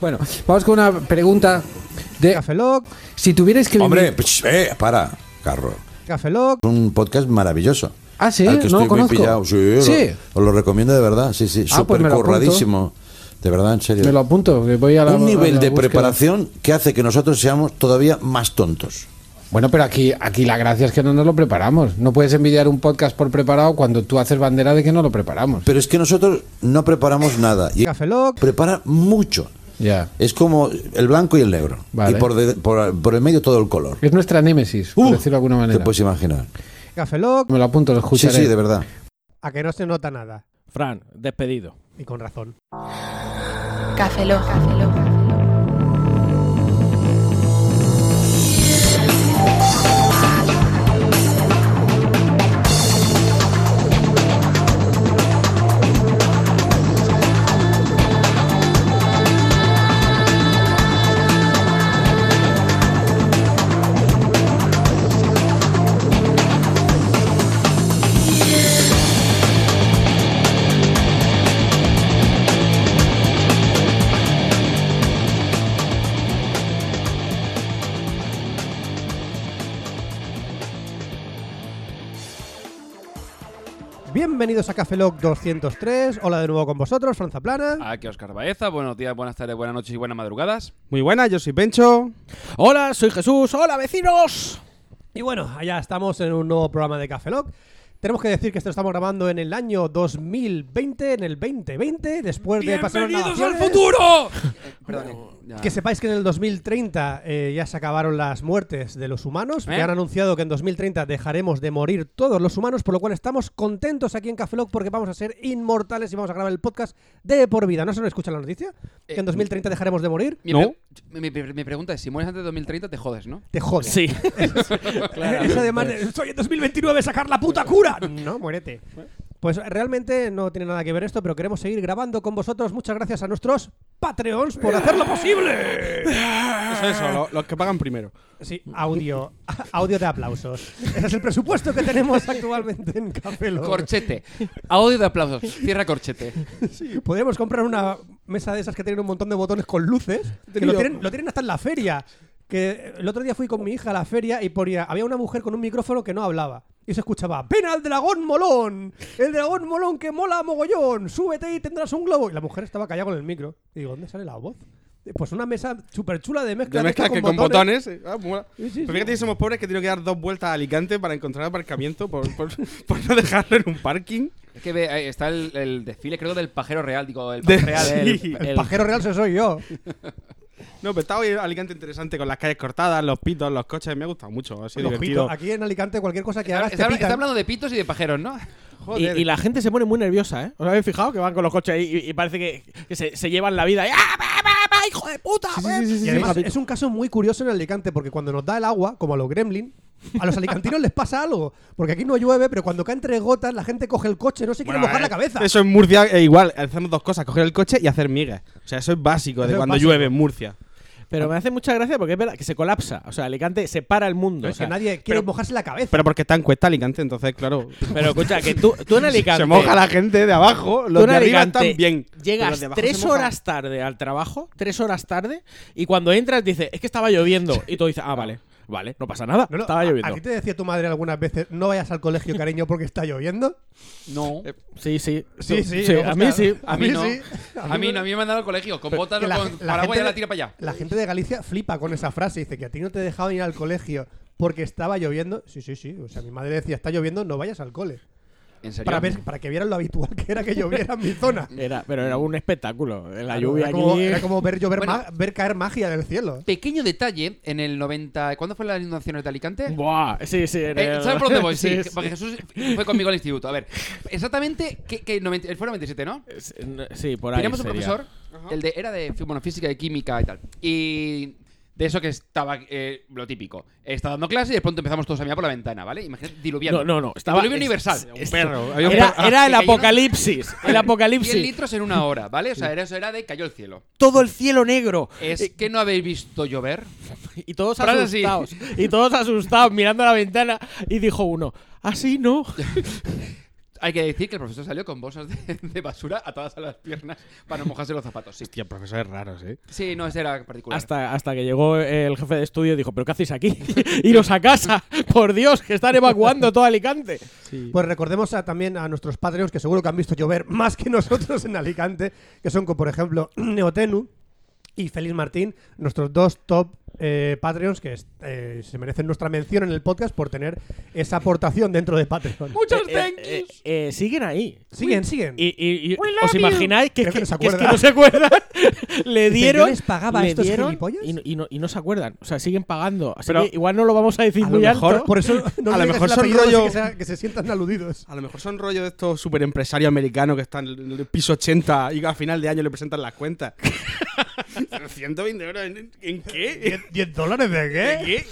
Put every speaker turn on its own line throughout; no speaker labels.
Bueno, vamos con una pregunta de
Café Lock,
si tuvierais que vivir...
Hombre, psh, eh, para, carro.
Café Lock.
Un podcast maravilloso.
Ah, sí,
al que
no
estoy
lo conozco.
muy pillado. Sí,
Sí.
Lo, os lo recomiendo de verdad. Sí, sí,
Ah, pues
súper
me lo apunto.
curradísimo. De verdad, en serio.
me lo apunto, que voy a la
un
a
nivel
la
de
búsqueda.
preparación que hace que nosotros seamos todavía más tontos.
Bueno, pero aquí, aquí la gracia es que no nos lo preparamos. No puedes envidiar un podcast por preparado cuando tú haces bandera de que no lo preparamos.
Pero es que nosotros no preparamos nada. Y
Café Lock.
prepara mucho.
Ya.
Es como el blanco y el negro.
Vale.
Y por, de- por- por el medio todo el color.
Es nuestra némesis, por decirlo de alguna
Uh, Te
manera.
puedes imaginar.
Café Lock.
Me lo apunto, lo
Sí,
escucharé.
sí, de verdad.
A que no se nota nada.
Fran, despedido.
Y con razón.
Café Lock.
Bienvenidos a Café Lock 203. Hola de nuevo con vosotros, Franza Plana.
Aquí Oscar Baeza, buenos días, buenas tardes, buenas noches y buenas madrugadas.
Muy buena, yo soy Pencho.
Hola, soy Jesús. Hola, vecinos.
Y bueno, allá estamos en un nuevo programa de Café Lock. Tenemos que decir que esto lo estamos grabando en el año 2020, en el 2020, después de pasar unas
¡Bienvenidos al
vacaciones.
futuro!
Que sepáis que en el 2030 eh, ya se acabaron las muertes de los humanos.
¿Eh?
Ya han anunciado que en 2030 dejaremos de morir todos los humanos, por lo cual estamos contentos aquí en Café Lock porque vamos a ser inmortales y vamos a grabar el podcast de por vida. ¿No se nos escucha la noticia? Que en 2030 dejaremos de morir.
Mi,
No.
pre- mi- mi- mi pregunta es, si mueres antes de 2030 te jodes, ¿no?
Te jode.
Sí.
Es además, de, estoy en 2029 sacar la puta cura. No, muérete. Pues realmente no tiene nada que ver esto, pero queremos seguir grabando con vosotros. Muchas gracias a nuestros Patreons por hacerlo posible.
Eso, eso, lo- los que pagan primero.
Sí, audio, audio de aplausos. Ese es el presupuesto que tenemos actualmente en Café Lock.
Corchete. Audio de aplausos. Cierra corchete.
Podríamos comprar una mesa de esas que tienen un montón de botones con luces. Que lo,
Tenido-
tienen, lo tienen hasta en la feria. Que el otro día fui con mi hija a la feria y ponía, había una mujer con un micrófono que no hablaba. Y se escuchaba, ven al dragón molón, el dragón molón que mola mogollón, súbete y tendrás un globo. Y la mujer estaba callada con el micro. Y digo, ¿dónde sale la voz? Y Pues una mesa súper chula de mezcla.
De mezcla que con botones. eh, ah, mola.
Sí, sí,
Pero
sí.
fíjate que somos pobres que tengo que dar dos vueltas a Alicante para encontrar aparcamiento por, por, por no dejarlo en un parking.
Es que ve, ahí está el, el desfile, creo, del pajero real. Digo, el
De-
pajero real. el-
sí,
el-
El pajero real se soy yo.
No, pero está hoy Alicante interesante con las calles cortadas, los pitos, los coches. Me ha gustado mucho. Ha sido
Los
divertido.
pitos. Aquí en Alicante cualquier cosa que
Está,
hagas te
está
pitan.
hablando de pitos y de pajeros, ¿no?
Y,
Joder.
ah, y la gente se pone muy nerviosa, ¿eh? ¿Os habéis fijado que van con los coches ahí y, y parece que, que se, se llevan la vida? ahí? ¡Ah, va, va, va, hijo de puta! eh!
Y además es un caso muy curioso en Alicante porque cuando nos da el agua, como a los gremlin, a los alicantinos les pasa algo. Porque aquí no llueve, pero cuando caen tres gotas la gente coge el coche, no se quiere
Bueno,
mojar la
eh,
cabeza.
Eso en Murcia es igual. Hacemos dos cosas: coger el coche y hacer migas. O sea, eso es básico
Eso
de
es
cuando
básico.
llueve en Murcia.
Pero me hace mucha gracia porque es verdad que se colapsa. O sea, Alicante separa el mundo.
Pero
o
es
sea.
que nadie quiere mojarse la cabeza.
Pero porque está en cuesta Alicante, entonces, claro.
Pero escucha, que tú, tú en Alicante.
Se moja la gente de abajo,
tú
los
en
de arriba
Alicante
están bien. pero los
Llegas
de abajo
tres
se mojan.
horas tarde al trabajo, tres horas tarde, y cuando entras dices, es que estaba lloviendo. Y tú dices, ah, vale, vale, no pasa nada,
No, no,
estaba
a-
lloviendo.
¿A ti te decía tu madre algunas veces, no vayas al colegio, cariño, porque está lloviendo?
No.
Sí, sí.
Sí,
Tú-
sí.
a mí sí.
Eh, A mí,
no.
sí.
A mí no, a mí me mandaron al colegio. Con botas
Que
o
la-
con
la
paraguas ya
gente-
la tira para allá.
La gente de Galicia flipa con esa frase. Dice que a ti no te dejaban ir al colegio porque estaba lloviendo. Sí, sí, sí. O sea, mi madre decía, está lloviendo, no vayas al cole.
¿En serio?
Para, ver- para que vieran lo habitual que era que lloviera en mi zona.
Era, pero era un espectáculo. La
Claro,
lluvia
era como,
aquí.
era como ver llover
Bueno.
ma- ver caer magia del cielo.
Pequeño detalle, en el 90... ¿Cuándo fue las inundaciones de Alicante?
Buah, sí, sí.
Eh,
era-
¿Sabes por dónde voy? Sí,
sí.
porque Jesús fue conmigo al instituto. A ver, exactamente, que, que 90 fue 97, ¿no?
Es- no- Sí, por ahí.
Teníamos un
sería.
profesor, el de, era de fí- bueno, física y química y tal. Y de eso que estaba, eh, lo típico. Estaba dando clase y de pronto empezamos todos a mirar por la ventana, ¿vale? Imagínate, diluviando.
No, no, no. Estaba,
Diluvio
es-
universal.
es-
perro, había un
Era,
perro.
era el
Ah, que cayó, ¿no?
apocalipsis. El
100
apocalipsis.
litros en una hora, ¿vale? O sea, era, eso era de cayó el cielo.
Todo el cielo negro.
¿Es
Eh,
que no habéis visto llover?
Y todos
Frases así.
asustados. Y todos asustados mirando a la ventana. Y dijo uno, así no.
Hay que decir que el profesor salió con bolsas de, de basura atadas a las piernas para no mojarse los zapatos. Sí,
Hostia, profesores raros, ¿eh?
sí no, ese era particular.
Hasta, hasta que llegó el jefe de estudio y dijo, ¿pero qué hacéis aquí? Iros a casa, por Dios, que están evacuando todo Alicante.
Pues recordemos a- también a nuestros patreons que seguro que han visto llover más que nosotros en Alicante, que son como por ejemplo Neotenu y Félix Martín, nuestros dos top eh, patreons que es- eh, se merecen nuestra mención en el podcast por tener esa aportación dentro de Patreon.
Muchas
Eh, eh, eh, eh, siguen ahí.
Siguen, siguen.
Y, y- y- ¿Os imagináis que,
Creo que
que-
no se
que es que
acuerdan.
no se acuerdan? le
Dice,
dieron.
"Yo les pagaba a
le
estos
dieron
gilipollas".
Y, no- y no, y no se acuerdan. O sea, siguen pagando. Así
Pero-
que igual no lo vamos a decir
A lo
muy
mejor
alto.
por eso no
a lo
digas
mejor
el
son
apellido así
rollo-
que, sea- que se sientan aludidos.
A lo mejor son rollo de estos super empresarios americanos que están en el piso 80 y a final de año le presentan las cuentas. Pero 120 euros, ¿en, en qué?
¿10 dólares de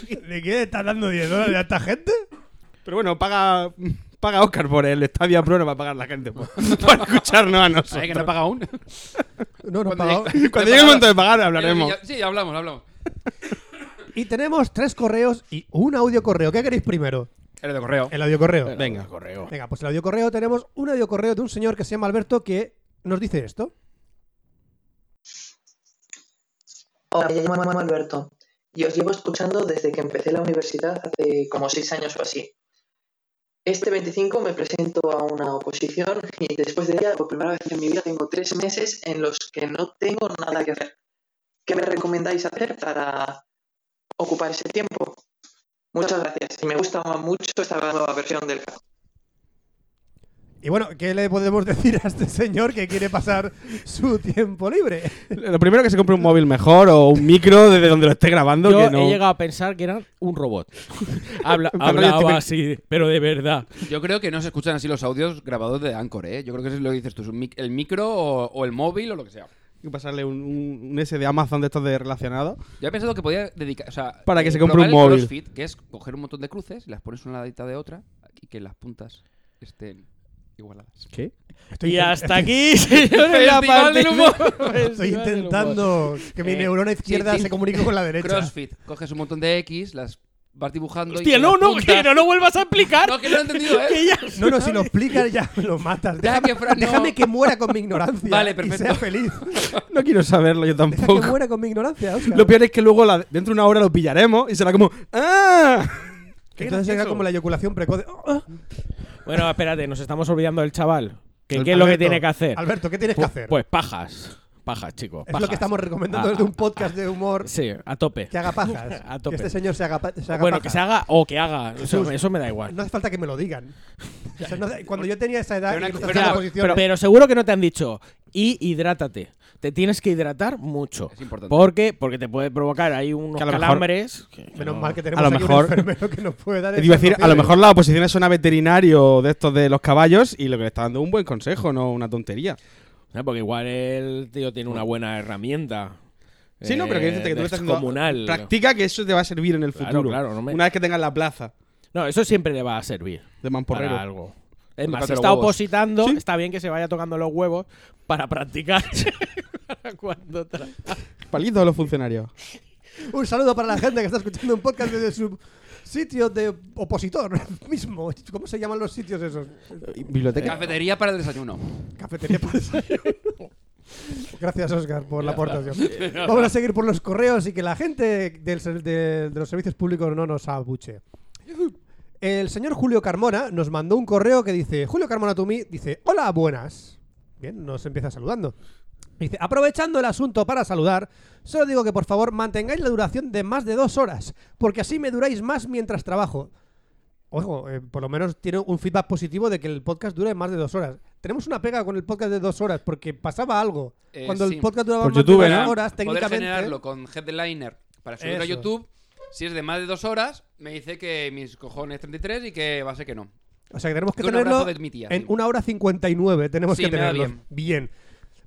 qué?
¿De qué estás dando 10 dólares a esta gente?
Pero bueno, paga, paga Oscar por el Estadio Pro, no va a pagar la gente por, por escucharnos a nosotros.
Ay, que no he pagado aún.
No, no,
Cuando
he pagado.
llegue-
Cuando llegue el momento de pagar hablaremos.
Sí, ya hablamos, hablamos.
Y tenemos tres correos y un audio correo. ¿Qué queréis primero?
Era de correo.
El audio correo.
Venga, correo.
Venga, pues el audio correo tenemos un audio correo de un señor que se llama Alberto que nos dice esto.
Hola, me llamo Alberto y os llevo escuchando desde que empecé la universidad hace como seis años o así. Este 25 me presento a una oposición y después de ella, por primera vez en mi vida, tengo tres meses en los que no tengo nada que hacer. ¿Qué me recomendáis hacer para ocupar ese tiempo? Muchas gracias y me gusta mucho esta nueva versión del caso.
Y bueno, ¿qué le podemos decir a este señor que quiere pasar su tiempo libre?
Lo primero que se compre un móvil mejor o un micro desde donde lo esté grabando.
Yo
que no...
he llegado a pensar que eran un robot. Habla-
En plan, yo estoy-
hablaba así, pero de verdad.
Yo creo que no se escuchan así los audios grabados de Anchor, ¿eh? Yo creo que eso es lo que dices tú, es un mic- el micro o, o el móvil o lo que sea.
Hay que pasarle un, un, un S de Amazon de estos de relacionado.
Yo he pensado que podía dedicar, o sea, eh,
Para que se compre
probar
un
el
móvil.
CrossFit, que es coger un montón de cruces, las pones una ladita de otra y que las puntas estén igualadas.
¿Qué?
Estoy
y
inten-
hasta aquí, señores, la
Festival del
partida-
Estoy
Festival del humor.
intentando que mi
Eh,
neurona izquierda
sí, sí.
se comunique con la derecha.
CrossFit, coges un montón de X, las vas dibujando
Hostia,
y
no,
con las
no,
puntas-
que no lo vuelvas a explicar.
No, que no lo he entendido, ¿eh?
Que ya-
No, no, si lo explicas ya me lo matas.
Ya
Déjame,
que Fran no-
déjame que muera con mi ignorancia.
Vale,
Y
perfecto.
sea feliz.
No quiero saberlo yo
Deja
tampoco.
que muera con mi ignorancia, Óscar.
Lo peor es que luego la- dentro de una hora lo pillaremos y será como ¡Ah!
Que Entonces era como la eyaculación precoz. de- ¡Oh, oh!
Bueno, espérate, nos estamos olvidando del chaval. Que
Al-
¿Qué es lo que
Alberto,
tiene que hacer?
Alberto, ¿qué tienes que
Pu-
hacer?
Pues pajas. Pajas, chicos.
es lo que estamos recomendando desde un podcast de humor
Sí, a tope.
que haga pajas.
A tope.
Que este señor se haga, pa- se haga
bueno,
pajas.
que se haga o que haga. Eso,
Jesús.
eso me da igual.
No hace falta que me lo digan. O sea, no hace- cuando yo tenía esa edad,
Pero una-
y que no
pero
estaba en
una-
posición-
pero, pero seguro que no te han dicho. Y hidrátate. Te tienes que hidratar mucho.
Es importante.
Porque, porque te puede provocar ahí unos
Que a lo mejor-
calambres. que- que
menos
no-
mal que tenemos
a lo
aquí
mejor-
un enfermero que nos puede dar
Te iba a
esas
decir, a lo
opciones.
mejor las oposiciones son a veterinario de estos de los caballos y lo que le está dando es un buen consejo, no una tontería.
¿no? Porque igual el tío tiene una buena herramienta. eh,
Sí, no, pero que dices que tú estás
comunal.
Practica que eso te va a servir en el
Claro,
futuro.
claro, no me-
Una vez que tengas la plaza
No, eso siempre le va a servir.
de mamporrero.
Para algo.
Para
Es más, si
tocar los
está
huevos.
opositando,
Sí.
está bien que se vaya tocando los huevos para practicar. Para cuando tra-
Palitos a los funcionarios.
Un saludo para la gente que está escuchando un podcast desde su sitio de opositor mismo. ¿Cómo se llaman los sitios esos?
Biblioteca.
Cafetería para el desayuno.
Cafetería para desayuno. Gracias, Oscar, por la aportación. Vamos a seguir por los correos y que la gente del ser- de, de los servicios públicos no nos abuche. El señor Julio Carmona nos mandó un correo que dice: Julio Carmona Tumi dice: Hola, buenas. Bien, nos empieza saludando. Dice, aprovechando el asunto para saludar, solo digo que por favor mantengáis la duración de más de dos horas, porque así me duráis más mientras trabajo. Ojo, eh, por lo menos tiene un feedback positivo de que el podcast dure más de dos horas. Tenemos una pega con el podcast de dos horas, porque pasaba algo.
Eh,
Cuando
sí.
el podcast duraba
Por
más
YouTube,
de dos
¿no?
horas,
Poder
técnicamente.
generarlo con Headliner para subirlo a
Eso.
YouTube. Si es de más de dos horas, me dice que mis cojones 33 y que va a ser que no.
O sea que tenemos que
Con un abrazo
tenerlo
de mi tía,
en
sí.
una hora 59. Tenemos
Sí,
que
me da
tenerlo. Bien.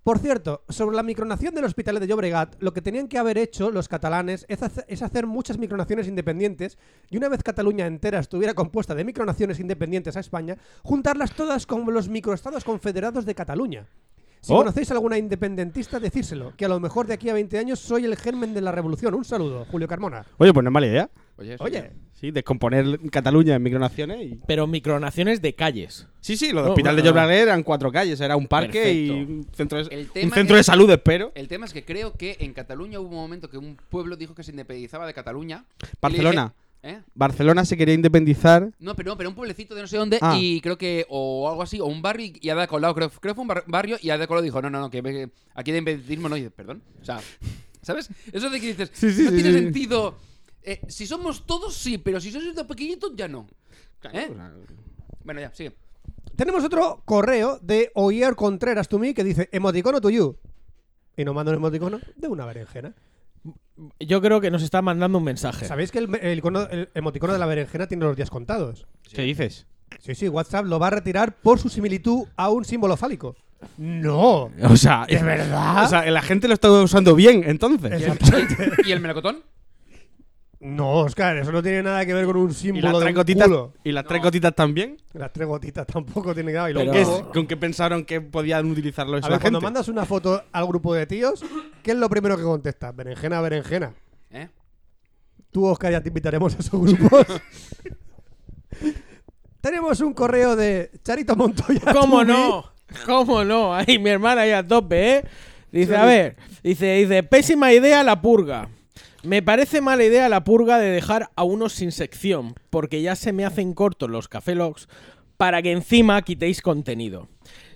Por cierto, sobre la micronación del Hospitalet de Llobregat, lo que tenían que haber hecho los catalanes es hace- es hacer muchas micronaciones independientes y una vez Cataluña entera estuviera compuesta de micronaciones independientes a España, juntarlas todas con los microestados confederados de Cataluña. Si
Oh.
conocéis a alguna independentista, decírselo, que a lo mejor de aquí a 20 años soy el germen de la revolución. Un saludo, Julio Carmona.
Oye, pues no es mala idea.
Oye, eso
Oye,
ya.
sí, descomponer Cataluña en micronaciones y...
Pero micronaciones de calles.
Sí, sí, lo del
No,
hospital de
bueno.
Llobregat eran cuatro calles, era un parque y
Perfecto.
un centro, de,
El
un
tema
centro de
es-
salud, espero.
El tema es que creo que en Cataluña hubo un momento que un pueblo dijo que se independizaba de Cataluña. y le dije-
Barcelona.
¿Eh?
Barcelona se quería independizar.
No, pero no, pero un pueblecito de no sé dónde
Ah.
y creo que, o algo así, o un barrio y Ada Colau, creo, creo que fue un bar- barrio y Ada Colau dijo, no, no, no, que me- aquí de independentismo no, y dice, perdón, o sea, ¿sabes? Eso de que dices,
Sí, sí,
no
sí,
tiene
sí.
sentido, Eh, si somos todos sí, pero si sois de pequeñitos ya no. ¿Eh? Bueno, ya, sigue.
Tenemos otro correo de Oyer Contreras to me que dice emoticono to you. Y nos manda un emoticono de una berenjena.
Yo creo que nos está mandando un mensaje.
¿Sabéis que el, el icono- el emoticono de la berenjena tiene los días contados?
¿Qué dices?
Sí, sí, WhatsApp lo va a retirar por su similitud a un símbolo fálico. ¡No!
O sea,
¿De verdad?
Ah, O sea, la gente lo está usando bien, entonces.
¿Y el, y el melocotón?
No, Oscar, eso no tiene nada que ver con un
¿Y
símbolo
las,
de
tres
un
gotitas,
culo.
¿Y las tres
No.
gotitas también?
Las tres gotitas tampoco tiene nada. Y los
Pero-
¿Qué es-
huevos.
¿Con qué pensaron que podían utilizarlo eso
A
la
ver, cuando
gente?
mandas una foto al grupo de tíos, ¿qué es lo primero que contestas? Berenjena, berenjena.
¿Eh?
Tú, Oscar, ya te invitaremos a esos grupos. Tenemos un correo de Charito Montoya.
¿Cómo
Tubi.
no? ¿Cómo no? Ahí mi hermana ahí a tope, ¿eh? Dice, a ver, dice, dice, pésima idea la purga. Me parece mala idea la purga de dejar a unos sin sección, porque ya se me hacen cortos los cafelogs para que encima quitéis contenido.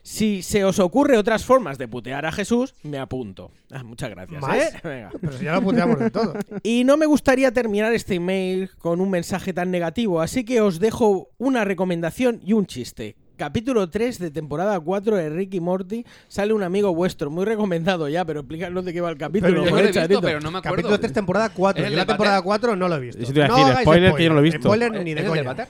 Si se os ocurre otras formas de putear a Jesús, me apunto. Ah, muchas gracias.
¿Más?
¿eh? Venga.
Pero si ya lo puteamos de todo.
Y no me gustaría terminar este email con un mensaje tan negativo, así que os dejo una recomendación y un chiste. Capítulo 3 de temporada 4 de Ricky Morty sale un amigo vuestro, muy recomendado ya, pero explícanos de qué va el capítulo.
Pero
Yo
joder,
lo he visto,
Charito.
pero no me acuerdo.
Capítulo 3, temporada 4.
¿Es el
Yo la
debate?
temporada 4 no lo he visto.
Eso te iba a
no
decir,
hagáis
spoiler, que yo no lo he visto.
Spoiler ni
¿Es
de
el del
coña.
váter?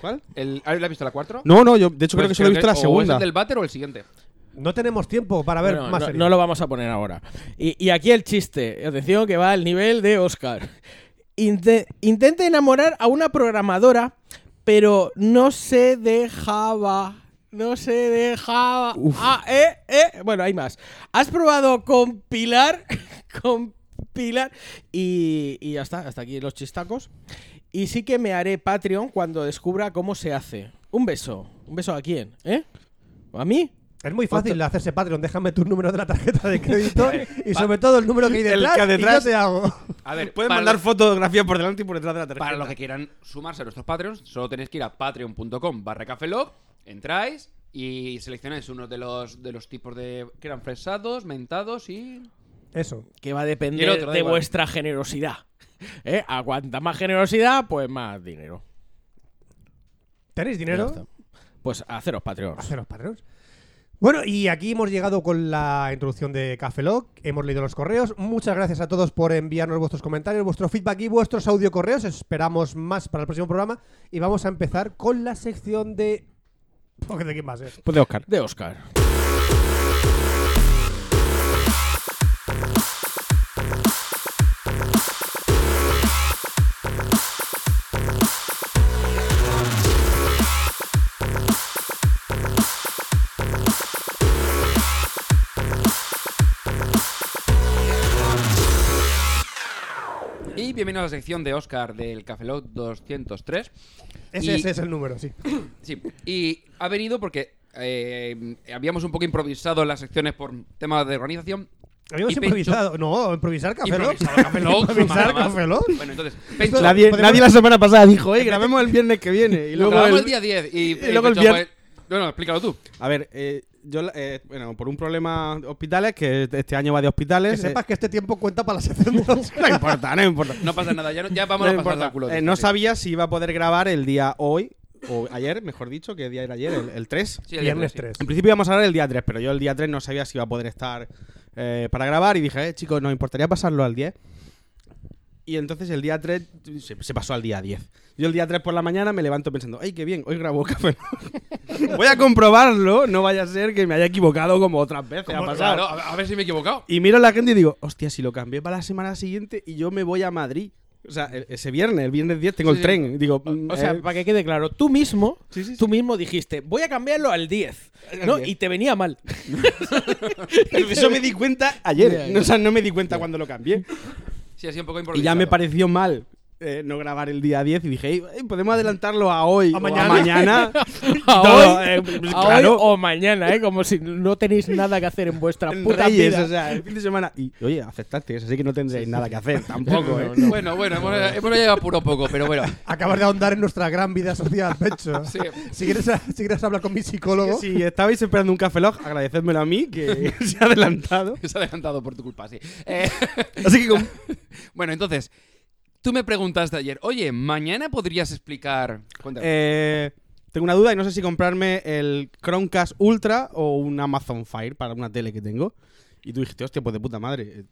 ¿Cuál?
El, ¿habéis- ¿La has visto la 4?
No, no, yo de hecho creo que solo he visto la
Pues ¿O es
segunda.
el del váter o el siguiente?
No tenemos tiempo para ver
Bueno,
más
no,
series.
no lo vamos a poner ahora. Y, y aquí el chiste. Atención que va al nivel de Oscar. Inte- intenta enamorar a una programadora, pero no se dejaba. No se dejaba. Ah, eh, eh. Bueno, hay más. Has probado compilar. compilar. Y, y ya está. Hasta aquí los chistacos. Y sí que me haré Patreon cuando descubra cómo se hace. Un beso. ¿Un beso a quién? ¿Eh? ¿A mí?
Es muy fácil hacerse Patreon. Déjame tus números de la tarjeta de crédito y sobre todo el número que hay
El
detrás,
que
y
detrás-
yo te hago.
A ver,
Pueden
para
mandar
los-
fotografías por delante y por detrás de la tarjeta.
Para los que quieran sumarse a nuestros Patreons, solo tenéis que ir a patreon.com barra cafelog, entráis y seleccionáis uno de los, de los tipos de... que eran fresados, mentados y...
Eso.
que va a
Y
depender
el otro, da
de
igual.
vuestra generosidad. ¿Eh? A cuanta más generosidad, pues más dinero.
¿Tenéis
Ya
dinero?
está. Pues haceros Patreon.
Haceros Patreons. Bueno, y aquí hemos llegado con la introducción de Café Lock. Hemos leído los correos. Muchas gracias a todos por enviarnos vuestros comentarios, vuestro feedback y vuestros audio correos. Esperamos más para el próximo programa. Y vamos a empezar con la sección de. Porque de quién más es.
Pues de Oscar.
De Oscar.
Y bienvenidos a la sección de Oscar del Cafelog 203.
Ese,
Y-
ese es el número, sí.
Sí, y ha venido porque eh, habíamos un poco improvisado las secciones por temas de organización.
Habíamos
Y Pencho-
improvisado. No, improvisar Café Lock.
Improvisado Café Lock,
improvisar
nada más. Pues,
Café Lock.
Bueno, entonces, Pencho,
Nadie,
Podemos-
nadie la semana pasada dijo, oye, grabemos el viernes que viene. Y
lo
luego
grabamos el
el-
día 10 y,
y luego el
Pencho,
vier-
pues, Bueno, explícalo tú.
A ver, eh, yo, la- eh, bueno, por un problema de hospitales, que este año va de hospitales.
Que sepas que este tiempo cuenta para la sección de
eh, no importa, no importa.
No pasa nada, ya, no- ya vamos
No
a pasar
importa.
al culo.
Eh, no sabía si iba a poder grabar el día hoy, o ayer, mejor dicho, que día era ayer, el, el 3.
Sí, el día
Viernes
sí.
3.
En principio íbamos a grabar el día 3, pero yo el día 3 no sabía si iba a poder estar eh, para grabar y dije, eh, chicos, nos importaría pasarlo al 10. Y entonces el día 3 se, se pasó al día 10. Yo el día 3 por la mañana me levanto pensando, ¡ay, qué bien! Hoy grabó café. Voy a comprobarlo, no vaya a ser que me haya equivocado como otras veces. Ha
Como-
pasado.
claro, a a ver si me he equivocado.
Y miro a la gente y digo, hostia, si lo cambié para la semana siguiente y yo me voy a Madrid. O sea, e- ese viernes, el viernes 10, tengo
Sí,
el
sí.
tren. Digo,
O-
mm,
O sea,
eh,
para que quede claro, tú mismo,
Sí, sí, sí.
tú mismo dijiste, voy a cambiarlo al 10,
Al
¿no?
10.
Y te venía mal.
eso me di cuenta ayer.
Ya, ya.
No, o sea, no me di cuenta cuando lo cambié.
Sí, así un poco
Y
improvisado.
ya me pareció mal eh, no grabar el día 10 y dije, "Ey, eh, podemos adelantarlo a hoy
A
o
mañana".
mañana.
A
No,
hoy,
eh, pues,
a hoy
claro.
o mañana, ¿eh? Como si no tenéis nada que hacer en vuestra
en
puta
Reyes,
vida.
o sea, el fin de semana. Y oye, aceptaste eso, así que no tendréis nada que hacer tampoco, ¿eh?
Bueno, bueno, hemos, hemos llegado puro poco, pero bueno.
Acabas de ahondar en nuestra gran vida social, Pecho.
Sí.
Si, quieres, si quieres hablar con mi psicólogo,
Si estabais esperando un café log, agradecedmelo a mí, que se ha adelantado.
Se ha adelantado por tu culpa, sí. Eh,
Así que con-
bueno, entonces, tú me preguntaste ayer, oye, mañana podrías explicar. Cuéntame.
eh, tengo una duda y no sé si comprarme el Chromecast Ultra o un Amazon Fire para una tele que tengo. Y tú dijiste, hostia, pues de puta madre. eh,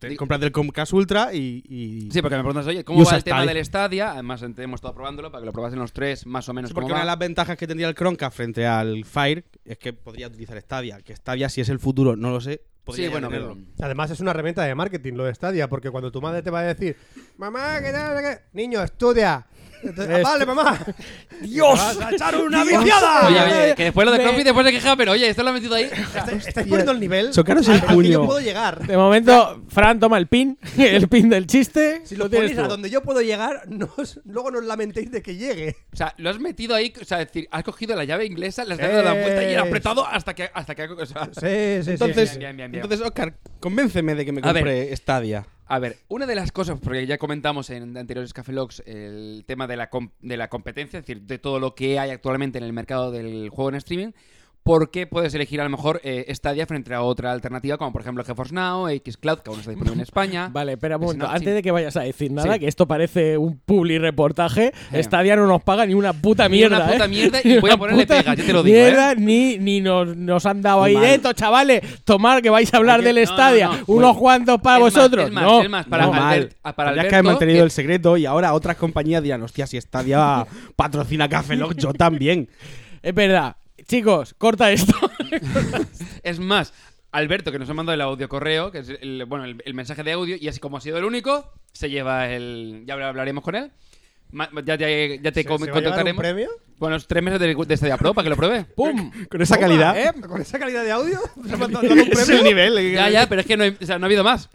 Te
Digo-
compras el Chromecast Ultra y. y-
Sí, porque me preguntas, oye,
Y
¿cómo va
usa
el tema
Stadia.
del Stadia? Además, ent- hemos estado probándolo para que lo probasen los tres, más o menos.
Sí, porque
cómo
una
va.
de las ventajas que tendría el Chromecast frente al Fire es que podría utilizar Stadia. Que Stadia, si es el futuro, no lo sé. Podría
Sí,
ya
bueno,
tenerlo.
pero-
Además es una herramienta de marketing lo de Stadia, porque cuando tu madre te va a decir, mamá, ¿qué tal? qué tal?". Niño, estudia. Entonces, "Ah, vale, mamá.
¡Dios!
Vas
Ah,
a echar una
¡Dios!
viciada!
Oye, oye, que después lo de
Me-
Crofi, después se queja, pero oye, esto lo ha metido ahí.
Estáis poniendo el nivel
Chocaros
al-
el
al que yo
puño.
puedo llegar.
De momento, Fran toma el pin, el pin del chiste.
Si lo
tienes
ponéis a
tú.
donde yo puedo llegar, no os- luego no os lamentéis de que llegue.
O sea, lo has metido ahí, o sea, es decir, has cogido la llave inglesa, la has dado la vuelta y la has
Es.
apretado hasta que. Hasta que o sea,
Sí, sí,
Entonces,
bien, bien, bien, bien.
entonces, Oscar, convénceme de que me
A ver.
compre Stadia.
A ver, una de las cosas, porque ya comentamos en anteriores Café Logs el tema de la, com- de la competencia, es decir, de todo lo que hay actualmente en el mercado del juego en streaming, porque puedes elegir a lo mejor eh, Stadia frente a otra alternativa, como por ejemplo GeForce Now, Xcloud, que aún no está disponible en España.
Vale, espera un
Ese
momento.
no,
Antes
sí.
de que vayas a decir nada,
Sí.
que esto parece un publi reportaje,
Eh.
Stadia no nos paga ni una puta
Ni una
mierda.
puta
¿eh?
mierda y
Ni
voy a
una
ponerle
puta
pegas, ya te lo digo, ¿eh?
Mierda, ni, ni nos, nos han dado ahí. "Eto, chavales! Tomar que vais a hablar
Oye,
del
no, no,
Stadia.
no.
Unos cuantos para
Es más,
vosotros.
es más,
no,
es más, para
no.
Albert-
mal.
a- para
Tendrías
Alberto,
que haber mantenido
que-
el secreto y ahora otras compañías dirán, hostia, si Stadia patrocina Café Lock, yo también.
Es verdad. Chicos, corta esto.
Es más, Alberto, que nos ha mandado el audio correo, que es el, bueno, el, el mensaje de audio, y así como ha sido el único, se lleva el. Ya habl- hablaremos con él. Ma- Ya te, ya te
¿Se-
com-
se va a llevar un
contactaremos.
premio?
Bueno, los tres meses de, de Stadia Pro para que lo pruebe.
¡Pum!
Con esa calidad.
¿eh?
¿Con esa calidad de audio? ¿Se me ha dado un
Es
premio?
el nivel. eh.
Ya, ya, pero es que no, hay- o sea, no ha habido más.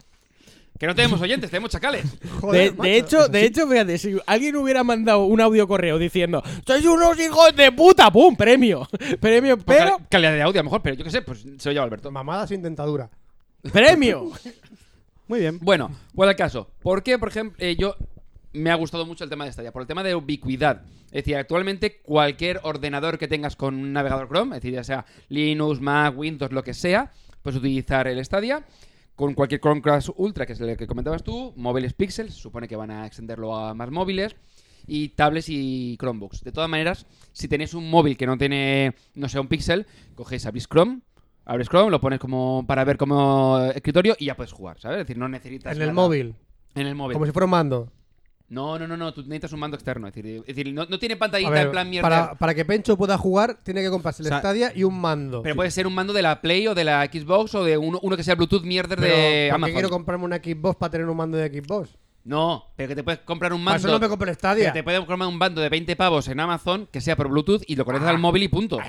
Que no tenemos oyentes, tenemos chacales.
De,
Joder,
de
macho.
hecho, de hecho, fíjate, si alguien hubiera mandado un audio correo diciendo ¡Sois unos hijos de puta! ¡Pum! ¡Premio! ¡Premio!
Pues
¡Pero!
cal- calidad de audio, a lo mejor, pero yo qué sé, pues se lo lleva Alberto.
Mamada sin dentadura.
¡Premio!
Muy bien.
Bueno, pues al caso. ¿Por qué, por ejemplo, eh, yo me ha gustado mucho el tema de Stadia? Por el tema de ubicuidad. Es decir, actualmente cualquier ordenador que tengas con un navegador Chrome, es decir, ya sea Linux, Mac, Windows, lo que sea, puedes utilizar el Stadia con cualquier Chromecast Ultra, que es el que comentabas tú, móviles Pixel, se supone que van a extenderlo a más móviles, y tablets y Chromebooks. De todas maneras, si tenéis un móvil que no tiene, no sé, un Pixel, cogéis, abrís Chrome, abres Chrome, lo pones como para ver como escritorio y ya puedes jugar, ¿sabes? Es decir, no necesitas
En el
nada.
móvil.
En el móvil.
Como si fuera un mando.
No, no, no, no, tú necesitas un mando externo. Es decir, es decir, no, no tiene
A
pantallita
ver,
en plan mierda.
para, para que Pencho pueda jugar, tiene que comprarse el
O sea,
Stadia y un mando.
Pero puede ser un mando de la Play o de la Xbox o de uno, uno que sea Bluetooth mierder
Pero,
de
¿por
Amazon.
qué quiero comprarme una Xbox para tener un mando de Xbox?
No, pero que te puedes comprar un
Para
mando.
eso no me compro el Stadia.
que te puedes comprar un mando de 20 pavos en Amazon que sea por Bluetooth y lo conectas
Ah.
al móvil y punto.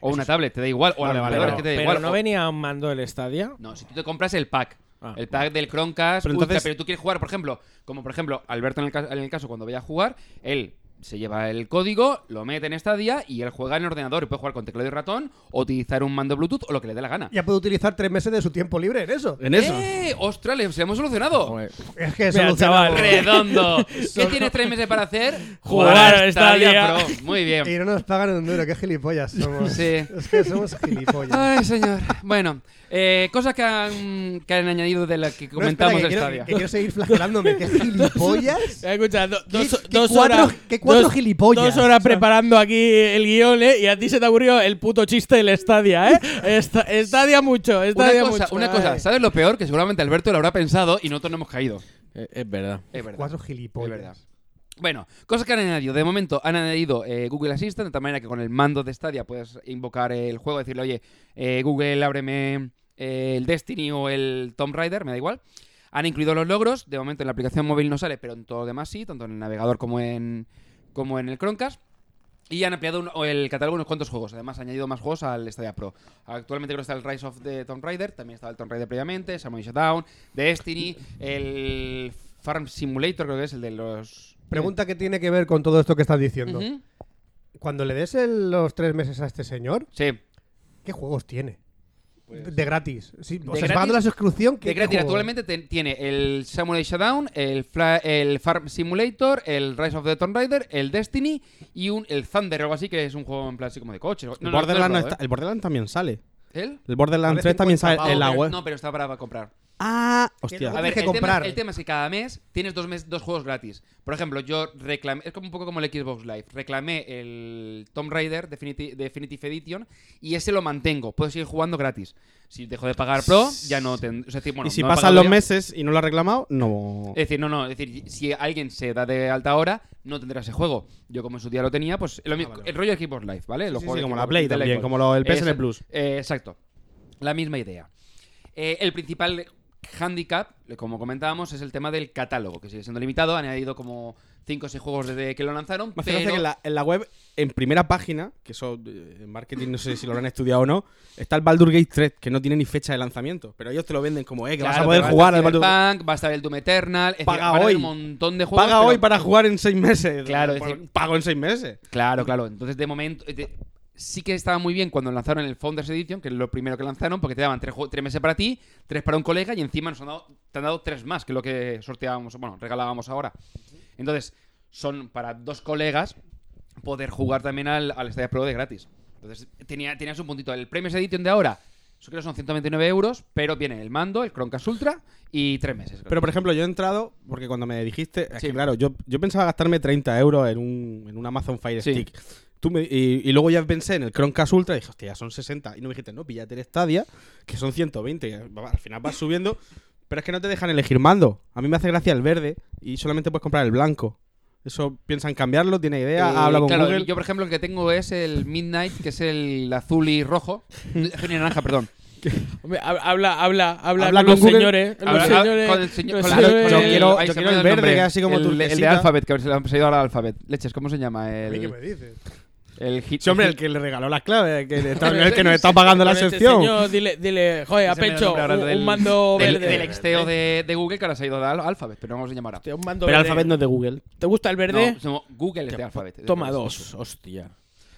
o una tablet, te da igual. O al ordenador,
Pero,
que te da
pero
igual.
no
o-
venía un mando del estadio.
No, si tú te compras el pack.
Ah,
el pack del Chromecast,
Pero
pero,
entonces-
pero tú quieres jugar, por ejemplo, como por ejemplo Alberto en el, caso, en el caso cuando vaya a jugar, él se lleva el código, lo mete en Stadia y él juega en el ordenador y puede jugar con teclado y ratón, o utilizar un mando Bluetooth o lo que le dé la gana.
Ya puedo utilizar tres meses de su tiempo libre en eso.
En eso.
¡Eh! ¡Ostras! ¡Le se hemos solucionado!
Es que
Mira,
solucionamos.
chaval.
¡Redondo! ¿Qué tienes tres meses para hacer?
Jugar a Stadia.
Pro. Muy
Y
bien.
no nos pagan un duro, qué gilipollas somos.
Sí.
Es que somos gilipollas.
Ay, señor. Bueno, eh, cosas que han, que han añadido de las
No,
que
espera,
comentamos
que
de
quiero-
Stadia.
que quiero seguir flagelándome. ¿Qué gilipollas?
Escucha, do-
¿Qué-
dos,
qué
dos
cuatro-
horas.
qué cuatro
dos-
gilipollas?
Dos horas
O sea-
preparando aquí el guión, ¿eh? Y a ti se te ocurrió el puto chiste del Stadia, ¿eh? Esta- Stadia mucho,
Una
Stadia
cosa,
mucho.
eh.
una cosa,
Ay.
¿sabes lo peor? Que seguramente Alberto lo habrá pensado y nosotros no hemos caído.
Eh, Es verdad.
Es verdad.
Cuatro
es
gilipollas.
verdad. Bueno, cosas que han añadido. De momento han añadido eh, Google Assistant, de tal manera que con el mando de Stadia puedes invocar el juego, decirle, oye, eh, Google, ábreme eh, el Destiny o el Tomb Raider, me da igual. Han incluido los logros, de momento en la aplicación móvil no sale, pero en todo lo demás sí, tanto en el navegador como en, como en el Chromecast. Y han ampliado un- o el catálogo unos cuantos juegos. Además, han añadido más juegos al Stadia Pro. Actualmente creo que está el Rise of the Tomb Raider. También estaba el Tomb Raider previamente. Samurai Showdown. Destiny. El Farm Simulator, creo que es el de los.
Pregunta que tiene que ver con todo esto que estás diciendo.
Ujú.
Cuando le des el- los tres meses a este señor,
Sí.
¿qué juegos tiene? de gratis. Sí, o
de
sea,
gratis-
pagando la suscripción que.
De gratis actualmente te- tiene el Samurai Showdown, el, Fla- el Farm Simulator, el Rise of the Tomb Raider, el Destiny y un, el Thunder o algo así, que es un juego en plan así como de coche. No, no,
el,
no ¿eh? lo he
Borderlands no
probado,
está- el Borderlands también sale.
¿eh? ¿El?
El Borderlands
Vale
3 también
50
sale
No,
en la
pero-
web.
¿eh? No, pero está para comprar.
Ah, hostia.
no-
A
tienes
ver,
que
el tema-
comprar.
el tema es que cada mes tienes dos, mes- dos juegos gratis. Por ejemplo, yo reclamé. Es como un poco como el Xbox Live. Reclamé el Tomb Raider Definiti- Definitive Edition y ese lo mantengo. Puedo seguir jugando gratis. Si dejo de pagar Pro, ya no tendré.
y si pasan los meses y no lo ha reclamado, no.
Es decir, no, no, es decir, si alguien se da de alta ahora, no tendrá ese juego. Yo como en su día lo tenía, pues lo mismo, el rollo Xbox Live, ¿vale? Los
Ah, sí,
juegos
sí,
de
como la
Xbox-
Play
de
también,
Xbox.
como lo- el PSN
Exacto,
Plus.
eh, exacto, la misma idea. Eh, el principal handicap, como comentábamos, es el tema del catálogo, que sigue siendo limitado. Han añadido como 5 o 6 juegos desde que lo lanzaron,
Me hace gracia
Este, pero...
que en la, en la web, en primera página, que eso eh, en marketing no sé si lo habrán estudiado o no, está el Baldur Gate 3, que no tiene ni fecha de lanzamiento. Pero ellos te lo venden como, eh, que vas a
Claro,
poder
va
jugar al
estar
Baldur Gate.
Cyberpunk, va a estar el Doom Eternal, es decir, van
Paga
a haber
hoy.
un montón de juegos.
Paga
pero-
hoy para jugar en seis meses.
Claro, es
Pues,
decir-
pago en seis meses.
Claro, claro. Entonces, de momento. eh, de- sí que estaba muy bien cuando lanzaron el Founders Edition, que es lo primero que lanzaron, porque te daban tres, jue- tres meses para ti, tres para un colega, y encima nos han dado, te han dado tres más, que es lo que sorteábamos, bueno, regalábamos ahora. Entonces, son para dos colegas poder jugar también al, al Stadia Pro de gratis. Entonces, tenía, tenías un puntito. El Premios Edition de ahora, yo creo que son 129 euros, pero viene el mando, el Chromecast Ultra y tres meses.
Pero, por ejemplo, yo he entrado, porque cuando me dijiste, es
Sí.
que, claro, yo, yo pensaba gastarme 30 euros en un, en un Amazon Fire
Sí.
Stick. Tú me- y, y luego ya pensé en el Chromecast Ultra y dije, hostia, ya son 60. Y no me dijiste, no, píllate el Stadia, que son 120. y, va, Al final vas subiendo, pero es que no te dejan elegir mando. A mí me hace gracia el verde y solamente puedes comprar el blanco. Eso piensan cambiarlo, tiene idea,
Eh,
habla con
claro,
Google.
Yo, por ejemplo, el que tengo es el Midnight, que es el azul y rojo. Eh, azul y naranja, perdón.
Hombre, hab- habla, habla, habla,
Habla
con,
con
los
Google.
señores. Los
Habla-
señores,
ah, con el señor-
los
con la-
Claro,
señores-
yo
el-
quiero-
ahí
yo
se
quiero
me ha
el
ido
verde,
nombre.
que así como
el, el de
turquesita.
Alphabet, que se lo han seguido ahora al Alphabet. Leches, ¿cómo se llama?
¿A mí qué me
El,
dices?
el hit.
Sí, hombre, el que le regaló las claves, el que, le está- el que nos está pagando la
Con este
sección.
señor, dile, dile, joder, a
Ese me da el
pecho,
nombre ahora
un,
del-
un mando
del,
verde.
Del exteo de, de Google, que ahora se ha ido al Alphabet, pero no vamos a llamar ahora.
Hostia, Este, un mando
Pero
verde.
Alphabet no es de Google.
¿Te gusta el verde?
No, no, Google es de Alphabet.
Toma dos, hostia.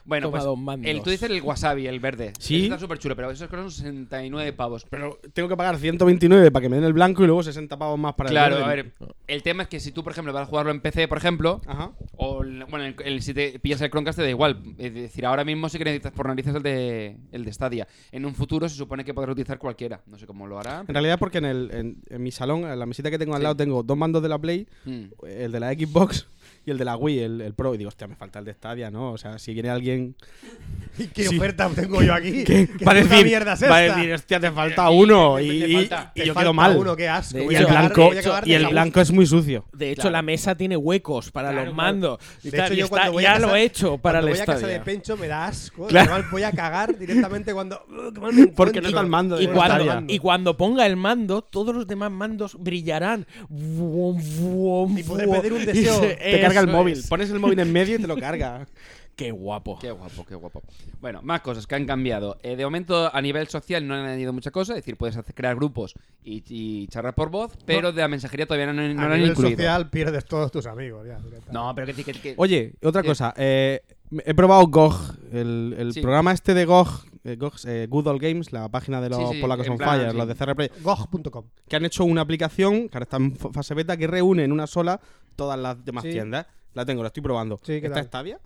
Bueno,
Toma
pues,
dos mandos.
el, tú dices el wasabi, el verde.
Sí.
Ese Está súper chulo, pero esos son 69 pavos.
Pero tengo que pagar 129 para que me den el blanco y luego 60 pavos más para
Claro,
el
a
verde.
ver. El tema es que si tú, por ejemplo, vas a jugarlo en PC, por ejemplo,
Ajá.
O, el- bueno, el- el- si te pillas el Chromecast te da igual. Es decir, ahora mismo sí que necesitas por narices el de, el de Stadia. En un futuro se supone que podrás utilizar cualquiera. No sé cómo lo hará.
En realidad porque en, el, en, en mi salón, en la mesita que tengo al
Sí.
lado, tengo dos mandos de la Play,
Mm.
el de la Xbox y el de la Wii, el, el Pro. Y digo, hostia, me falta el de Stadia, ¿no? O sea, si viene alguien
¿Y ¿Qué
Sí.
oferta tengo yo aquí?
que
¿Qué
va, a
puta
decir,
mierda es
va a
esta?
decir, hostia, te falta uno. Y,
te
y-
falta-
y
Te
yo
falta
quedo mal.
Uno, qué asco.
De
voy
Y
a
el
acabar-
blanco,
voy a acabar
y el
desagu-
blanco es muy sucio.
De hecho,
Claro.
la mesa tiene huecos para los mandos. y
De
tal,
hecho,
y
yo
está-
cuando voy a
ya
casa-
lo he hecho para el
cuando voy a casa de
estadio.
Pencho me da asco.
Claro.
además voy a cagar directamente cuando.
uh,
"Ugh, qué mal me
Porque
encuentro".
no está el mando de
Y
Bueno,
cuando,
Stadia.
y cuando ponga el mando, todos los demás mandos brillarán. Vuom, vuom,
Y poder
vuom.
pedir un deseo.
se-
Te carga el
eso
móvil.
es.
Pones el móvil en medio y te lo carga.
Qué guapo.
Qué guapo, qué guapo. Bueno, más cosas que han cambiado. Eh, de momento, a nivel social no han añadido mucha cosa. Es decir, puedes hacer- crear grupos y, y charlar por voz, pero de la mensajería todavía no, no
A
lo han
nivel
incluido.
social pierdes todos tus amigos. ya, directamente.
No, pero que, sí, que, que-
Oye, otra
¿Qué?
cosa. eh, he probado GOG, el, el
Sí.
programa este de GOG, eh, GOG, eh, Good Old Games, la página de los
Sí, sí,
polacos
en
on
plan,
fire,
sí.
los de CR Play,
Gog.com.
que han hecho una aplicación, que ahora está en fa- fase beta, que reúne en una sola todas las demás
Sí.
tiendas. La tengo, la estoy probando.
Sí, ¿qué
¿Está
tal?
Stadia?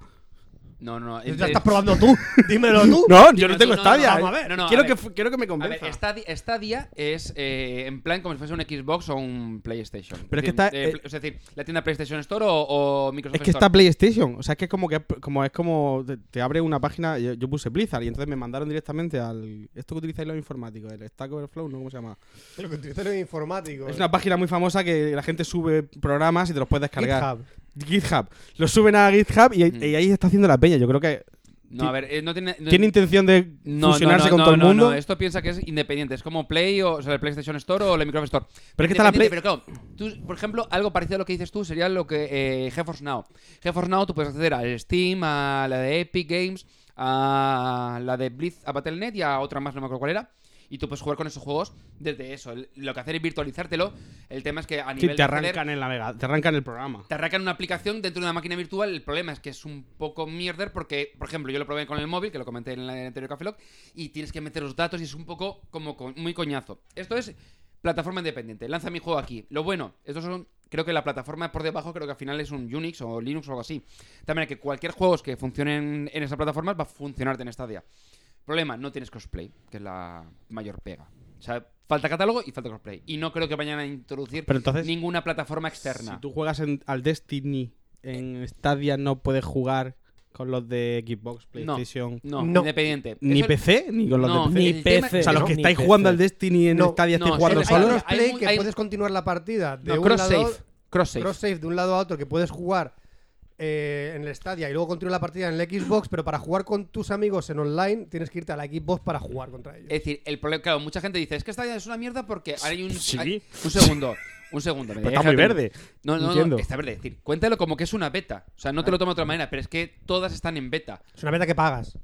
No, no, no.
Ya
eh,
estás probando tú. Dímelo tú.
No, yo
no,
no tengo
no, no, no,
Stadia.
vamos a ver. No, no, a
quiero,
ver.
que, quiero que me
A ver,
convenza.
Stadia, Stadia es eh, en plan como si fuese un Xbox o un PlayStation.
Pero es que
decir,
está,
eh,
eh,
es decir, la tienda PlayStation Store o, o Microsoft
Es que
Store.
está PlayStation, o sea, es que es como que como es como te, te abre una página, yo, yo puse Blizzard y entonces me mandaron directamente al esto que utilizáis los informáticos, el Stack Overflow, no cómo se llama.
Lo que utilizan los informáticos.
Es una página muy famosa que la gente sube programas y te los puedes descargar.
GitHub.
GitHub. Lo suben a GitHub y,
Mm.
y ahí está haciendo la peña. Yo creo que
No, a ver, eh, no tiene. no-
¿Tiene intención de
no,
fusionarse
no, no,
con
no,
todo el
no,
mundo?
no, esto piensa que es independiente. Es como Play o, o sea, el PlayStation Store o el Microsoft Store.
Pero es que está la Play-
Independiente, Pero claro, tú, por ejemplo, algo parecido a lo que dices tú sería lo que eh, GeForce Now. GeForce Now tú puedes acceder al Steam, a la de Epic Games, a la de Blitz, a Battle.net y a otra más, no me acuerdo cuál era. Y tú puedes jugar con esos juegos desde eso. El- lo que hacer es virtualizártelo. El tema es que a
Sí,
nivel de
te
acceder-
arrancan el navega- te arrancan el programa.
te arrancan una aplicación dentro de una máquina virtual. El problema es que es un poco mierder porque, por ejemplo, yo lo probé con el móvil, que lo comenté en el anterior Café Lock, y tienes que meter los datos y es un poco como co- muy coñazo. Esto es plataforma independiente. Lanza mi juego aquí. Lo bueno, estos son... Creo que la plataforma por debajo creo que al final es un Unix o Linux o algo así. También que cualquier juego que funcionen en esa plataforma va a funcionarte en Stadia. Problema, no tienes crossplay, que es la mayor pega. O sea, falta catálogo y falta crossplay. Y no creo que vayan a introducir
Pero entonces,
ninguna plataforma externa.
Si tú juegas en- al Destiny
Eh.
en Stadia, no puedes jugar con los de Xbox,
No,
PlayStation.
No,
No.
independiente.
Ni
Eso-
PC, ni con los
No,
de PC.
Ni
el tema-
PC.
O sea, los
¿no?
que
Ni
estáis
PC.
jugando al Destiny en
No,
Stadia,
no,
estáis jugando
sí,
Hay
Hay
solos.
sí,
unos
unos hay
play
muy-
que
hay-
puedes continuar la partida de
No,
un
cross
lado
save. Cross save.
cross save de un lado a otro que puedes jugar eh, en el Stadia y luego continuar la partida en el Xbox, pero para jugar con tus amigos en online tienes que irte a la Xbox para jugar contra ellos.
Es decir, el problema, claro, mucha gente dice, es que esta idea es una mierda porque hay un
Sí.
hay- un segundo. Un segundo, me
Pero pues está
deja
muy
terminar.
verde.
No, no,
Entiendo.
no, está verde. Es decir, cuéntalo como que es una beta. O sea, no te lo tomo de otra manera, pero es que todas están en beta.
Es una meta que pagas.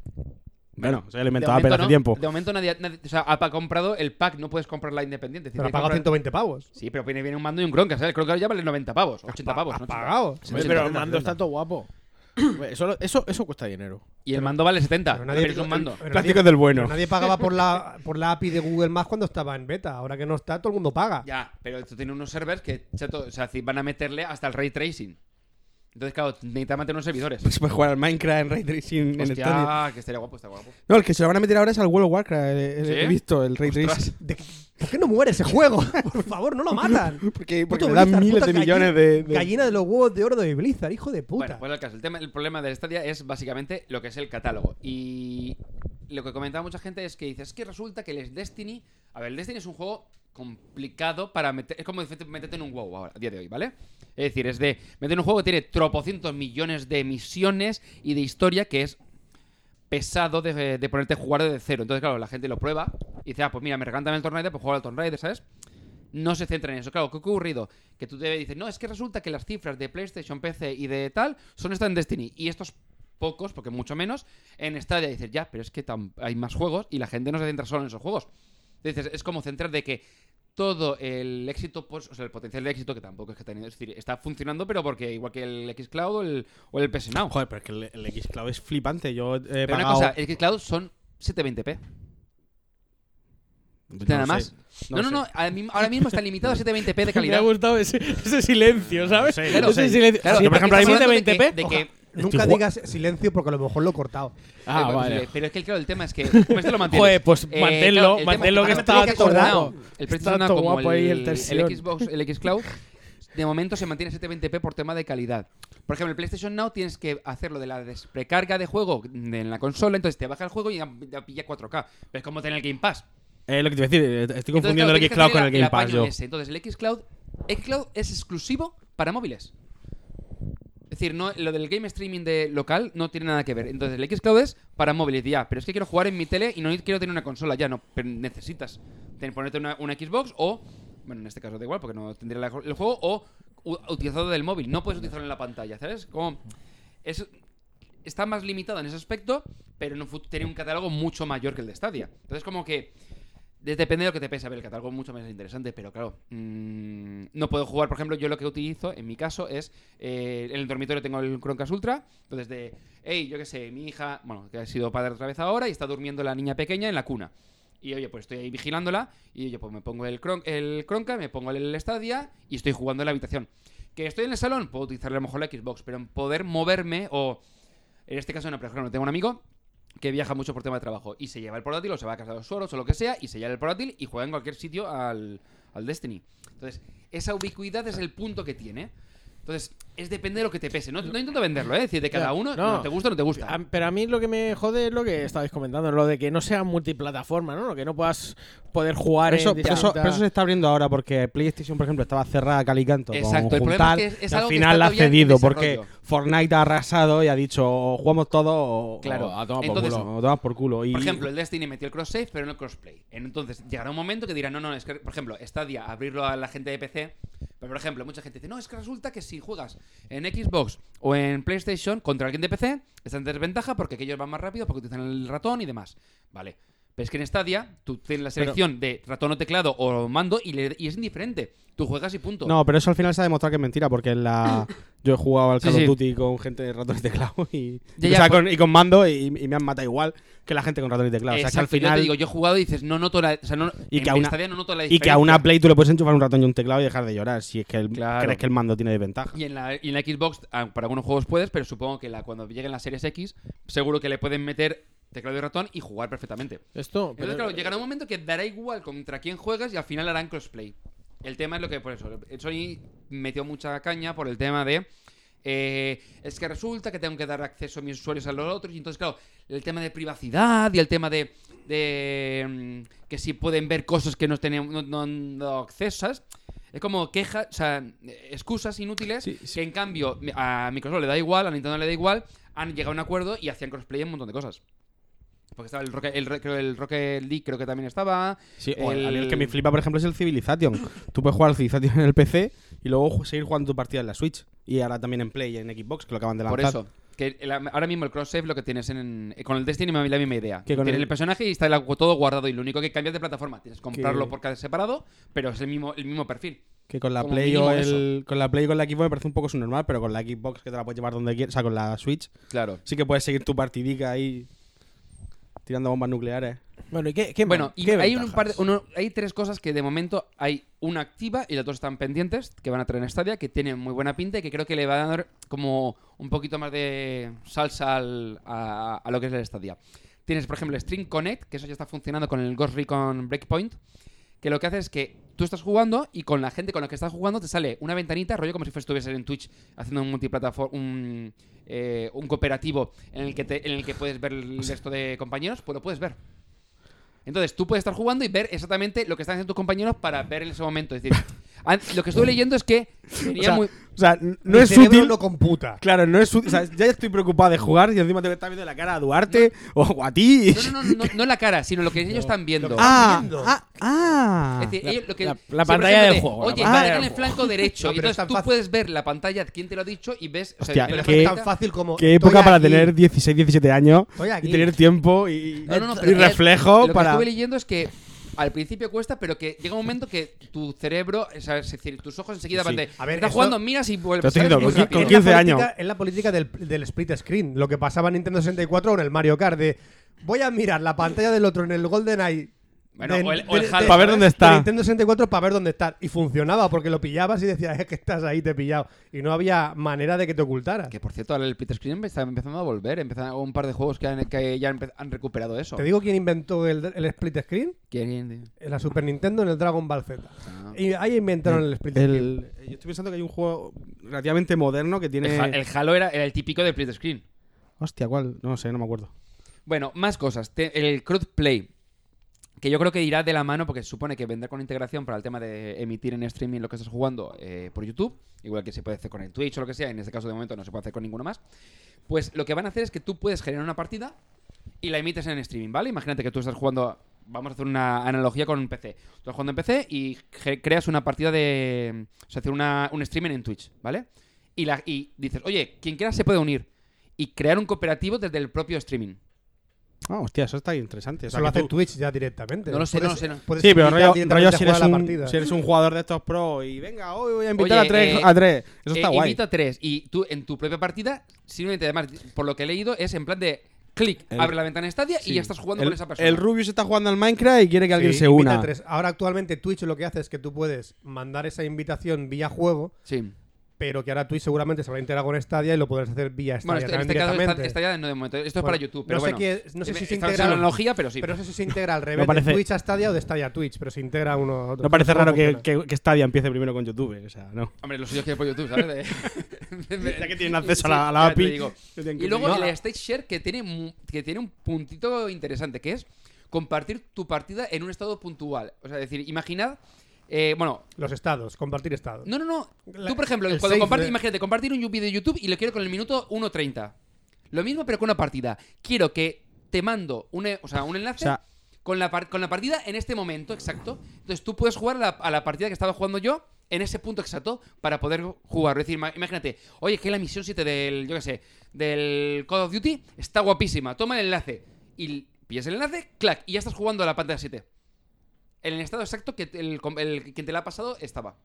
Bueno, se lo
De
inventaba pero
momento
hace
no,
tiempo.
De momento nadie, nadie- o sea, ha comprado el pack, no puedes comprar la independiente. Es decir,
Pero
hay
ha
que
pagado
comprar-
120 pavos.
Sí, pero viene, viene un mando y un Chromecast. ¿sabes? El Chromecast ya vale 90 pavos, 80 pavos.
Has
¿no? 80.
pagado.
Hombre, pero el mando está todo guapo. Pues Eso, eso, eso cuesta dinero.
Y el mando vale 70.
Pero
Pero
nadie-
es un mando.
pero
Plástico
nadie-
del bueno.
pero nadie pagaba por la, por la API de Google Maps cuando estaba en beta. Ahora que no está, todo el mundo paga.
Ya, pero esto tiene unos servers que chato, o sea, van a meterle hasta el ray tracing. Entonces, claro, necesitan meter unos servidores.
Se puede Pues jugar al Minecraft en Ray Tracing en Stadia.
Hostia, que estaría guapo, está guapo.
No, el que se lo van a meter ahora es al World of Warcraft. eh, eh,
¿Sí?
He visto el Ray Tracing.
¿De qué- ¿Por qué no muere ese juego? Por favor, no lo matan.
Porque, porque
Puto
le dan
Blizzard,
miles
puta
de
galli-
millones de. de-
Gallina de los huevos de oro de Blizzard, hijo de puta.
Bueno, pues el caso. El, tema, el problema del Stadia es básicamente lo que es el catálogo. Y lo que comentaba mucha gente es que dice, es que resulta que el Destiny... A ver, el Destiny es un juego complicado para meter... Es como decirte- meterte en un WoW ahora, a día de hoy, ¿vale? Es decir, es de meter un juego que tiene tropocientos millones de misiones y de historia que es pesado de, de ponerte a jugar desde cero. Entonces, claro, la gente lo prueba y dice, ah, pues mira, me recantan el Tomb Raider, pues juego al Tomb Raider, ¿sabes? No se centra en eso. Claro, ¿qué ha ocurrido? Que tú te dices, no, es que resulta que las cifras de PlayStation, PC y de tal son estas en Destiny. Y estos pocos, porque mucho menos, en Stadia dices, ya, pero es que tam- hay más juegos y la gente no se centra solo en esos juegos. Entonces, es como centrar de que todo el éxito, pues, o sea, el potencial de éxito que tampoco es que ha tenido. Es decir, está funcionando, pero porque igual que el Xcloud o el, o el PS Now.
Joder, pero es que el, el Xcloud es flipante. Yo he
eh,
Pero una
pagado-
cosa, el Xcloud son 720p.
Pues No
Nada
sé,
más. No, no,
sé.
no, ahora mismo- ahora mismo está limitado a 720p de
Me ha
calidad.
gustado ese, ese silencio, ¿sabes?
Sí,
claro,
ese
sí.
silencio.
Claro,
Sí, por
porque
ejemplo, hay
estamos hablando
720p.
de que- de que-
Nunca
Estoy ju-
digas silencio porque a lo mejor lo he cortado.
Eh,
Ah,
pues,
vale.
le- Pero es que claro, el tema es que. ¿Cómo esto lo mantienes?
Joder, pues
Eh,
manténlo,
claro, el tema-
manténlo que
ahora
está
mantiene que
todo
Xbox Now,
guapo.
El
Está
PlayStation Now
todo
como
guapo ahí, el
el
tersión.
Xbox, el Xcloud, de momento se mantiene 720p por tema de calidad. Por ejemplo, el PlayStation Now tienes que hacerlo de la desprecarga de juego en la consola, entonces te baja el juego y ya, ya pilla 4K. Pero es como tener el Game Pass.
Eh, lo que te voy a decir, eh, estoy
Entonces,
confundiendo
claro,
el
tienes que
Xcloud con el
hacer
Game Pass.
apaño
Yo.
ese. Entonces, el Xcloud, Xcloud es exclusivo para móviles. Es decir, no, lo del game streaming de local no tiene nada que ver. Entonces, el Xcloud es para móviles, ya. Pero es que quiero jugar en mi tele y no quiero tener una consola, ya no. Pero necesitas ten- ponerte una, una Xbox o, bueno, en este caso da igual porque no tendría la- el juego, o u- utilizado del móvil. No puedes utilizarlo en la pantalla, ¿sabes? Como. Es, está más limitado en ese aspecto, pero en un fut- tiene un catálogo mucho mayor que el de Stadia. Entonces, como que. de- Depende de lo que te pese. A ver, el catálogo es mucho más interesante, pero claro. mm, no puedo jugar, por ejemplo, yo lo que utilizo, en mi caso, es. eh, en el dormitorio tengo el Chromecast Ultra. Entonces, de. Hey, yo qué sé, mi hija. Bueno, que ha sido padre otra vez ahora y está durmiendo la niña pequeña en la cuna. Y oye, pues estoy ahí vigilándola. Y oye, pues me pongo el, Chrome, el Chromecast, me pongo el Stadia y estoy jugando en la habitación. Que estoy en el salón, puedo utilizar a lo mejor la Xbox, pero en poder moverme o. En este caso, no, por ejemplo, tengo un amigo que viaja mucho por tema de trabajo y se lleva el portátil o se va a casa de los suelos o lo que sea y se lleva el portátil y juega en cualquier sitio al, al Destiny. Entonces, esa ubicuidad es el punto que tiene. Entonces, es depende de lo que te pese. No, no intento venderlo, ¿eh? Es decir, de cada
Ya,
uno,
no.
no, te gusta o no te gusta.
A- pero a mí lo que me jode es lo que estabais comentando, lo de que no sea multiplataforma, ¿no? Lo que no puedas poder jugar
Pero eso,
en
pero eso-
distintas-
pero eso se está abriendo ahora porque PlayStation, por ejemplo, estaba cerrada a Calicanto.
Exacto, el
con
problema
Juntal,
es que es- es
y al
algo que
final
está
la ha
todavía en
cedido porque
desarrollo.
Fortnite ha arrasado y ha dicho o jugamos todo o,
Claro,
o a tomar por
entonces-
culo. o a tomar por culo. Y
Por ejemplo, el Destiny metió el cross-save, pero no el crossplay. Entonces, llegará un momento que dirán, no, no, es que, por ejemplo, Stadia, abrirlo a la gente de PC. Pero, por ejemplo, mucha gente dice, no, es que resulta que si juegas en Xbox o en PlayStation contra alguien de PC, estás en desventaja porque aquellos van más rápido, porque utilizan el ratón y demás. Vale. Pero es que en Stadia, tú tienes la selección de ratón o teclado o mando y, le- y es indiferente. Tú juegas y punto.
No, pero eso al final se ha demostrado que es mentira porque en la... yo he jugado al
Sí,
Call of
sí.
Duty con gente de ratón y teclado y,
Ya,
o
ya,
sea,
pues-
con, y con mando y, y me han matado igual que la gente con ratón y teclado. o sea, que al
Exacto, yo te
final...
digo, yo he jugado y dices, no noto la. O sea, no,
Y
en
que a una-
Stadia no noto la
Y
diferencia.
que a una Play tú le puedes enchufar un ratón y un teclado y dejar de llorar si es que el-
Claro.
crees que el mando tiene desventaja.
Y en, la, y en la Xbox, ah, para algunos juegos puedes, pero supongo que la, cuando lleguen las series X, seguro que le pueden meter teclado y ratón y jugar perfectamente.
Esto, pero-
Entonces, claro, llegará un momento que dará igual contra quién juegas y al final harán crossplay. El tema es lo que, por eso, Sony metió mucha caña por el tema de. eh, es que resulta que tengo que dar acceso a mis usuarios a los otros. Y entonces, claro, el tema de privacidad y el tema de. de, mm, que si pueden ver cosas que no tenemos no, no, no accesas. Es como quejas, o sea, eh, excusas inútiles que en cambio a Microsoft le da igual, a Nintendo le da igual, han llegado a un acuerdo y hacían crossplay en un montón de cosas. Porque estaba el Rocket, el, Ro- creo el Rocket League, creo que también estaba.
Sí, o el... a mí el que me flipa, por ejemplo, es el Civilization. Tú puedes jugar al Civilization en el PC y luego ju- seguir jugando tu partida en la Switch. Y ahora también en Play y en Xbox, que lo acaban de
Por
lanzar.
eso. Que el- ahora mismo el cross-save lo que tienes en, eh, con el Destiny me da la misma idea.
Que con
Tienes
el-
el... personaje y está el- todo guardado y lo único que cambias de plataforma. Tienes que comprarlo por cada separado, pero es el mismo, el mismo perfil.
Que con la
Como
Play o
mínimo
el... Con la Play y con la Xbox me parece un poco subnormal, pero con la Xbox que te la puedes llevar donde quieras, o sea, con la Switch,
Claro.
sí que puedes seguir tu partidica ahí tirando bombas nucleares.
Bueno, ¿y qué, qué
Bueno,
más?
y
¿Qué
hay, un
ventajas?
par de- uno- hay tres cosas que de momento hay una activa y las dos están pendientes, que van a traer en Stadia, que tienen muy buena pinta y que creo que le va a dar como un poquito más de salsa al- a, a lo que es el Stadia. Tienes, por ejemplo, Stream Connect, que eso ya está funcionando con el Ghost Recon Breakpoint, que lo que hace es que tú estás jugando y con la gente con la que estás jugando te sale una ventanita, rollo como si estuvieses en Twitch haciendo un multiplataforma, un, eh, un cooperativo en el, que te- en el que puedes ver el resto de compañeros, pues lo puedes ver. Entonces, tú puedes estar jugando y ver exactamente lo que están haciendo tus compañeros para ver en ese momento. Es decir, an- lo que estuve leyendo es que sería
O sea,
muy...
o sea, n- no
Mi
es
cerebro
útil.
no computa.
Claro, no es útil. O sea, ya estoy preocupado de jugar y encima te está viendo la cara a Duarte o a ti.
No, no, no, no, no la cara, sino lo que ellos están viendo.
Ah,
viendo.
ah, ah.
Es decir, ellos lo que-
la- la
siempre
pantalla
siempre
del
de,
juego, la
Oye,
pantalla
dale
del
en el
juego".
flanco derecho.
No,
y
pero es
entonces
tan
tú
fácil.
puedes ver la pantalla de quién te lo ha dicho y ves... o sea,
Hostia,
ves la
qué-
Es
pantallita.
tan fácil como.
Qué
estoy
época para
aquí.
tener 16, 17 años
Estoy aquí.
y tener tiempo y,
No, no, no,
y
pero que-
reflejo
Lo que
para.
estuve leyendo es que al principio cuesta, pero que llega un momento que tu cerebro, o sea, es decir, tus ojos enseguida
Sí.
van de...
A ver,
estás
eso-
jugando, miras y
Te
vuelves.
estoy
¿sabes?
diciendo,
Muy
con-
rápido.
con
Es la
15
política-
años.
Es la política del, del split screen, lo que pasaba en Nintendo 64 o en el Mario Kart. De, voy a mirar la pantalla del otro en el GoldenEye.
Bueno, o el- o el Halo,
Pa' ver dónde
de
está.
Nintendo 64 para ver dónde está. Y funcionaba porque lo pillabas y decías, es que estás ahí, te he pillado. Y no había manera de que te ocultaras.
Que por cierto, ahora el Peter Screen está empezando a volver. Empiezan un par de juegos que, han- que ya han empe- han recuperado eso.
¿Te digo quién inventó el, el split screen?
¿Quién-
En la Super Nintendo, en el Dragon Ball Z.
Ah.
Y ahí inventaron el split screen.
El- yo estoy pensando que hay un juego relativamente moderno que tiene.
El, Ha- el Halo era, era el típico del Split Screen.
Hostia, ¿cuál? No sé, no me acuerdo.
Bueno, más cosas. Te- el Crossplay, que yo creo que irá de la mano porque se supone que vendrá con integración para el tema de emitir en streaming lo que estás jugando eh, por YouTube, igual que se puede hacer con el Twitch o lo que sea. En este caso, de momento, no se puede hacer con ninguno más. Pues lo que van a hacer es que tú puedes generar una partida y la emites en streaming, ¿vale? Imagínate que tú estás jugando. Vamos a hacer una analogía con un PC. Tú estás jugando en PC y ge- creas una partida de. O sea, hacer una, un streaming en Twitch, ¿vale? Y, la, y dices, oye, quien quiera se puede unir. Y crear un cooperativo desde el propio streaming.
Ah, hostia, eso está interesante. O sea,
Eso lo
que
hace
tú-
Twitch ya directamente.
No lo sé, no
Puedes-
lo sé, no.
puedes
Sí, pero
invitar
rollo,
directamente
rollo
a
si,
jugar
eres
a la
un,
partida.
si eres un jugador de estos pro y venga, hoy voy a invitar
Oye,
a, tres,
eh,
a tres. Eso está
Eh,
guay.
Invita a tres y tú en tu propia partida, simplemente además, por lo que he leído, es en plan de clic,
El-
abre la ventana Stadia y
Sí.
ya estás jugando
el,
con esa persona.
El Rubius está jugando al Minecraft y quiere que alguien
Sí,
se
invita a
una.
tres. Ahora actualmente Twitch lo que hace es que tú puedes mandar esa invitación vía juego
Sí.
pero que ahora Twitch seguramente se va a integrar con Stadia y lo podrás hacer vía Stadia
Bueno, este- en
también
este caso está,
directamente.
está ya no de momento. Esto
Bueno,
es para YouTube, pero
no sé
bueno.
qué- no sé si se
Está
integra-
la analogía, pero sí.
Pero no sé si se integra al revés
parece-
de Twitch a Stadia o de Stadia a Twitch, pero se integra uno a otro.
No parece
sé cómo
raro que,
funciona.
que, que Stadia empiece primero con YouTube. O sea, no.
Hombre, los suyos que hay por YouTube, ¿sabes? De- de-
Ya que tienen acceso
Sí,
a la- a la
ya te
API.
digo.
que tienen
Y
que
luego
pedir.
el Stage Share que tiene, mu- que tiene un puntito interesante, que es compartir tu partida en un estado puntual. O sea, decir, imaginad. eh, bueno,
Los estados, compartir estados.
no, no, no.
La-
Tú, por ejemplo,
el
cuando
save
compartes,
de-
imagínate, compartir un vídeo de YouTube y lo quiero con el minuto 1.30. Lo mismo, pero con una partida. Quiero que te mando un, e- o sea, un enlace
O sea-
con, la par- con la partida en este momento exacto. Entonces tú puedes jugar a la, a la partida que estaba jugando yo en ese punto exacto para poder jugar. Es decir, ima- imagínate, oye, que la misión 7 del, yo qué sé, del Call of Duty está guapísima. Toma el enlace. Y pillas el enlace, clac, y ya estás jugando a la pantalla 7. En el estado exacto que el, el- quien te la ha pasado estaba.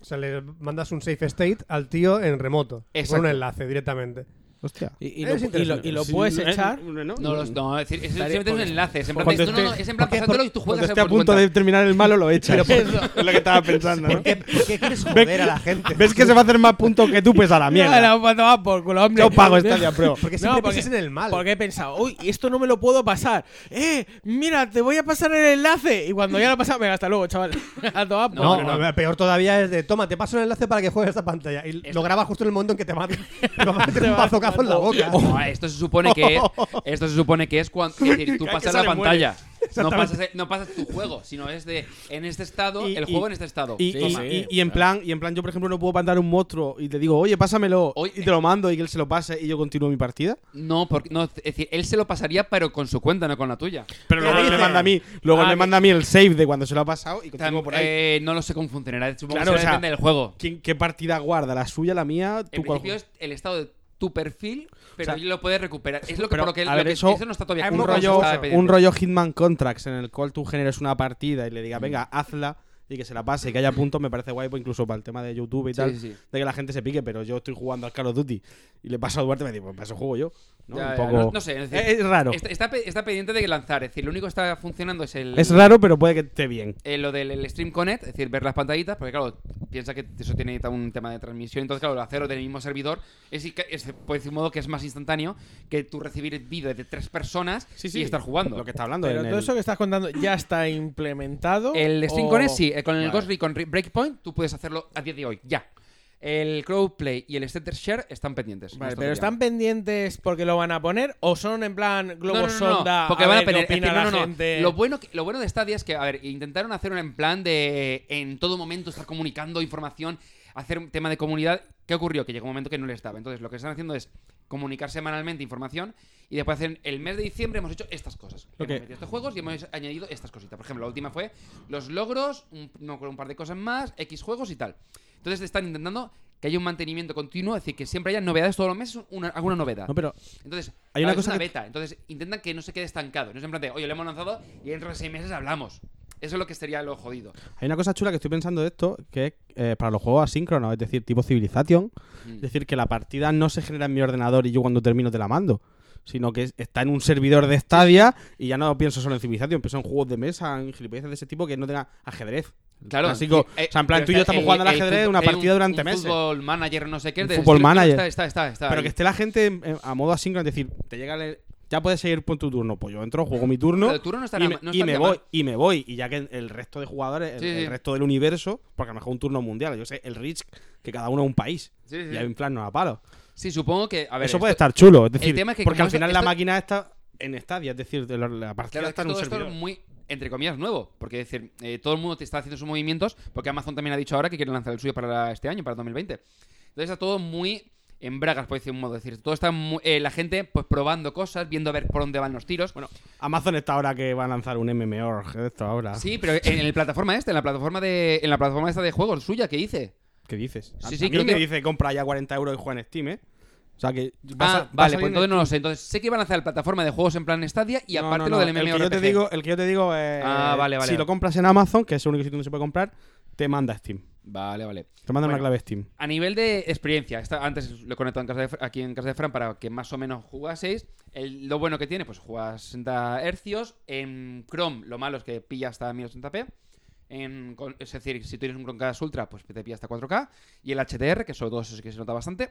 O sea, le mandas un safe state al tío en remoto.
Exacto.
Con un enlace directamente.
Hostia.
Y, y lo,
Es
y lo-
interesante.
y lo puedes echar.
No, los- no, es decir, es simplemente
porque-
un enlace. Es en plan,
Cuando
de- no, no,
esté-
es en plan pasártelo y tú
Cuando
juegas
esté a
por tu
punto
cuenta.
de terminar el malo, lo echas. es lo que estaba pensando. ¿no?
¿Por qué, por qué quieres joder a la gente?
¿Ves que se va a hacer más puntos que tú? Pues a la
No,
mierda.
la puedo tomar por culo, hombre.
Yo pago Stadia Pro.
Porque siempre
porque-
piensas en el mal.
Porque he pensado, uy, esto no me lo puedo pasar. Eh, mira, te voy a pasar el enlace. Y cuando ya lo he pasado, venga, hasta luego, chaval. A tomar por
No,
culo.
no,
peor todavía es de, toma, te paso el enlace para que juegues esta pantalla. Y lo grabas justo en el momento en que te matan. Te va a meter un bazocazo en la boca.
No, esto se supone que es, esto se supone que es cuando es decir, tú
Que
pasas
se
la
le muere.
pantalla. No pasas, el- no pasas tu juego, sino es de en este estado,
Y-
el
y-
juego en este estado.
Y, y-
Toma.
y- y en plan, y en plan, yo por ejemplo no puedo mandar un monstruo y te digo, oye, pásamelo,
Oye,
y te lo mando y que él se lo pase y yo continúo mi partida.
No, porque no, es decir, él se lo pasaría pero con su cuenta, no con la tuya.
Pero luego él me manda a mí, luego él
Ah,
me
que-
manda a mí el save de cuando se lo ha pasado y
Tam-
continúo por ahí.
eh, no lo sé cómo funcionará, supongo
Claro,
que
o
eso
sea,
depende del juego.
¿Quién- ¿Qué partida guarda? ¿La suya, la mía?
En
¿Tú cuál
principio
juegas?
es el estado de tu perfil, pero
O sea,
lo puedes recuperar. Es lo que
pero,
por lo que,
a
lo
ver,
que-
eso-
no está todavía
un
claro,
rollo,
está pendiente.
un rollo Hitman Contracts en el cual tú generes una partida y le digas, venga, hazla y que se la pase y que haya puntos, me parece guay, pues incluso para el tema de YouTube y
Sí,
tal,
sí, sí.
de que la gente se pique, pero yo estoy jugando al Call of Duty y le paso a Duarte y me dice, pues para eso juego yo. ¿no?
Ya,
Un
ya,
poco-
no- no sé, es decir, este-
es, es raro.
Está, está pe- está pendiente de que lanzar, es decir, lo único que está funcionando es el
Es raro, pero puede que esté bien.
eh, lo del el Stream Connect, es decir, ver las pantallitas, porque claro, piensa que eso tiene ta- un tema de transmisión, entonces claro, hacerlo del mismo servidor es, es puede decir un modo que es más instantáneo que tú recibir vídeo de tres personas y estar jugando.
Lo que está hablando.
Pero
en
todo
el-
eso que estás contando ya está implementado.
El Stream
Oh.
o-
Connect sí, eh, con el
Vale.
Ghost Recon Re- Breakpoint tú puedes hacerlo a día de hoy, ya. El Crowdplay y el Stater Share están pendientes.
Vale,
Esto
pero
que
están
llamo.
pendientes porque lo van a poner o son en plan
No, no, no, no,
globosonda.
porque
a
van a
ver qué
pelear. Es
opina
que
la
no, no, no.
gente?
Lo bueno, que- lo bueno de Stadia es que, a ver, intentaron hacer un en plan de eh, en todo momento estar comunicando información, hacer un tema de comunidad. ¿Qué ocurrió? Que llegó un momento que no les estaba. Entonces, lo que están haciendo es comunicar semanalmente información y después hacen el mes de diciembre hemos hecho estas cosas.
Lo que-
Hemos metido estos juegos y hemos añadido estas cositas. Por ejemplo, la última fue los logros, un, no, con un par de cosas más, X juegos y tal. Entonces, están intentando que haya un mantenimiento continuo, es decir, que siempre haya novedades todos los meses, una- alguna novedad.
No, pero
Entonces,
Hay
hay
una
una
cosa
es una
que-
beta. Entonces, intentan que no se quede estancado. No se plantea, oye, lo hemos lanzado y dentro de seis meses hablamos. Eso es lo que sería lo jodido.
hay una cosa chula que estoy pensando de esto, que es eh, para los juegos asíncronos, es decir, tipo Civilization,
Mm.
es decir, que la partida no se genera en mi ordenador y yo cuando termino te la mando, sino que es- está en un servidor de Stadia y ya no pienso solo en Civilization, pienso en juegos de mesa, en gilipolleces de ese tipo que no tenga ajedrez.
Claro.
Así que,
eh,
o sea, en plan,
pero
tú y yo
está
estamos
el-
jugando al
el
ajedrez
fut-
una
hay un-
partida durante
un
meses.
Fútbol manager, no sé qué.
Un
de-
fútbol
está-
manager.
Está, está, está.
Pero que este esté la gente en- en- a modo asíncrono, es decir, te llega el- Ya puedes seguir por tu turno. Pues yo entro, juego mi turno.
Pero el turno no estará
y me,
ma- no
y me
estaría
voy,
mal.
y me voy. Y ya que el resto de jugadores, el,
Sí, sí.
el resto del universo, porque a lo mejor un turno mundial, yo sé, el Rich, que cada uno es un país.
Sí, sí.
Y hay un plan no a palo.
Sí, supongo que. A ver,
Eso
esto-
puede estar chulo. Es decir,
tema es que
porque
como
al
esto-
final
esto-
la máquina está en Stadia, es decir, de la, la partida
Claro, es
está
que
en un
todo esto
servidor.
es muy, entre comillas, nuevo. Porque es decir, eh, todo el mundo te está haciendo sus movimientos. Porque Amazon también ha dicho ahora que quiere lanzar el suyo para la- este año, para 2020. Entonces está todo muy en bragas, por decir un modo. Es decir, todo está muy- eh, la gente pues probando cosas, viendo a ver por dónde van los tiros. Bueno,
Amazon está ahora que va a lanzar un MMORG de esto ahora.
Sí, pero en la plataforma esta, en la plataforma de, en la plataforma esta de juegos suya que hice.
¿Qué dices?
Sí, sí,
A- a mí no
creo
me
que-
dice compra ya 40 euros y juega en Steam, ¿eh? O sea que. vas a-
Ah,
vas
vale,
a
pues
salir en
entonces no lo sé. Entonces sé que van a hacer la plataforma de juegos en plan Stadia y
No,
aparte
no, no,
lo del
El que yo te
MMORPG.
digo, el que yo te digo eh,
Ah, vale, vale,
si lo
vale.
compras en Amazon, que es el único sitio donde se puede comprar, te manda Steam.
Vale, vale.
Te manda una
Bueno,
clave Steam.
A nivel de experiencia, esta- antes lo he conectado en casa de Fra- aquí en casa de Fran para que más o menos jugaseis. El- lo bueno que tiene, pues juega a 60 hercios. En Chrome, lo malo es que pilla hasta 1080p. en con- es decir, si tienes un Chromecast Ultra, pues te pilla hasta 4K. Y el HDR, que sobre todo eso sí que se nota bastante.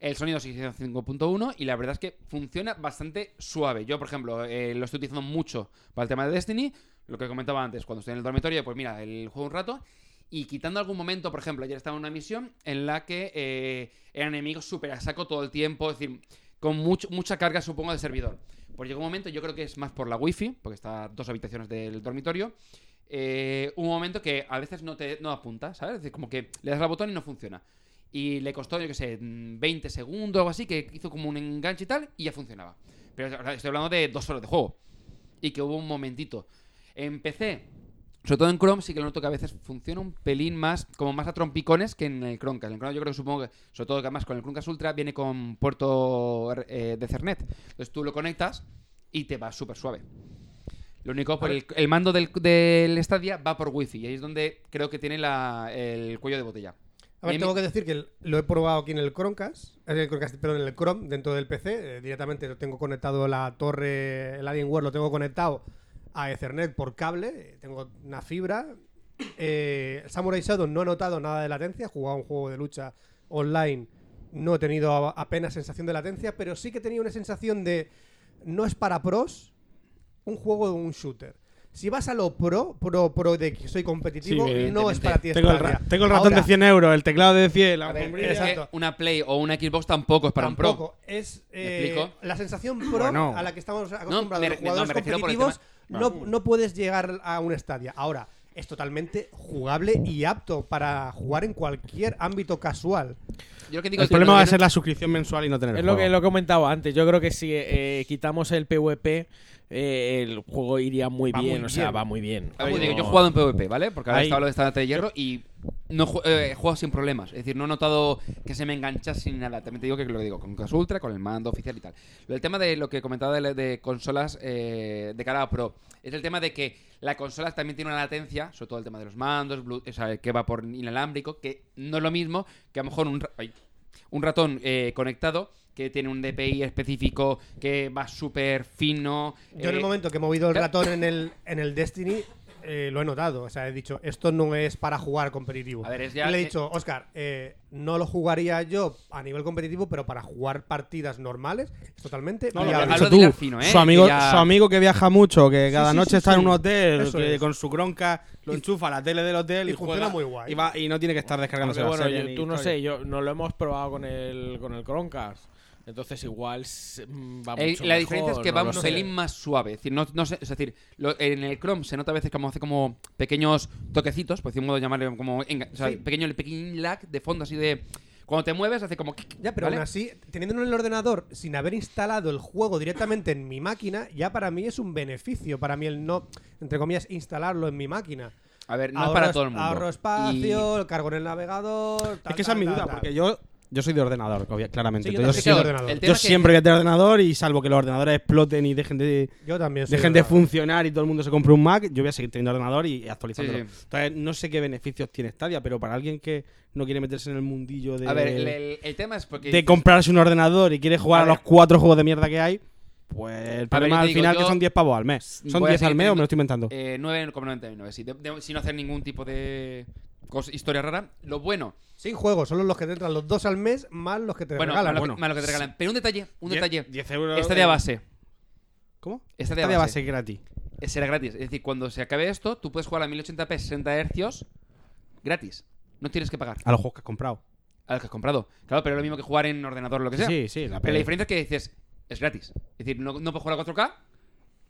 El sonido sigue siendo 5.1 y la verdad es que funciona bastante suave. Yo, por ejemplo, eh, lo estoy utilizando mucho para el tema de Destiny. Lo que comentaba antes, cuando estoy en el dormitorio, pues mira, el juego un rato. Y quitando algún momento, por ejemplo, ayer estaba en una misión en la que eh, eran enemigos súper a saco todo el tiempo. Es decir, con mucho- mucha carga, supongo, de servidor. Pues llegó un momento, yo creo que es más por la wifi, porque está a dos habitaciones del dormitorio. eh, un momento que a veces no te no apunta, ¿sabes? Es decir, como que le das al botón y no funciona. Y le costó, yo qué sé, mm, 20 segundos o algo así, que hizo como un enganche y tal, y ya funcionaba. Pero ahora estoy hablando de dos horas de juego. Y que hubo un momentito. Empecé, sobre todo en Chrome, sí que lo noto que a veces funciona un pelín más, como más a trompicones que en el Chromecast. En el Chromecast yo creo que supongo que, sobre todo que además con el Chromecast Ultra viene con puerto eh, de Cernet. Entonces tú lo conectas y te va súper suave. Lo único, por el, el mando del, del Stadia va por wifi y ahí es donde creo que tiene la- el cuello de botella.
A ver,
Mimi-
tengo que decir que el- lo he probado aquí en el Chromecast, en el Chromecast, perdón, en el Chrome, dentro del PC. eh, directamente lo tengo conectado la torre, el Alienware lo tengo conectado a Ethernet por cable. eh, Tengo una fibra. Eh, Samurai Shadow no he notado nada de latencia. He jugado a un juego de lucha online. No he tenido a- apenas sensación de latencia, pero sí que tenía una sensación de. No es para pros, un juego de un shooter. Si vas a lo pro, pro, pro de que soy competitivo,
Sí,
no es
evidentemente.
para ti.
Tengo el,
Stadia.
ra- tengo el ratón
Ahora,
de 100 euros, el teclado de 100, la
A ver,
alfombrilla.
Es que
Exacto.
Eh, una Play o una Xbox tampoco es para un pro.
Tampoco. Es
¿Me
eh,
explico?
la sensación pro
Bueno.
a la que estamos
No, me
acostumbrados.
re-
Los jugadores
no, me refiero por el
competitivos no, no puedes llegar a un estadio. Ahora, es totalmente jugable y apto para jugar en cualquier ámbito casual.
Yo lo que digo
El
es que no
problema va a
tiene-
ser la suscripción mensual y no tener
Es
el
lo que
juego.
lo he comentado antes. Yo creo que si eh, quitamos el PvP, eh, el juego iría muy
Va
bien.
muy
o sea,
bien.
va muy bien.
Ah, bueno,
No-
digo, yo he jugado en PvP, ¿vale? Porque ahora
Ahí.
estaba lo de esta de hierro y no ju- eh, he jugado sin problemas. Es decir, no he notado que se me enganchase sin nada. También te digo que lo digo con Cas Ultra, con el mando oficial y tal. Lo del tema de lo que comentaba de, la- de consolas eh, de cara a Pro es el tema de que la consola también tiene una latencia, sobre todo el tema de los mandos, blu- o sea, que va por inalámbrico, que no es lo mismo que a lo mejor un. ra- ay, un ratón eh, conectado que tiene un DPI específico que va súper fino.
Yo en
eh,
el momento que he movido el
claro.
ratón en el, en el Destiny, eh, lo he notado. O sea, he dicho, esto no es para jugar competitivo.
A ver, es ya-
Le he dicho, Oscar, eh, no lo jugaría yo a nivel competitivo, pero para jugar partidas normales, es totalmente
Ya,
No, lo que
viable.
has
hablo
dicho
de
tú,
hilar fino, ¿eh?
su, amigo,
Que ya-
su amigo que viaja mucho, que cada
sí,
noche
sí,
está en
sí.
un hotel,
Eso
que
es.
con su cronca lo enchufa a la tele del hotel
Y
y,
funciona
juega,
muy guay.
Y, va- y no tiene que estar descargándose
Porque,
la
bueno,
serie
yo-
ni
tú no
historia.
sé, yo no lo hemos probado con el con el Chromecast. Entonces igual se- mm,
Ah,
va
Eh,
mucho
la diferencia es
mejor,
que
no
va
lo
un
sé.
pelín más suave. Es decir, no, no sé- es decir lo- en el Chrome se nota a veces como hace como pequeños toquecitos, por decir un modo de llamarlo como enga- o sea, pequeño, el pequeño lag de fondo así de. Cuando te mueves hace como.
Ya, pero
¿vale?
aún así, teniéndolo en el ordenador, sin haber instalado el juego directamente en mi máquina, ya para mí es un beneficio. Para mí el no, entre comillas, instalarlo en mi máquina.
A ver, no
Ahorro
es para
es-
todo el mundo.
Ahorro espacio, el cargo en el navegador. tal,
Es que esa es
tal,
mi
tal,
duda,
tal.
porque yo, yo soy de ordenador, obvia- claramente.
Sí, yo también soy
Entonces, yo
de
siempre-
ordenador.
El
yo
tema que-
siempre voy a tener ordenador y salvo que los ordenadores exploten y dejen de,
Yo también soy
dejen de
ordenador.
funcionar y todo el mundo se compre un Mac, yo voy a seguir teniendo ordenador y actualizándolo.
Sí, sí.
Entonces, no sé qué beneficios tiene Stadia, pero para alguien que no quiere meterse en el mundillo de,
A ver, el, el- el tema es porque.
de comprarse un ordenador y quiere jugar
A
a,
ver.
los cuatro juegos de mierda que hay, pues el
yo
problema
te
al
digo,
final
yo
que son 10 pavos al mes. ¿Son
voy a
10 al
seguir
mes o me
teniendo-
lo estoy inventando?
Eh, 9,99. sí, de- de- sin hacer ningún tipo de cos- historia rara. Lo bueno.
Sin juegos, solo los que te entran los dos al mes, más los que te
Bueno,
regalan.
más lo que-
Bueno,
más lo que te regalan. Pero un detalle, un detalle.
10 euros.
Esta de a base.
¿Cómo?
Esta de a
Stadia va a
base.
ser gratis.
Eh, será gratis. Es decir, cuando se acabe esto, tú puedes jugar a 1080p 60 Hz gratis. No tienes que pagar
A los juegos que has comprado.
a lo que has comprado. Claro, pero es lo mismo que jugar en ordenador o lo que sea.
Sí, sí, la
pero
peli.
la diferencia es que dices, es gratis. Es decir, no, no puedes jugar a 4K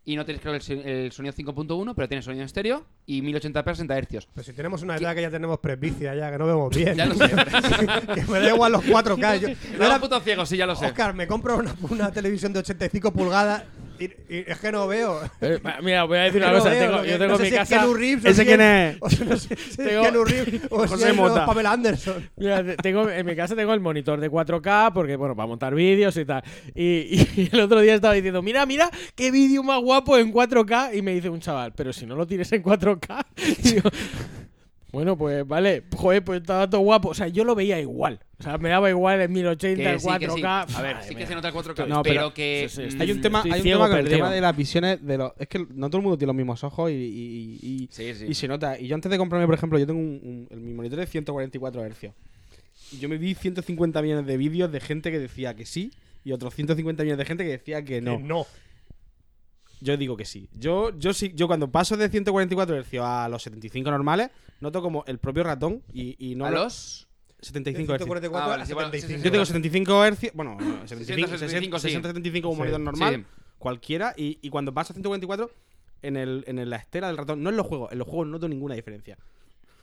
y no tienes creo el, son- el sonido 5.1, pero tienes sonido en estéreo y 1080p 60 Hz.
Pues si tenemos una edad que ya tenemos presbicia, ya que no vemos bien.
Ya lo sé.
que me da igual los 4K. Yo, yo
No,
era-
puto ciego, sí, ya lo sé.
Oscar, me compro una, una televisión de 85 pulgadas y- y es que no veo.
Eh, ma- mira, voy a decir
Yo
una
lo
cosa.
veo,
tengo-
lo que-
yo tengo
no sé
mi
si
casa.
Es Keanu Reeves, o
¿Ese
si es-
quién es?
o si- no sé si es
Tengo-
Keanu Reeves o si
José
es
Mota.
Pamela Anderson.
Mira, te- tengo, en mi casa tengo el monitor de 4K porque, bueno, para montar vídeos y tal. Y, y el otro día estaba diciendo, mira, mira, qué vídeo más guapo en 4K. Y me dice un chaval, pero si no lo tienes en 4K. Y digo, Bueno, pues vale, joder, pues estaba todo guapo. O sea, yo lo veía igual. O sea, me daba igual en 1080,
Que
en
sí, que
4K.
sí. A ver,
Madre
sí que
mía.
se nota el 4K,
No,
pero
pero-
que...
sí, sí,
Hay un
Mm,
tema,
estoy
hay un
ciego
tema con el
perdido.
tema de las visiones de los. Es que no todo el mundo tiene los mismos ojos y, y- y- y-
Sí, sí.
y se nota. Y yo antes de comprarme, por ejemplo, yo tengo un, un- mi monitor de 144 Hz. Y yo me vi 150 millones de vídeos de gente que decía que sí y otros 150 millones de gente que decía que no.
Que Eh, no.
Yo digo que sí. Yo, yo sí, yo cuando paso de 144 Hz a los 75 normales, noto como el propio ratón y, y no
¿A
hablo-
los?
75 Hz.
Ah,
144
vale,
a
sí, bueno, sí, sí,
75.
Yo tengo 75 Hz, bueno, 75,
75,
60,
sí.
75 un
Sí.
monitor normal,
Sí.
cualquiera, y, y cuando paso a 144, en, el, en el- la estela del ratón, no en los juegos, en los juegos no noto ninguna diferencia.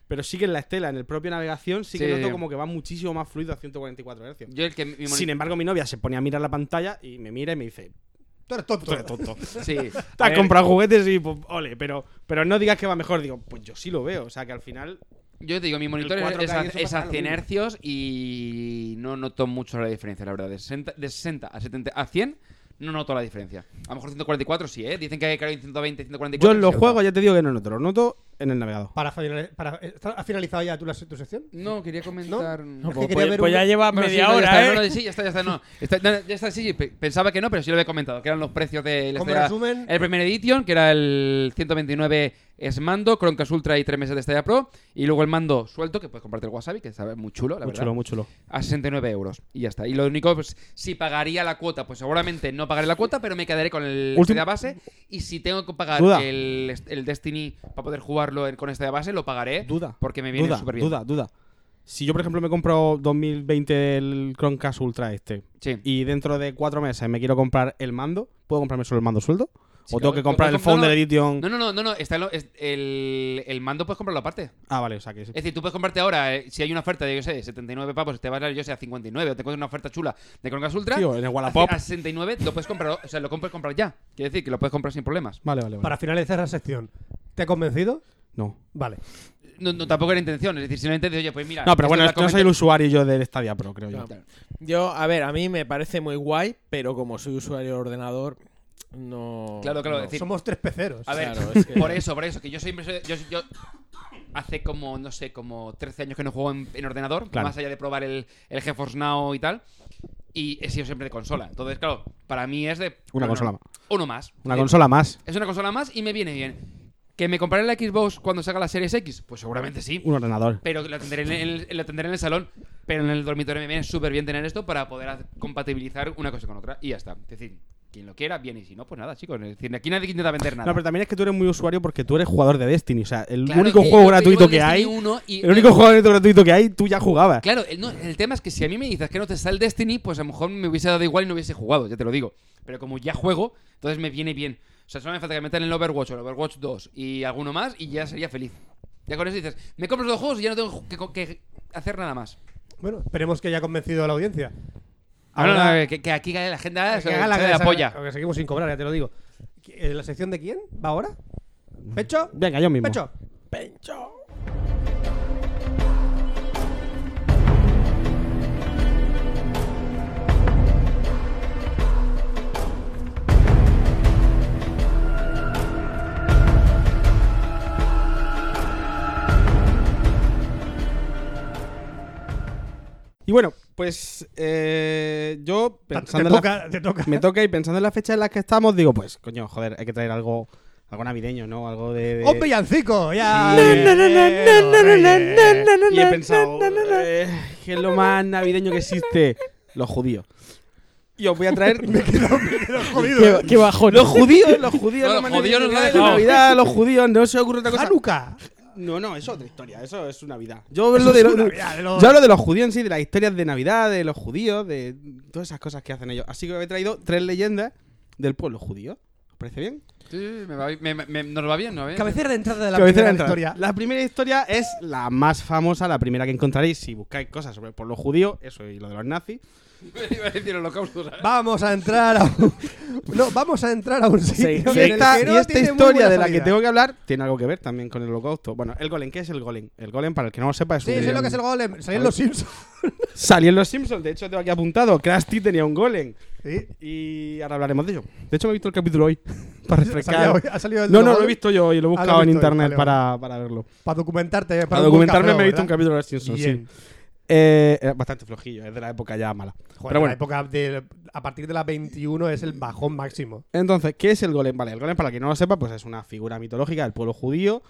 Pero sí que en la estela, en el propio navegación, sí que
Sí.
noto como que va muchísimo más fluido a 144 Hz.
Yo el que... Mi
Sin
moni-
embargo, mi novia se pone a mirar la pantalla y me mira y me dice,
Tú eres tonto.
tú eres tonto.
Sí.
Te
A
has
ver,
comprado juguetes y pues, ole, pero, pero no digas que va mejor. Digo, pues yo sí lo veo. O sea, que al final
Yo te digo, mi monitor es,
4K
es a,
y eso
es a
pasa lo
100
mismo.
hercios y no noto mucho la diferencia, la verdad. De 60, de 60 a 70 a 100 no noto la diferencia. A lo mejor 144 sí, ¿eh? Dicen que hay que en 120, 144.
yo en los
sí,
juegos ya te digo que no noto. Lo noto en el
Eh,
navegador.
Para, finali- para, eh, ¿Has finalizado ya tú la, tu sección?
No, quería comentar.
Es
No,
que
pues,
quería
pues-
ver
pues
un-
ya lleva
Bueno, sí,
media
no, ya
hora,
está,
¿eh?
no, no, sí, ya está, ya está, no. Está- no, ya está, sí, sí, pe- Pensaba que no, pero sí lo había comentado, que eran los precios del
Como
este era
resumen-
el primer edition, que era el 129 es mando, Croncast Ultra y 3 meses de Stadia Pro, y luego el mando suelto, que puedes comprarte el Wasabi, que sabe muy chulo, la
muy
verdad.
chulo, muy chulo.
a 69 euros y ya está. Y lo único, pues, si pagaría la cuota, pues seguramente no pagaré la cuota, pero me quedaré con el
Último-
Stadia base. Y si tengo que pagar
Duda.
el, el Destiny para poder jugarlo en- con esta base, lo pagaré.
Duda.
Porque me viene
duda,
súper bien.
Duda, duda. Si yo, por ejemplo, me compro 2020 el Chromecast Ultra este
Sí.
y dentro de cuatro meses me quiero comprar el mando, ¿puedo comprarme solo el mando sueldo?
Sí,
¿O tengo
claro.
que comprar
No, no,
el Founder
no.
Edition?
No, no, no, no, no, está lo- es- el, el mando puedes comprarlo aparte.
Ah, vale, o sea que sí.
Es decir, tú puedes comprarte ahora, eh, si hay una oferta de, yo sé, 79 pavos, te va a dar, yo sé, a 59, o te encuentras una oferta chula de Chromecast Ultra,
Tío, en el
a,
Wallapop.
a 69 lo puedes comprar, o sea, lo puedes comprar ya. Quiere decir que lo puedes comprar sin problemas.
Vale, vale, vale.
Para finalizar la sección. ¿Te ha convencido?
No.
Vale.
No, no, tampoco era intención, es decir, simplemente de, oye, pues
Ah,
mira.
No, pero
esto
bueno,
la
no soy
comento-
el usuario yo del Stadia Pro, creo yo.
No. Yo, a ver, a mí me parece muy guay, pero como soy usuario de ordenador, no.
Claro, claro,
no.
es decir,
Somos tres peceros.
A ver,
Claro, es que-
por eso, por eso, que yo siempre soy- yo, yo- hace como, no sé, como 13 años que no juego en, en ordenador,
Claro.
más allá de probar el, el GeForce Now y tal, y he sido siempre de consola. Entonces, claro, para mí es de... bueno,
Una consola más.
Uno más.
Una
Eh,
consola más.
Es una consola más y me viene bien. ¿Que me compraré la Xbox cuando salga la Series X? Pues seguramente sí.
Un ordenador.
Pero la tendré en el, la tendré en el salón. Pero en el dormitorio me viene súper bien tener esto para poder haz- compatibilizar una cosa con otra. Y ya está. Es decir, quien lo quiera, viene. Y si no, pues nada, chicos. Es decir, aquí nadie intenta vender nada.
No, pero también es que tú eres muy usuario porque tú eres jugador de Destiny. O sea, el
Claro,
único
que
juego
yo te llevo
gratuito
el
que hay.
Destiny 1 y-
El único juego gratuito que hay, tú ya jugabas.
Claro, el, no, el tema es que si a mí me dices que no te sale el Destiny, pues a lo mejor me hubiese dado igual y no hubiese jugado, ya te lo digo. Pero como ya juego, entonces me viene bien. O sea, solo me falta que metan el Overwatch o el Overwatch 2 y alguno más y ya sería feliz. Ya con eso dices, me compro los dos juegos y ya no tengo que, que hacer nada más.
Bueno, esperemos que haya convencido a la audiencia.
Ahora,
Ahora-
que, que aquí cae la agenda, se
que haga
la,
la
se la
esa-
polla.
Que seguimos sin cobrar, ya te lo digo. ¿En ¿La sección de quién? ¿Va ahora? ¿Pecho?
Venga, yo mismo.
¿Pecho?
Pencho.
Y bueno, pues eh, yo
te
pensando en la-
toca, te toca.
me toca y pensando en las fechas en las que estamos, digo, pues, coño, joder, hay que traer algo, algo navideño, ¿no? Algo de. de-
¡Un villancico! ¡Ya!
Sí.
Reyes, Reyes.
eh, Y he pensado, eh, ¿qué es lo más navideño que existe? Los judíos. Y os voy a traer.
Jodido.
Qué bajón.
Los judíos, los judíos,
No,
lo
los
más
judíos no
navideño que hay,
lo
la
dejan.
Navidad, los judíos, no se ocurre otra cosa.
¡Hanukkah!
No, no, eso es otra historia, eso es su Navidad.
Eso
Yo hablo, de
es
lo-
una Navidad, de los-
yo hablo de los judíos en sí, de las historias de Navidad, de los judíos, de todas esas cosas que hacen ellos. Así que he traído tres leyendas del pueblo judío. ¿Os parece bien?
Sí, sí, me va bi- me- me- me- nos va bien, ¿no? ¿Eh?
Cabecera de entrada de la
Cabecera
primera
de entrada.
victoria.
La primera historia es la más famosa, la primera que encontraréis si buscáis cosas sobre el pueblo judío, eso y lo de los nazis.
Iba a decir holocausto, ¿sabes?
Vamos a entrar a un... No, vamos a entrar a un sitio
y
en el
esta,
que no
y esta
tiene muy
historia
buena
de la que
salida.
tengo que hablar tiene algo que ver también con el holocausto. Bueno, el golem, ¿qué es el golem? El golem, para el que no lo sepa, es
Sí,
un...
sé lo que es el golem. Salían
Vale.
los Simpsons.
Salió en los Simpsons, de hecho tengo aquí apuntado, Krusty tenía un golem.
Sí.
Y ahora hablaremos de ello. De hecho, me he visto el capítulo hoy.
Salía hoy-
Para refrescar.
ha salido el
No,
de
no,
los
lo he
Gold
visto yo y lo
Ah, lo has
he buscado en
visto,
internet
vale,
para, para verlo.
Para
eh,
documentarte. Para,
Para
un buen
documentarme
café,
me he visto un
¿verdad?
capítulo de los Simpsons, sí.
Bien.
Eh, era bastante flojillo, es de la época ya mala.
Joder,
Pero
La
bueno,
época de, a partir de las 21 es el bajón máximo.
entonces, ¿qué es el golem? Vale, el golem, para quien no lo sepa, pues es una figura mitológica del pueblo judío.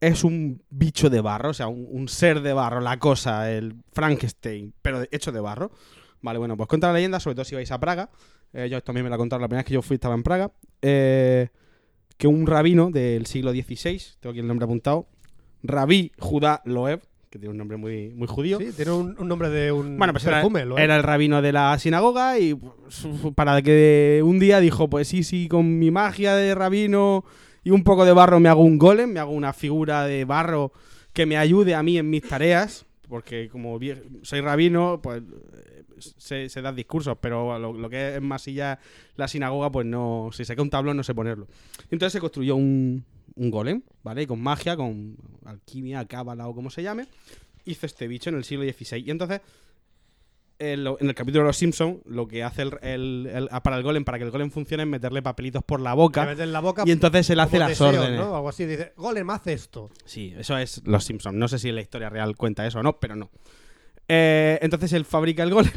Es un bicho de barro, o sea, un, un ser de barro, la cosa, el Frankenstein, pero de- hecho de barro. Vale, bueno, pues cuenta la leyenda, sobre todo si vais a Praga. Eh, yo también me la contaron la primera vez que yo fui, estaba en Praga. eh, que un rabino del siglo XVI, tengo aquí el nombre apuntado, Rabí Judá Loeb, que tiene un nombre muy, muy judío.
Sí, tiene un, un nombre de un
Bueno, pues era,
perfume. lo es.
era el rabino de la sinagoga y pues, para que un día dijo, pues sí, sí, con mi magia de rabino y un poco de barro me hago un golem, me hago una figura de barro que me ayude a mí en mis tareas, porque como vie- soy rabino, pues eh, se, se dan discursos, pero lo, lo que es más masilla la sinagoga, pues no, si saca un tablón no sé ponerlo. Y entonces se construyó un, un golem, ¿vale? Y con magia, con alquimia, cábala o como se llame, hizo este bicho en el siglo XVI. Y entonces en, lo- en el capítulo de los Simpsons, lo que hace el, el- el- para el golem, para que el golem funcione, es meterle papelitos por la
Le
boca.
metes en la boca
Y entonces él hace
como
las
deseos,
órdenes.
¿no? Algo así. Dice, golem, haz esto.
Sí, eso es los Simpsons. No sé si la historia real cuenta eso o no, pero no. Eh, entonces él fabrica el golem.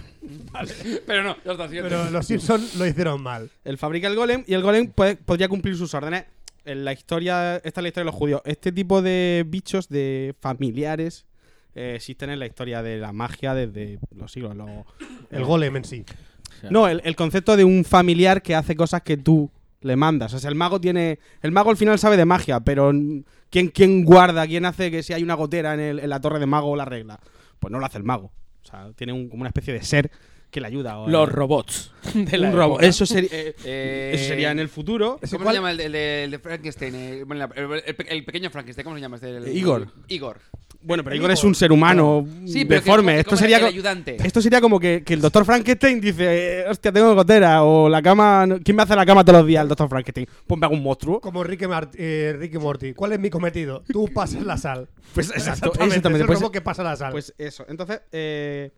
Pero no, ya está, siguiente.
Pero los Simpsons lo hicieron mal.
Él fabrica el golem y el golem puede- podría cumplir sus órdenes. En la historia, esta es la historia de los judíos. Este tipo de bichos de familiares eh, existen en la historia de la magia desde los siglos. los-
El golem en sí.
No, el, el concepto de un familiar que hace cosas que tú le mandas. O sea, el mago tiene. El mago al final sabe de magia, pero mm, ¿quién, quién guarda? ¿Quién hace que si hay una gotera en, el- en la torre de mago la regla? Pues no lo hace el mago. O sea, tiene un- como una especie de ser que le ayuda. o-
Los robots. De la
Un robo.
época.
Eso, sería- eh,
Eh,
eso sería en el futuro.
¿Cómo se llama el, el de- el de Frankenstein? Eh, bueno, la- El, el- el pequeño Frankenstein, ¿cómo se llama? Este? El-
Igor.
Igor.
Bueno, pero Igor es un ser humano
Sí, pero que-
deforme.
¿cómo-
Esto
cómo era
sería,
el
co-
ayudante?
esto sería como que, que el doctor Frankenstein dice: eh, Hostia, tengo gotera. O la cama. no- ¿Quién me hace la cama todos los días? El doctor Frankenstein. Pues me hago un monstruo.
Como Ricky, Mart- eh, Ricky Morty. ¿Cuál es mi cometido? Tú pasas la sal.
Pues exacto,
Exactamente,
exactamente,
Es el
pues-
robot que pasa la sal.
Pues eso. Entonces, eh,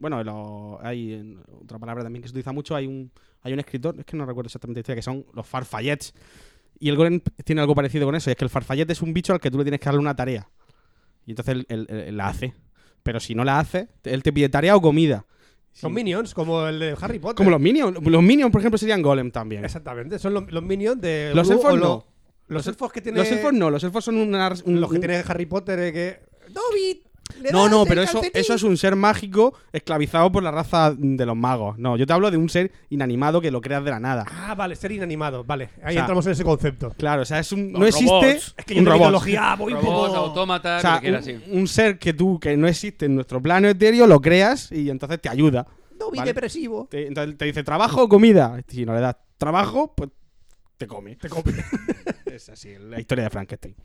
bueno, lo- hay en- otra palabra también que se utiliza mucho. Hay un, hay un escritor, es que no recuerdo exactamente la historia, que son los farfallets. Y el Golem tiene algo parecido con eso. Y es que el farfallet es un bicho al que tú le tienes que darle una tarea. Y entonces él, él- él- él la hace. Pero si no la hace, te- él te pide tarea o comida.
Son
Sí.
minions, como el de Harry Potter.
Como los Minions. Los Minions, por ejemplo, serían Golem también.
Exactamente. Son los, los minions de.
Los
Gru
elfos
o lo-
no.
Los elfos que tiene.
Los elfos no. Los elfos son una- un,
Los que
un-
tiene Harry Potter eh, que. ¡Dobby! le
No,
das
no,
el
pero eso,
calcetín".
eso es un ser mágico esclavizado por la raza de los magos. No, yo te hablo de un ser inanimado que lo creas de la nada.
Ah, vale, ser inanimado. Vale, ahí
O sea,
entramos en ese concepto.
Claro, o sea, es un,
Los
no existe
robots.
Es que yo
un
de
robot.
mitología voy un
Robots,
poco.
autómatas,
O sea,
lo que quiera,
un-
sí.
un, ser que tú, que no existe en nuestro plano etéreo, lo creas y entonces te ayuda.
Dobby
Vale.
depresivo.
Te- entonces te dice trabajo o comida. Si no le das trabajo, pues te come. Te come. es así, la historia de Frankenstein.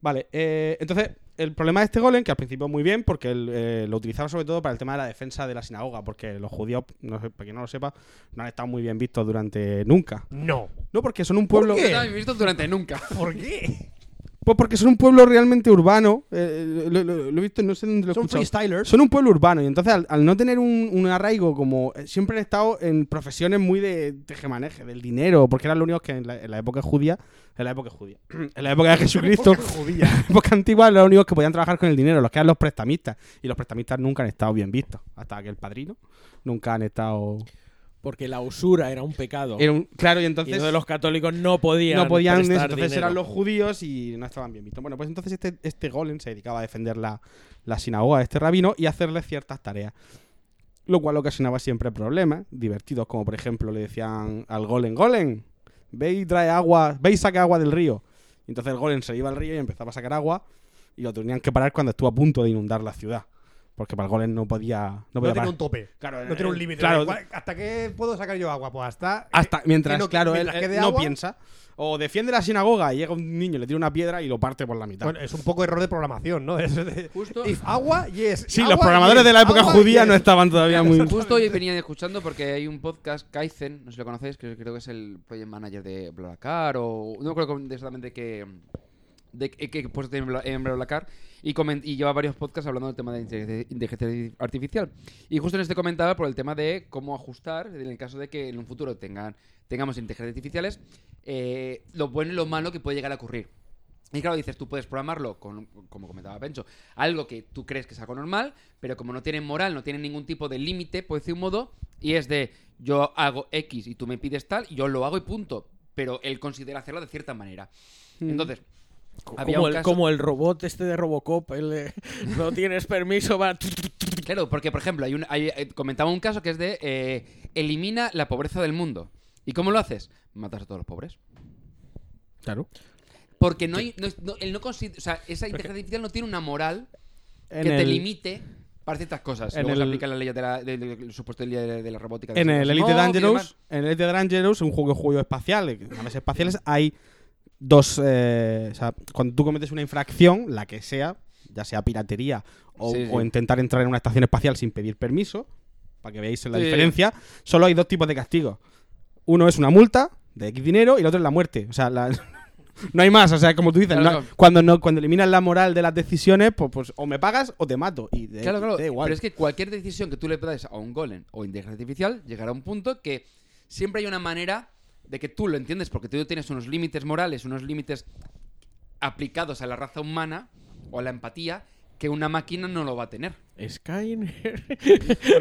Vale, eh, entonces el problema de este golem, que al principio muy bien, porque él, eh, lo utilizaba sobre todo para el tema de la defensa de la sinagoga, porque los judíos, no sé, para quien no lo sepa, no han estado muy bien vistos durante nunca.
No.
No, porque son un pueblo...
No estaba visto durante nunca.
¿Por qué?
Pues porque son un pueblo realmente urbano. eh, lo, lo- lo he visto, no sé dónde lo he
Son
escuchado.
freestylers.
Son un pueblo urbano y entonces al, al no tener un, un arraigo como eh, siempre han estado en profesiones muy de tejemaneje, del dinero, porque eran los únicos que en la, en la época judía, en la época judía, en la época de Jesucristo, en la época antigua eran los únicos que podían trabajar con el dinero, los que eran los prestamistas y los prestamistas nunca han estado bien vistos, hasta que el padrino nunca han estado.
Porque la usura era un pecado.
Era un- claro y
Y
entonces
entonces los católicos no podían.
no podían,
prestar
entonces
dinero.
eran los judíos y no estaban bien vistos. Bueno, pues entonces este, este golem se dedicaba a defender la, la sinagoga de este rabino y hacerle ciertas tareas. Lo cual ocasionaba siempre problemas divertidos, como por ejemplo le decían al golem, golem, ve y trae agua, ve y saca agua del río. Y entonces el golem se iba al río y empezaba a sacar agua y lo tenían que parar cuando estuvo a punto de inundar la ciudad. Porque para el golem no podía... No,
No,
podía
tiene
parar.
un tope.
Claro,
no tiene un
eh,
límite.
claro.
¿Cuál- ¿Hasta qué puedo sacar yo agua? Pues hasta.
Hasta mientras,
que no-
claro,
mientras
él- él
quede
no
agua.
piensa. O defiende la sinagoga y llega un niño, le tira una piedra y lo parte por la mitad.
Bueno, es un poco error de programación, ¿no? Es de-
Justo.
If agua, yes.
sí,
Agua,
los programadores
yes.
de la época
Agua,
judía
yes.
no estaban todavía muy.
Justo hoy venía escuchando porque hay un podcast, Kaizen, no sé si lo conocéis, que creo que es el project manager de BlaBlaCar o no creo que exactamente qué de qué- qué puesto tiene Bla- en BlaBlaCar y, comen- y lleva varios podcasts hablando del tema de inteligencia- inteligencia artificial. Y justo en este comentaba por el tema de cómo ajustar en el caso de que en un futuro tengan, tengamos inteligencias artificiales eh, lo bueno y lo malo que puede llegar a ocurrir. Y claro, dices, tú puedes programarlo, con, como comentaba Pencho, algo que tú crees que es algo normal, pero como no tiene moral, no tiene ningún tipo de límite, por decir un modo, y es de yo hago X y tú me pides tal, y yo lo hago y punto. Pero él considera hacerlo de cierta manera. Entonces, había
como,
un
el,
caso-
como el robot este de Robocop, el de, no tienes permiso para...
Claro, porque por ejemplo, hay un, hay- eh, comentaba un caso que es de eh, elimina la pobreza del mundo. ¿Y cómo lo haces? Matas a todos los pobres.
Claro.
Porque no hay. No, no- él no consider- o sea, esa inteligencia artificial no tiene una moral que
En
te
el-
limite para ciertas cosas.
en
Luego se
el-
aplica la ley de la, de- de- del supuesto día de, de la robótica. de
En el
Asimov
Elite
y demás.
Dangerous, en el Elite Dangerous, un juego, juego espacial, eh, naves espaciales, hay dos. eh, o sea, cuando tú cometes una infracción, la que sea, ya sea piratería o,
Sí, sí.
o intentar entrar en una estación espacial sin pedir permiso, para que veáis la
Sí.
diferencia, solo hay dos tipos de castigos. Uno es una multa de X dinero y el otro es la muerte. O sea, la- no hay más. O sea, como tú dices,
Claro,
no-
claro.
cuando no, cuando eliminas la moral de las decisiones, pues, pues o me pagas o te mato. Y de-
Claro, claro.
eh, da igual.
Pero es que cualquier decisión que tú le das a un golem o inteligencia artificial llegará a un punto que siempre hay una manera de que tú lo entiendes porque tú tienes unos límites morales, unos límites aplicados a la raza humana o a la empatía que una máquina no lo va a tener.
Skynet.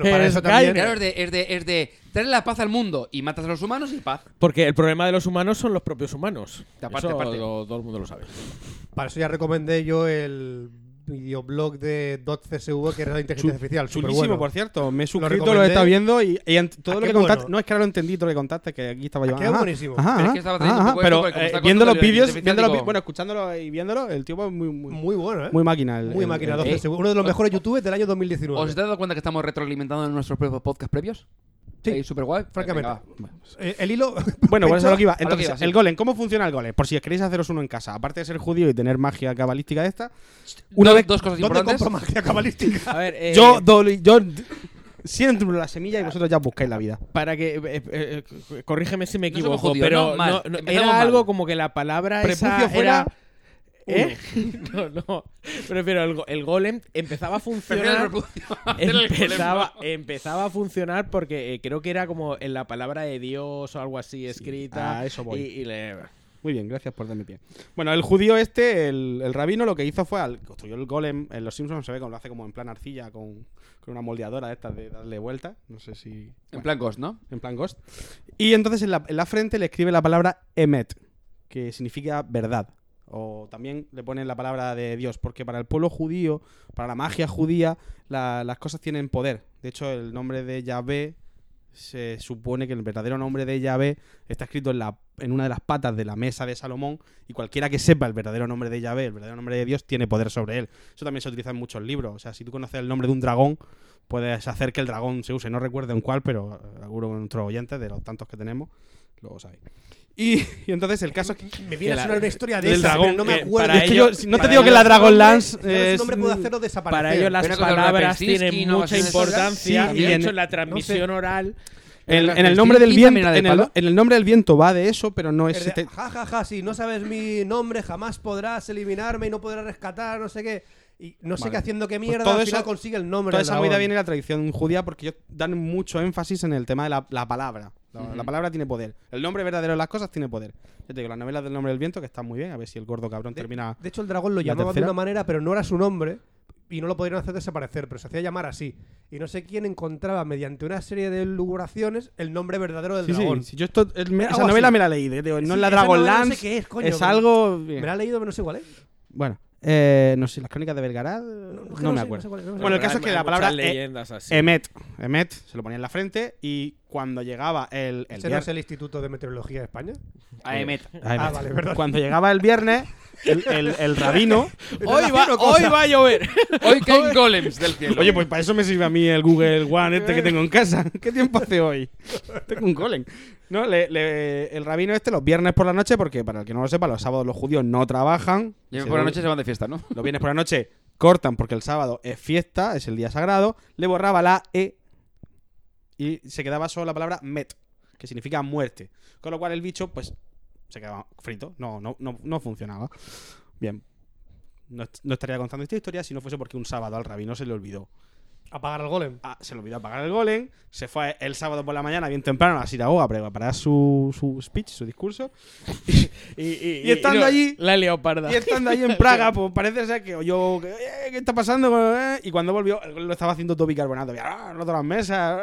para eso también-
Claro, es de, es de, es de traer la paz al mundo y matas a los humanos y paz.
Porque el problema de los humanos son los propios humanos.
Aparte,
Eso
aparte.
lo- todo el mundo lo sabe.
Para eso ya recomendé yo el videoblog de .csv que era la inteligencia artificial.
Chulísimo,
superbueno.
por cierto. Me he suscrito, lo,
recomendé.
he estado viendo y, y ant- todo
¿A
lo
qué
que contaste.
bueno?
No, es que ahora lo entendí todo lo que contaste, que aquí estaba yo.
¿A qué
ajá,
buenísimo?
ajá,
Pero es
ajá,
que estaba trayendo un
ajá,
poco esto,
pero
porque como
eh,
está contando
viendo los
la inteligencia
vídeos,
artificial,
viendo los
digo-
vi- bueno, escuchándolo y viéndolo, el tío muy, muy, muy,
Muy bueno, ¿eh?
muy eh, máquina. el-
Muy
el-
máquina
el-
dos.
12SV. Uno de los mejores youtubers del año 2019.
¿Os habéis dado cuenta que estamos retroalimentando en nuestros propios podcasts previos?
Sí.
super guay.
Francamente. Eh, el hilo.
Bueno, pues
Pencho,
a lo que iba.
lo que
Entonces,
iba, sí.
el golem, ¿cómo funciona el golem? Por si queréis haceros uno en casa, aparte de ser judío y tener magia cabalística de esta,
Una
Una
dos,
vez-
dos cosas
¿Dónde
importantes.
compro magia cabalística?
A ver, eh,
yo, doble- yo d- siembro la semilla y vosotros ya buscáis la vida.
para que eh, eh, eh, corrígeme si me
No somos
equivoco,
judíos,
pero
no, mal,
no- no,
empezamos
era
mal.
algo como que la palabra esa
Prepucio fuera
era- ¿Eh? No, no. Prefiero el, go- el golem empezaba a
Prefiero el
funcionar.
repudio.
empezaba, empezaba a funcionar porque eh, creo que era como en la palabra de Dios o algo así escrita.
a eso voy.
Y, y le-
Muy bien, gracias por darme pie. Bueno, el judío este, el, el rabino, lo que hizo fue al, construyó el golem. En los Simpsons se ve como lo hace como en plan arcilla, con, con una moldeadora de estas de darle vuelta. No sé si.
En
bueno,
plan Ghost, ¿no?
en plan Ghost. Y entonces en la, en la frente le escribe la palabra Emet, que significa verdad. O también le ponen la palabra de Dios, porque para el pueblo judío, para la magia judía, la- las cosas tienen poder. De hecho, el nombre de Yahvé se supone que el verdadero nombre de Yahvé está escrito en, la, en una de las patas de la mesa de Salomón y cualquiera que sepa el verdadero nombre de Yahvé, el verdadero nombre de Dios, tiene poder sobre él. Eso también se utiliza en muchos libros. O sea, si tú conoces el nombre de un dragón, puedes hacer que el dragón se use. No recuerdo en cuál, pero eh, alguno de nuestros oyentes, de los tantos que tenemos, lo sabéis. Y, y entonces el caso es que...
Me viene a
la-
sonar una historia de
del
esa,
dragón,
pero no me
que
acuerdo.
para
es que
ello-
yo, si- no te
para
digo que la
ellos-
Dragonlance
Es...
es...
Su nombre puede hacerlo desaparecer.
para ello las
Pero con los
palabras
Repelsinski,
tienen
no,
mucha
sí, sí, sí.
importancia.
Sí,
y
y
de
en-
hecho, la transmisión oral.
En,
Pero
en el
el
nombre del
Steve también
viento,
era de
en el,
palo.
en el nombre del viento va de eso, pero no es...
Es de,
este-
ja, ja, ja, si no sabes mi nombre, jamás podrás eliminarme y no podrás rescatar, no sé qué. Y no sé
Vale.
qué haciendo qué
Pues
mierda,
todo
al final
eso-
consigue el nombre.
Toda
del
esa
dragón.
movida viene de la tradición judía porque ellos dan mucho énfasis en el tema de la, la palabra. La, la
Ujú.
palabra tiene poder. El nombre verdadero de las cosas tiene poder. Ya te digo, las novelas del nombre del viento que están muy bien. A ver si el gordo cabrón termina.
De hecho, el dragón lo
¿La
llamaban de
tercera?
una manera, pero no era su nombre. Y no lo podrían hacer desaparecer, pero se hacía llamar así. Y no sé quién encontraba, mediante una serie de lubraciones, el nombre verdadero del
Sí, sí,
dragón.
sí, Yo esto, el- me-
Algo
esa novela
así.
me la leí. te digo, no
Sí,
es la
esa novela
Dragonlance.
no sé qué es, coño, pero-
algo. bien.
Me la he leído, pero no sé cuál es.
Bueno, eh, no sé, las crónicas de Belgarad. No,
que
me
sé,
acuerdo.
sé cuál es, no sé
Bueno,
cuál
el caso es que
Hay
la
muchas
palabra e-
leyendas así.
Emet. Emet se lo ponía en la frente y cuando llegaba el.
es. ¿Ese no
el
es
viernes-
el Instituto de Meteorología de España?
A Emmet.
Ah, Emet.
vale, perdón.
Cuando llegaba el viernes, el, el, el rabino.
Hoy va, hoy va a llover.
Hoy caen golems del cielo.
Oye, pues para eso me sirve a mí el Google One este que tengo en casa. ¿Qué tiempo hace hoy? tengo un golem. No, le- le- el rabino este los viernes por la noche, porque para el que no lo sepa, los sábados los judíos no trabajan.
Y
Se-
por la noche se van de fiesta, ¿no?
Los viernes por la noche cortan porque el sábado es fiesta, es el día sagrado. Le borraba la E y se quedaba solo la palabra met, que significa muerte. Con lo cual el bicho, pues, se quedaba frito. No, no, no, no funcionaba. Bien. No, est- no estaría contando esta historia si no fuese porque un sábado al rabino se le olvidó
Apagar el golem.
Ah, se le olvidó apagar el golem, se fue el sábado por la mañana bien temprano a la sinagoga para preparar su, su speech, su discurso.
Y,
Y estando allí-
La leoparda.
Y estando ahí en Praga, pues parece ser que yo, ¿qué está pasando? eh? Y cuando volvió, el golem lo estaba haciendo todo bicarbonato. Había ah, roto las mesas,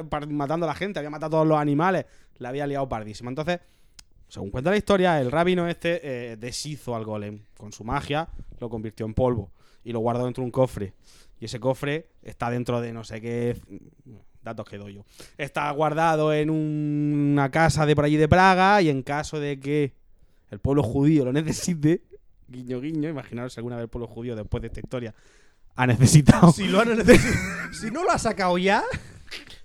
eh, par- matando a la gente, había matado a todos los animales. La había liado pardísima. Entonces, según cuenta la historia, el rabino este eh, deshizo al golem. Con su magia, lo convirtió en polvo. Y lo guardó dentro de un cofre. Y ese cofre está dentro de no sé qué... mm, Datos que doy yo. Está guardado en un- una casa de por allí de Praga y en caso de que el pueblo judío lo necesite, guiño guiño, imaginaros si alguna vez el pueblo judío pues, después de esta historia ha necesitado.
Si, lo han- si no lo ha sacado ya,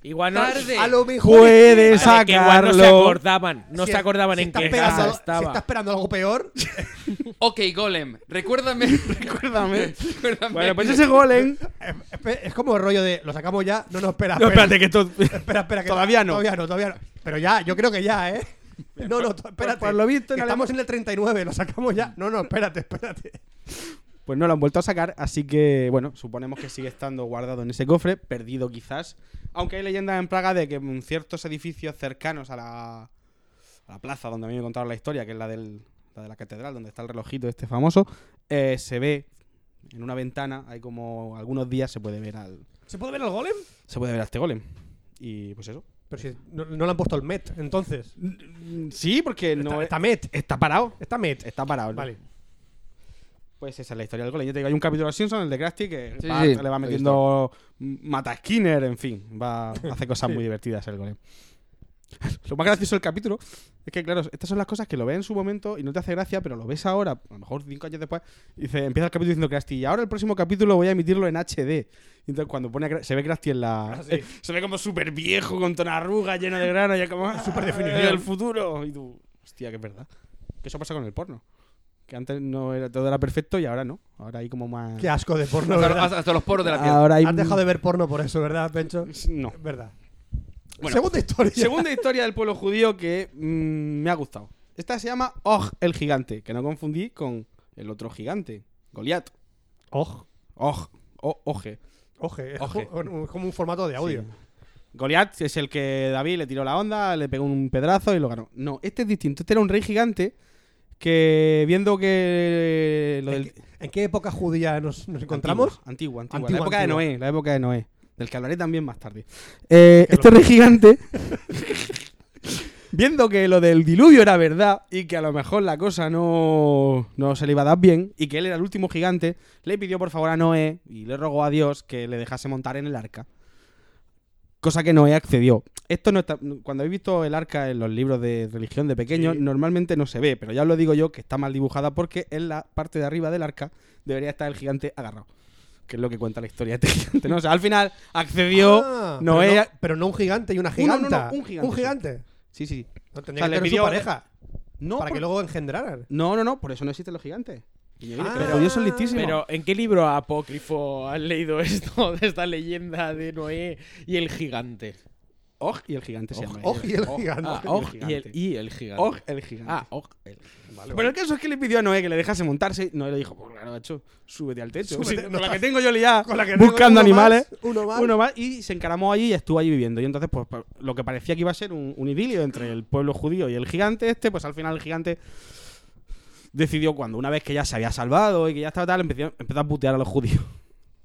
Igual no.
Tarde.
a lo mejor.
Puede
Vale, que igual no se
sacarlo.
acordaban. No
Si-
se acordaban
si
en
está
qué
esperando-
casa
Si está
estaba.
esperando algo peor,
Ok, Golem, recuérdame.
Recuérdame.
recuérdame.
Bueno, pues ese golem.
espe- es como el rollo de lo sacamos ya, no nos espera.
No,
espera.
espérate, que esto.
Espera, espera, que
Todavía no.
Todavía no, todavía no. Pero ya, yo creo que ya, ¿eh? No, no, to- espérate.
por lo visto en
Que estamos en el 39, lo sacamos ya. No, no, espérate, espérate.
Pues no lo han vuelto a sacar, así que, bueno, suponemos que sigue estando guardado en ese cofre, perdido quizás. Aunque hay leyendas en Praga de que en ciertos edificios cercanos a la, a la plaza donde a mí me contaron la historia, que es la, del- la de la catedral, donde está el relojito este famoso, eh, se ve en una ventana, hay como algunos días se puede ver al.
¿Se puede ver el golem?
Se puede ver a este golem. Y pues eso.
Pero si no, no le han puesto el Met, entonces.
Sí, porque no eh,
está,
está,
está Met,
parado.
está Met.
Está parado, ¿no?
Vale.
Pues esa es la historia del golem. Yo te digo, hay un capítulo de Los Simpsons, el de Krusty, que
Sí,
va-
sí,
le
lo
va
he
metiendo mata a Skinner, en fin, va hace cosas muy divertidas el golem. lo más gracioso del capítulo es que, claro, estas son las cosas que lo ves en su momento y no te hace gracia, pero lo ves ahora, a lo mejor cinco años después, y dice, empieza el capítulo diciendo Krusty, y ahora el próximo capítulo voy a emitirlo en HD. Y entonces cuando pone a Kra- se ve Krusty en la...
Ah,
sí.
eh, se ve como súper viejo, con toda arruga, lleno de grano, ya como... Súper definido. El futuro. Y tú, hostia, que es verdad. Que eso pasa con el porno. Que antes no era todo era perfecto y ahora no. Ahora hay como más.
Qué asco de porno,
Hasta,
¿verdad?
hasta- hasta los poros de la piel.
Ahora hay
Has dejado de ver porno por eso, ¿verdad, Pencho?
no.
Verdad.
Bueno.
Segunda historia.
Segunda historia del pueblo judío que mm, me ha gustado. Esta se llama Og el gigante, que no confundí con el otro gigante, Goliat.
Oj,
Og, o, oje.
oje. Es
Oje.
como es como un formato de audio.
Sí. Goliat es el que David le tiró la onda, le pegó un pedrazo y lo ganó. No, este es distinto. Este era un rey gigante que viendo que lo
¿En,
del Ah,
qué, en qué época judía nos, nos encontramos?
Antigua, antigua, antigua.
Antigua,
La época
antigua.
de Noé, la época de Noé. Del que hablaré también más tarde. Eh, este rey gigante, viendo que lo del diluvio era verdad y que a lo mejor la cosa no, no se le iba a dar bien y que él era el último gigante, le pidió por favor a Noé y le rogó a Dios que le dejase montar en el arca. Cosa que Noé accedió. Esto no está. Cuando habéis visto el arca en los libros de religión de pequeño,
Sí.
normalmente no se ve, pero ya os lo digo yo que está mal dibujada porque en la parte de arriba del arca debería estar el gigante agarrado. Que es lo que cuenta la historia de este gigante. ¿no? O sea, al final accedió
Ah,
Noé.
pero,
a-
no, pero no un gigante y una
No, no, no,
giganta.
un gigante,
Un
sí.
gigante.
Sí, sí.
No
O sea,
tendría
le
que tener su
pidió-
pareja.
No, pues- Eh,
para
por-
que luego engendraran.
no, no, no, por eso no existen los gigantes. Y mira,
Ah.
que los judíos son listísimos.
Pero, ¿en qué libro apócrifo has leído esto de esta leyenda de Noé y el gigante?
Og y el gigante se
Og-
llama.
Oj y el gigante.
Ah,
Og
Og
y el
y el,
gigante.
y el gigante.
Og el gigante.
Ah, Og el
Pero el caso es que le pidió a Noé que le dejase montarse. Noé le dijo, pues claro, macho, súbete al techo.
Súbete,
Sí,
no
con la
estás-
que tengo yo liada,
con la que tengo
buscando
uno más,
animales.
uno más.
y se encaramó allí y estuvo allí viviendo. Y entonces, pues, pa- lo que parecía que iba a ser un, un idilio entre el pueblo judío y el gigante este, pues al final el gigante decidió cuando, una vez que ya se había salvado y que ya estaba tal, empezó, empezó a putear a los judíos.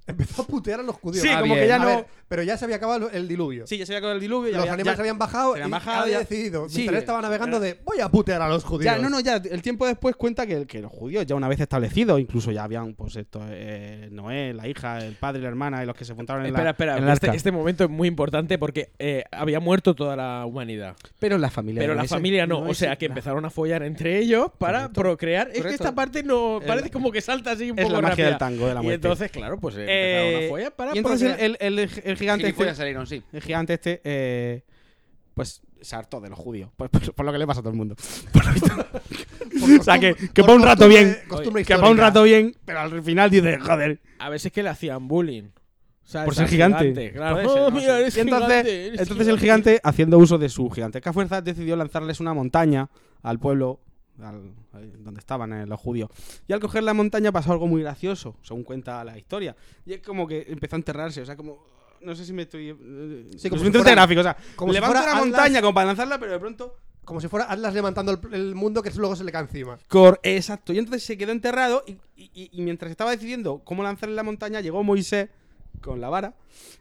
Empezó a putear a los judíos.
Sí,
Ah,
como
bien.
que ya
A
no-
ver, pero ya se había acabado el diluvio.
Sí, ya se había acabado el diluvio.
los
ya había-
animales
ya-
habían bajado
se
y
habían bajado,
había
ya-
decidido.
Sí,
Mientras él estaba navegando de voy a putear a los judíos.
Ya, no, no, ya. El tiempo después cuenta que, que los judíos, ya una vez establecidos, incluso ya habían, pues esto, eh, Noé, la hija, el padre, la hermana, y los que se juntaron en
Espera,
la.
espera.
en el
este,
arca.
este momento es muy importante porque eh, había muerto toda la humanidad.
Pero la familia.
Pero
no
la
es-
familia no. O
es-
sea, que
la-
empezaron a follar entre ellos para procrear. Es que
Correcto.
esta parte no.
Es
Parece
la-
como que salta así un
es la
poco
magia
rápida.
del tango de la
Y
muerte.
entonces, claro, pues eh,
Eh,
empezaron a follar para
y entonces
procrear.
el, el- el- el gigante
Gilipollas
este,
salieron, sí.
el gigante este eh, pues se hartó de los judíos. Por, por- por lo que le pasa a todo el mundo. Por lo visto.
Por
o sea, que,
costumbre-
que
por
para un rato
costumbre-
bien.
costumbre
Que para un
histórica.
rato bien, pero al final dices, joder,
A veces que le hacían bullying. ¿sabes?
Por ser
Al
Pues gigante.
Ah, claro.
Puede ser,
"Oh,
no
mira,
sé.
eres
Y entonces,
gigante, eres
entonces el gigante, haciendo uso de su gigantesca fuerza, decidió lanzarles una montaña al pueblo al- ahí donde estaban eh, los judíos. Y al coger la montaña pasó algo muy gracioso, según cuenta la historia. Y es como que empezó a enterrarse, o sea, como... No sé si me estoy. eh,
Sí, como
lo
si
siento
fuera-
gráfico, o sea,
como si
levanto
fuera
una
Atlas.
montaña como para lanzarla, pero de pronto.
Como si fuera Atlas levantando el, el mundo que luego se le cae encima.
Cor- Exacto. Y entonces se quedó enterrado y, y- y- y mientras estaba decidiendo cómo lanzarle la montaña, llegó Moisés con la vara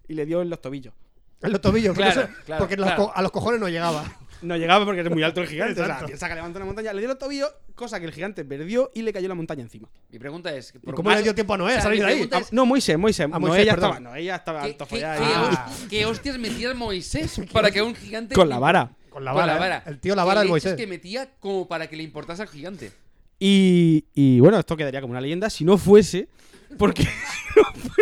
y le dio en los tobillos.
En los tobillos. porque
Claro,
eso-
claro,
porque los
claro.
co- a los cojones no llegaba.
No llegaba porque es muy alto el gigante. o sea,
Exacto.
piensa que levantó una montaña, le dio los tobillos, cosa que el gigante perdió y le cayó la montaña encima.
Mi pregunta es...
¿Y
por
cómo
más-
le dio tiempo a Noé
O
a
sea,
salir
mi
de ahí?
pregunta es-
No, Moisés, Moisés.
Ah,
no,
Moisés,
ella
perdón.
estaba, no, ella estaba
¿Qué,
harto
qué-
follada.
qué
Ah.
host- qué hostias metía el Moisés para que un gigante...
Con la vara.
Con la
Con
vara.
la
¿eh?
vara.
El tío la vara
Qué
del Moisés.
leches que metía como para que le importase al gigante.
Y, y, bueno, esto quedaría como una leyenda si no fuese porque,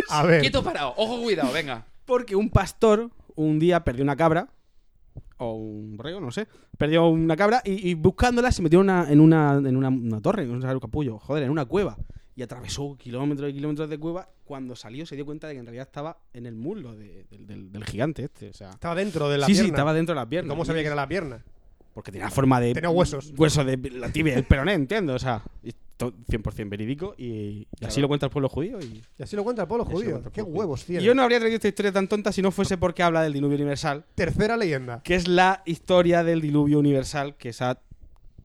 A ver.
Quieto parado. Ojo cuidado, venga.
porque un pastor un día perdió una cabra, o un borrego, no sé, perdió una cabra y, y buscándola se metió en una, en una, en una, una torre, en un capullo, joder, en una cueva. Y atravesó kilómetros y kilómetros de cueva. Cuando salió se dio cuenta de que en realidad estaba en el muslo de- del, del- del gigante este. O sea,
Estaba dentro de la
sí,
pierna.
sí, estaba dentro de la pierna.
¿Cómo sabía que era la pierna?
Porque tenía forma de.
Tenía huesos.
Huesos de la tibia, el peroné, entiendo. O sea, esto 100% verídico. Y, y así lo cuenta el pueblo judío. Y,
Y así lo cuenta el pueblo
así lo
judío.
cuenta el
Qué
pueblo
huevos
y
tiene.
yo no habría traído esta historia tan tonta si no fuese porque habla del diluvio universal,
Tercera leyenda.
que es la historia del diluvio universal, que esa,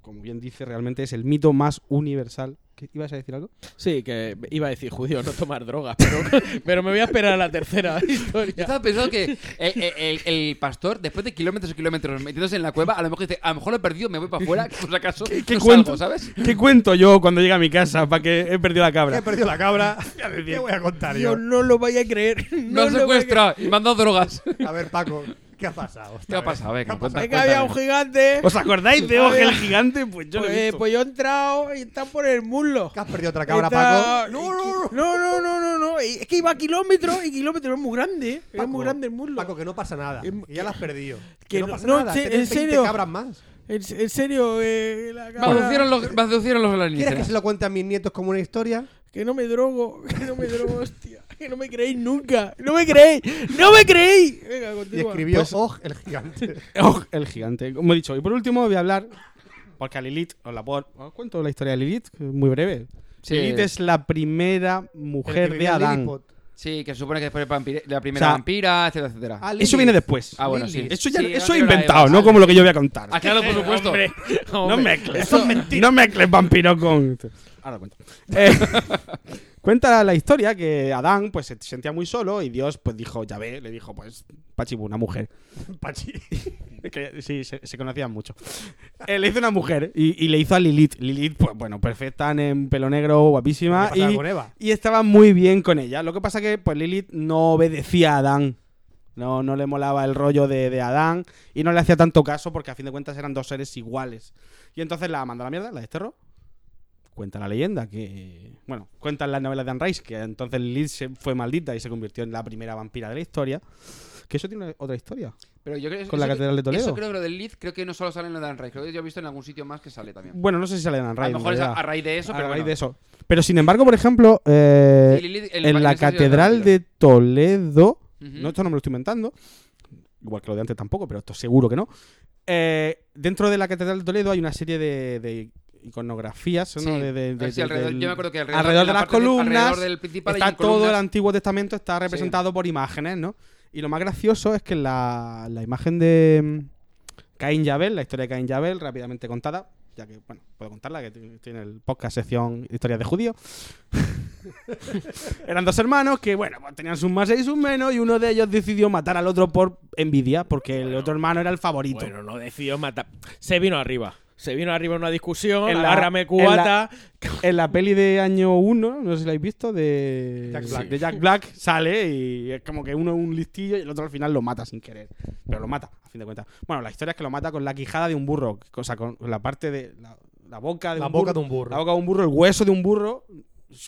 como bien dice, realmente es el mito más universal. ¿Qué, ¿Ibas a decir algo?
Sí, que iba a decir judío, no tomar drogas, pero, pero me voy a esperar a la tercera
Yo
historia.
estaba pensando que eh, eh, el, el pastor, después de kilómetros y kilómetros metiéndose en la cueva, a lo mejor dice, a lo mejor lo he perdido, me voy para afuera, por si acaso
qué
no
cuento?
salgo, ¿sabes?
¿Qué cuento yo cuando llegue a mi casa para que he perdido la
He
cabra?
perdido la cabra. ¿Qué voy a contar yo?
Yo no lo vaya a creer.
Me
No
han
lo vaya a creer.
secuestrado y me han dado drogas.
A ver, Paco, ¿qué ha pasado?
¿Qué ha pasado? Venga, cuenta,
Es que había un
cuéntame.
gigante.
Pues
¿Os acordáis de Oje el gigante? Pues yo lo he
pues,
visto.
pues yo he entrado y está por el muslo.
¿Qué has perdido otra cabra,
Está-
Paco? No, no, no.
No, no, no, no, no. Y Es que iba a kilómetros y kilómetros es muy grande. ¿eh? es
Paco,
muy grande el muslo.
Paco, que no pasa nada.
Em-
Que ya la has perdido.
que
Que no
no-
pasa
no,
nada.
en
Tienes 20
serio.
cabras más.
En, en serio, eh, la
Me
cara-
aducieron los, me aducieron los
¿Quieres que
alienígenas.
se lo cuente a mis nietos como una historia?
Que no me drogo, que no me drogo, hostia. Que no me creéis nunca. No me creéis. No me creéis. Venga,
Y
continúa.
escribió Og el gigante.
Oh, el gigante, como he dicho. Y por último voy a hablar, porque a Lilith, os la puedo- os cuento la historia de Lilith, que es muy breve.
Sí.
Lilith es la primera
El que
mujer de
vivía en
Adán.
Lilliput.
Sí, que se supone que después de vampire- la primera
O sea,
vampira, etcétera, etcétera.
Ah,
Eso
Lilith.
viene después.
Ah, bueno, sí.
Lilith.
Eso ya
Sí, no
eso he
quiero la
inventado,
Eva,
no
vale.
como lo que yo voy a contar.
Ah, claro, por supuesto.
No mezcles. No mezcles vampiro con. Ahora cuento. Eh, cuenta la historia que Adán pues se sentía muy solo y Dios pues dijo, ya ve, le dijo, pues, Pachibu, una mujer.
Pachi.
Es que sí, se, se conocían mucho. Eh, le hizo una mujer y, y le hizo a Lilith. Lilith, pues bueno, perfecta, en pelo negro, guapísima.
¿Qué pasaba
Y,
con Eva?
y estaba muy bien con ella. Lo que pasa que pues Lilith no obedecía a Adán. No, no le molaba el rollo de, de Adán y no le hacía tanto caso porque a fin de cuentas eran dos seres iguales. Y entonces la mandó a la mierda, la desterró. Cuenta la leyenda que. Bueno, cuentan las novelas de Anne Rice que entonces Lilith se fue maldita y se convirtió en la primera vampira de la historia. Que eso tiene una- otra historia.
Pero yo creo,
Con la
eso que-
Catedral de Toledo.
Eso creo que lo del Leeds, creo que no solo sale en la de Anne Rice, creo que yo he visto en algún sitio más que sale también.
Bueno, no sé si sale en Anne
A
Rice.
lo
en
mejor es a,
realidad.
a raíz de eso,
A
pero
raíz
bueno.
de eso. Pero sin embargo, por ejemplo, eh,
Sí, Lilith, el-
en
ese
la
sí lo he
catedral
leído.
de Toledo.
Ujú.
No, esto no me lo estoy inventando. Igual que lo de antes tampoco, pero esto seguro que no. Eh, dentro de la Catedral de Toledo hay una serie de, de iconografías. ¿no?
Sí.
De- de- de-
Sí, alrededor-
del-
yo me acuerdo que alrededor
alrededor
de
de,
la
las
parte de-
columnas
alrededor del principal hay
está todo
columnas.
el Antiguo Testamento está representado por imágenes, ¿no? Y lo más gracioso es que la, la imagen de mm, Caín y Abel, la historia de Caín y Abel, rápidamente contada, ya que, bueno, puedo contarla, que t- tiene el podcast sección Historias de Judío. Eran dos hermanos que, bueno, pues tenían sus más y sus menos, y uno de ellos decidió matar al otro por envidia, porque el otro hermano era el favorito.
Bueno, no decidió matar. Se vino arriba. Se vino arriba en una discusión.
En la-
Agárrame
en
cubata.
En la peli de año 1, no sé si la habéis visto, de
Jack Black.
de Jack Black, sale y es como que uno es un listillo y el otro al final lo mata sin querer. Pero lo mata, a fin de cuentas. Bueno, la historia es que lo mata con la quijada de un burro, cosa con la parte de la, la boca de
La
un
boca de
burro.
un burro.
La boca de un burro, el hueso de un burro,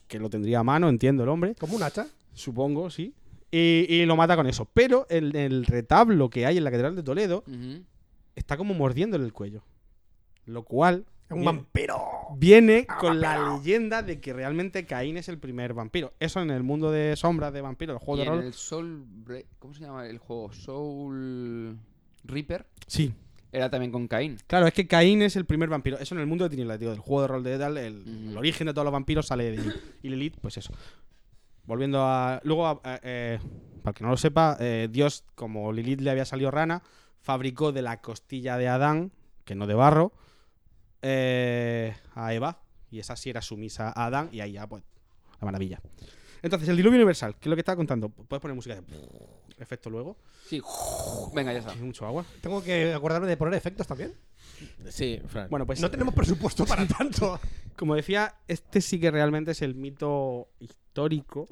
que lo tendría a mano, entiendo el hombre,
Como un hacha.
supongo, sí. Y, y lo mata con eso. Pero el, el retablo que hay en la Catedral de Toledo
Ujú.
está como mordiéndole el cuello. Lo cual
Es un
Bien.
vampiro.
viene
Ah,
con la leyenda de que realmente Caín es el primer vampiro. Eso en el mundo de sombras de vampiros, el
Y
juego de
en
rol.
el Soul Bre- ¿Cómo se llama el juego? Soul Reaper.
Sí.
Era también con Caín.
Claro, es que Caín es el primer vampiro. Eso en el mundo de Tinieblas, tío, del juego de rol de tal, el,
Ujú.
el origen de todos los vampiros sale de ahí. Y Lilith, pues eso. Volviendo a. Luego a. a- eh, Para el que no lo sepa, eh, Dios, como Lilith le había salido rana, fabricó de la costilla de Adán, que no de barro, eh, a Eva. Y esa sí era sumisa a Adán, y ahí ya, pues, la maravilla. Entonces, el diluvio universal, que es lo que estaba contando. Puedes poner música de efecto luego.
Sí. Venga, ya está.
Hay mucho agua.
Tengo que acordarme de poner efectos también.
Sí, Fran.
Bueno, pues
No tenemos presupuesto para tanto.
Como decía, este sí que realmente es el mito histórico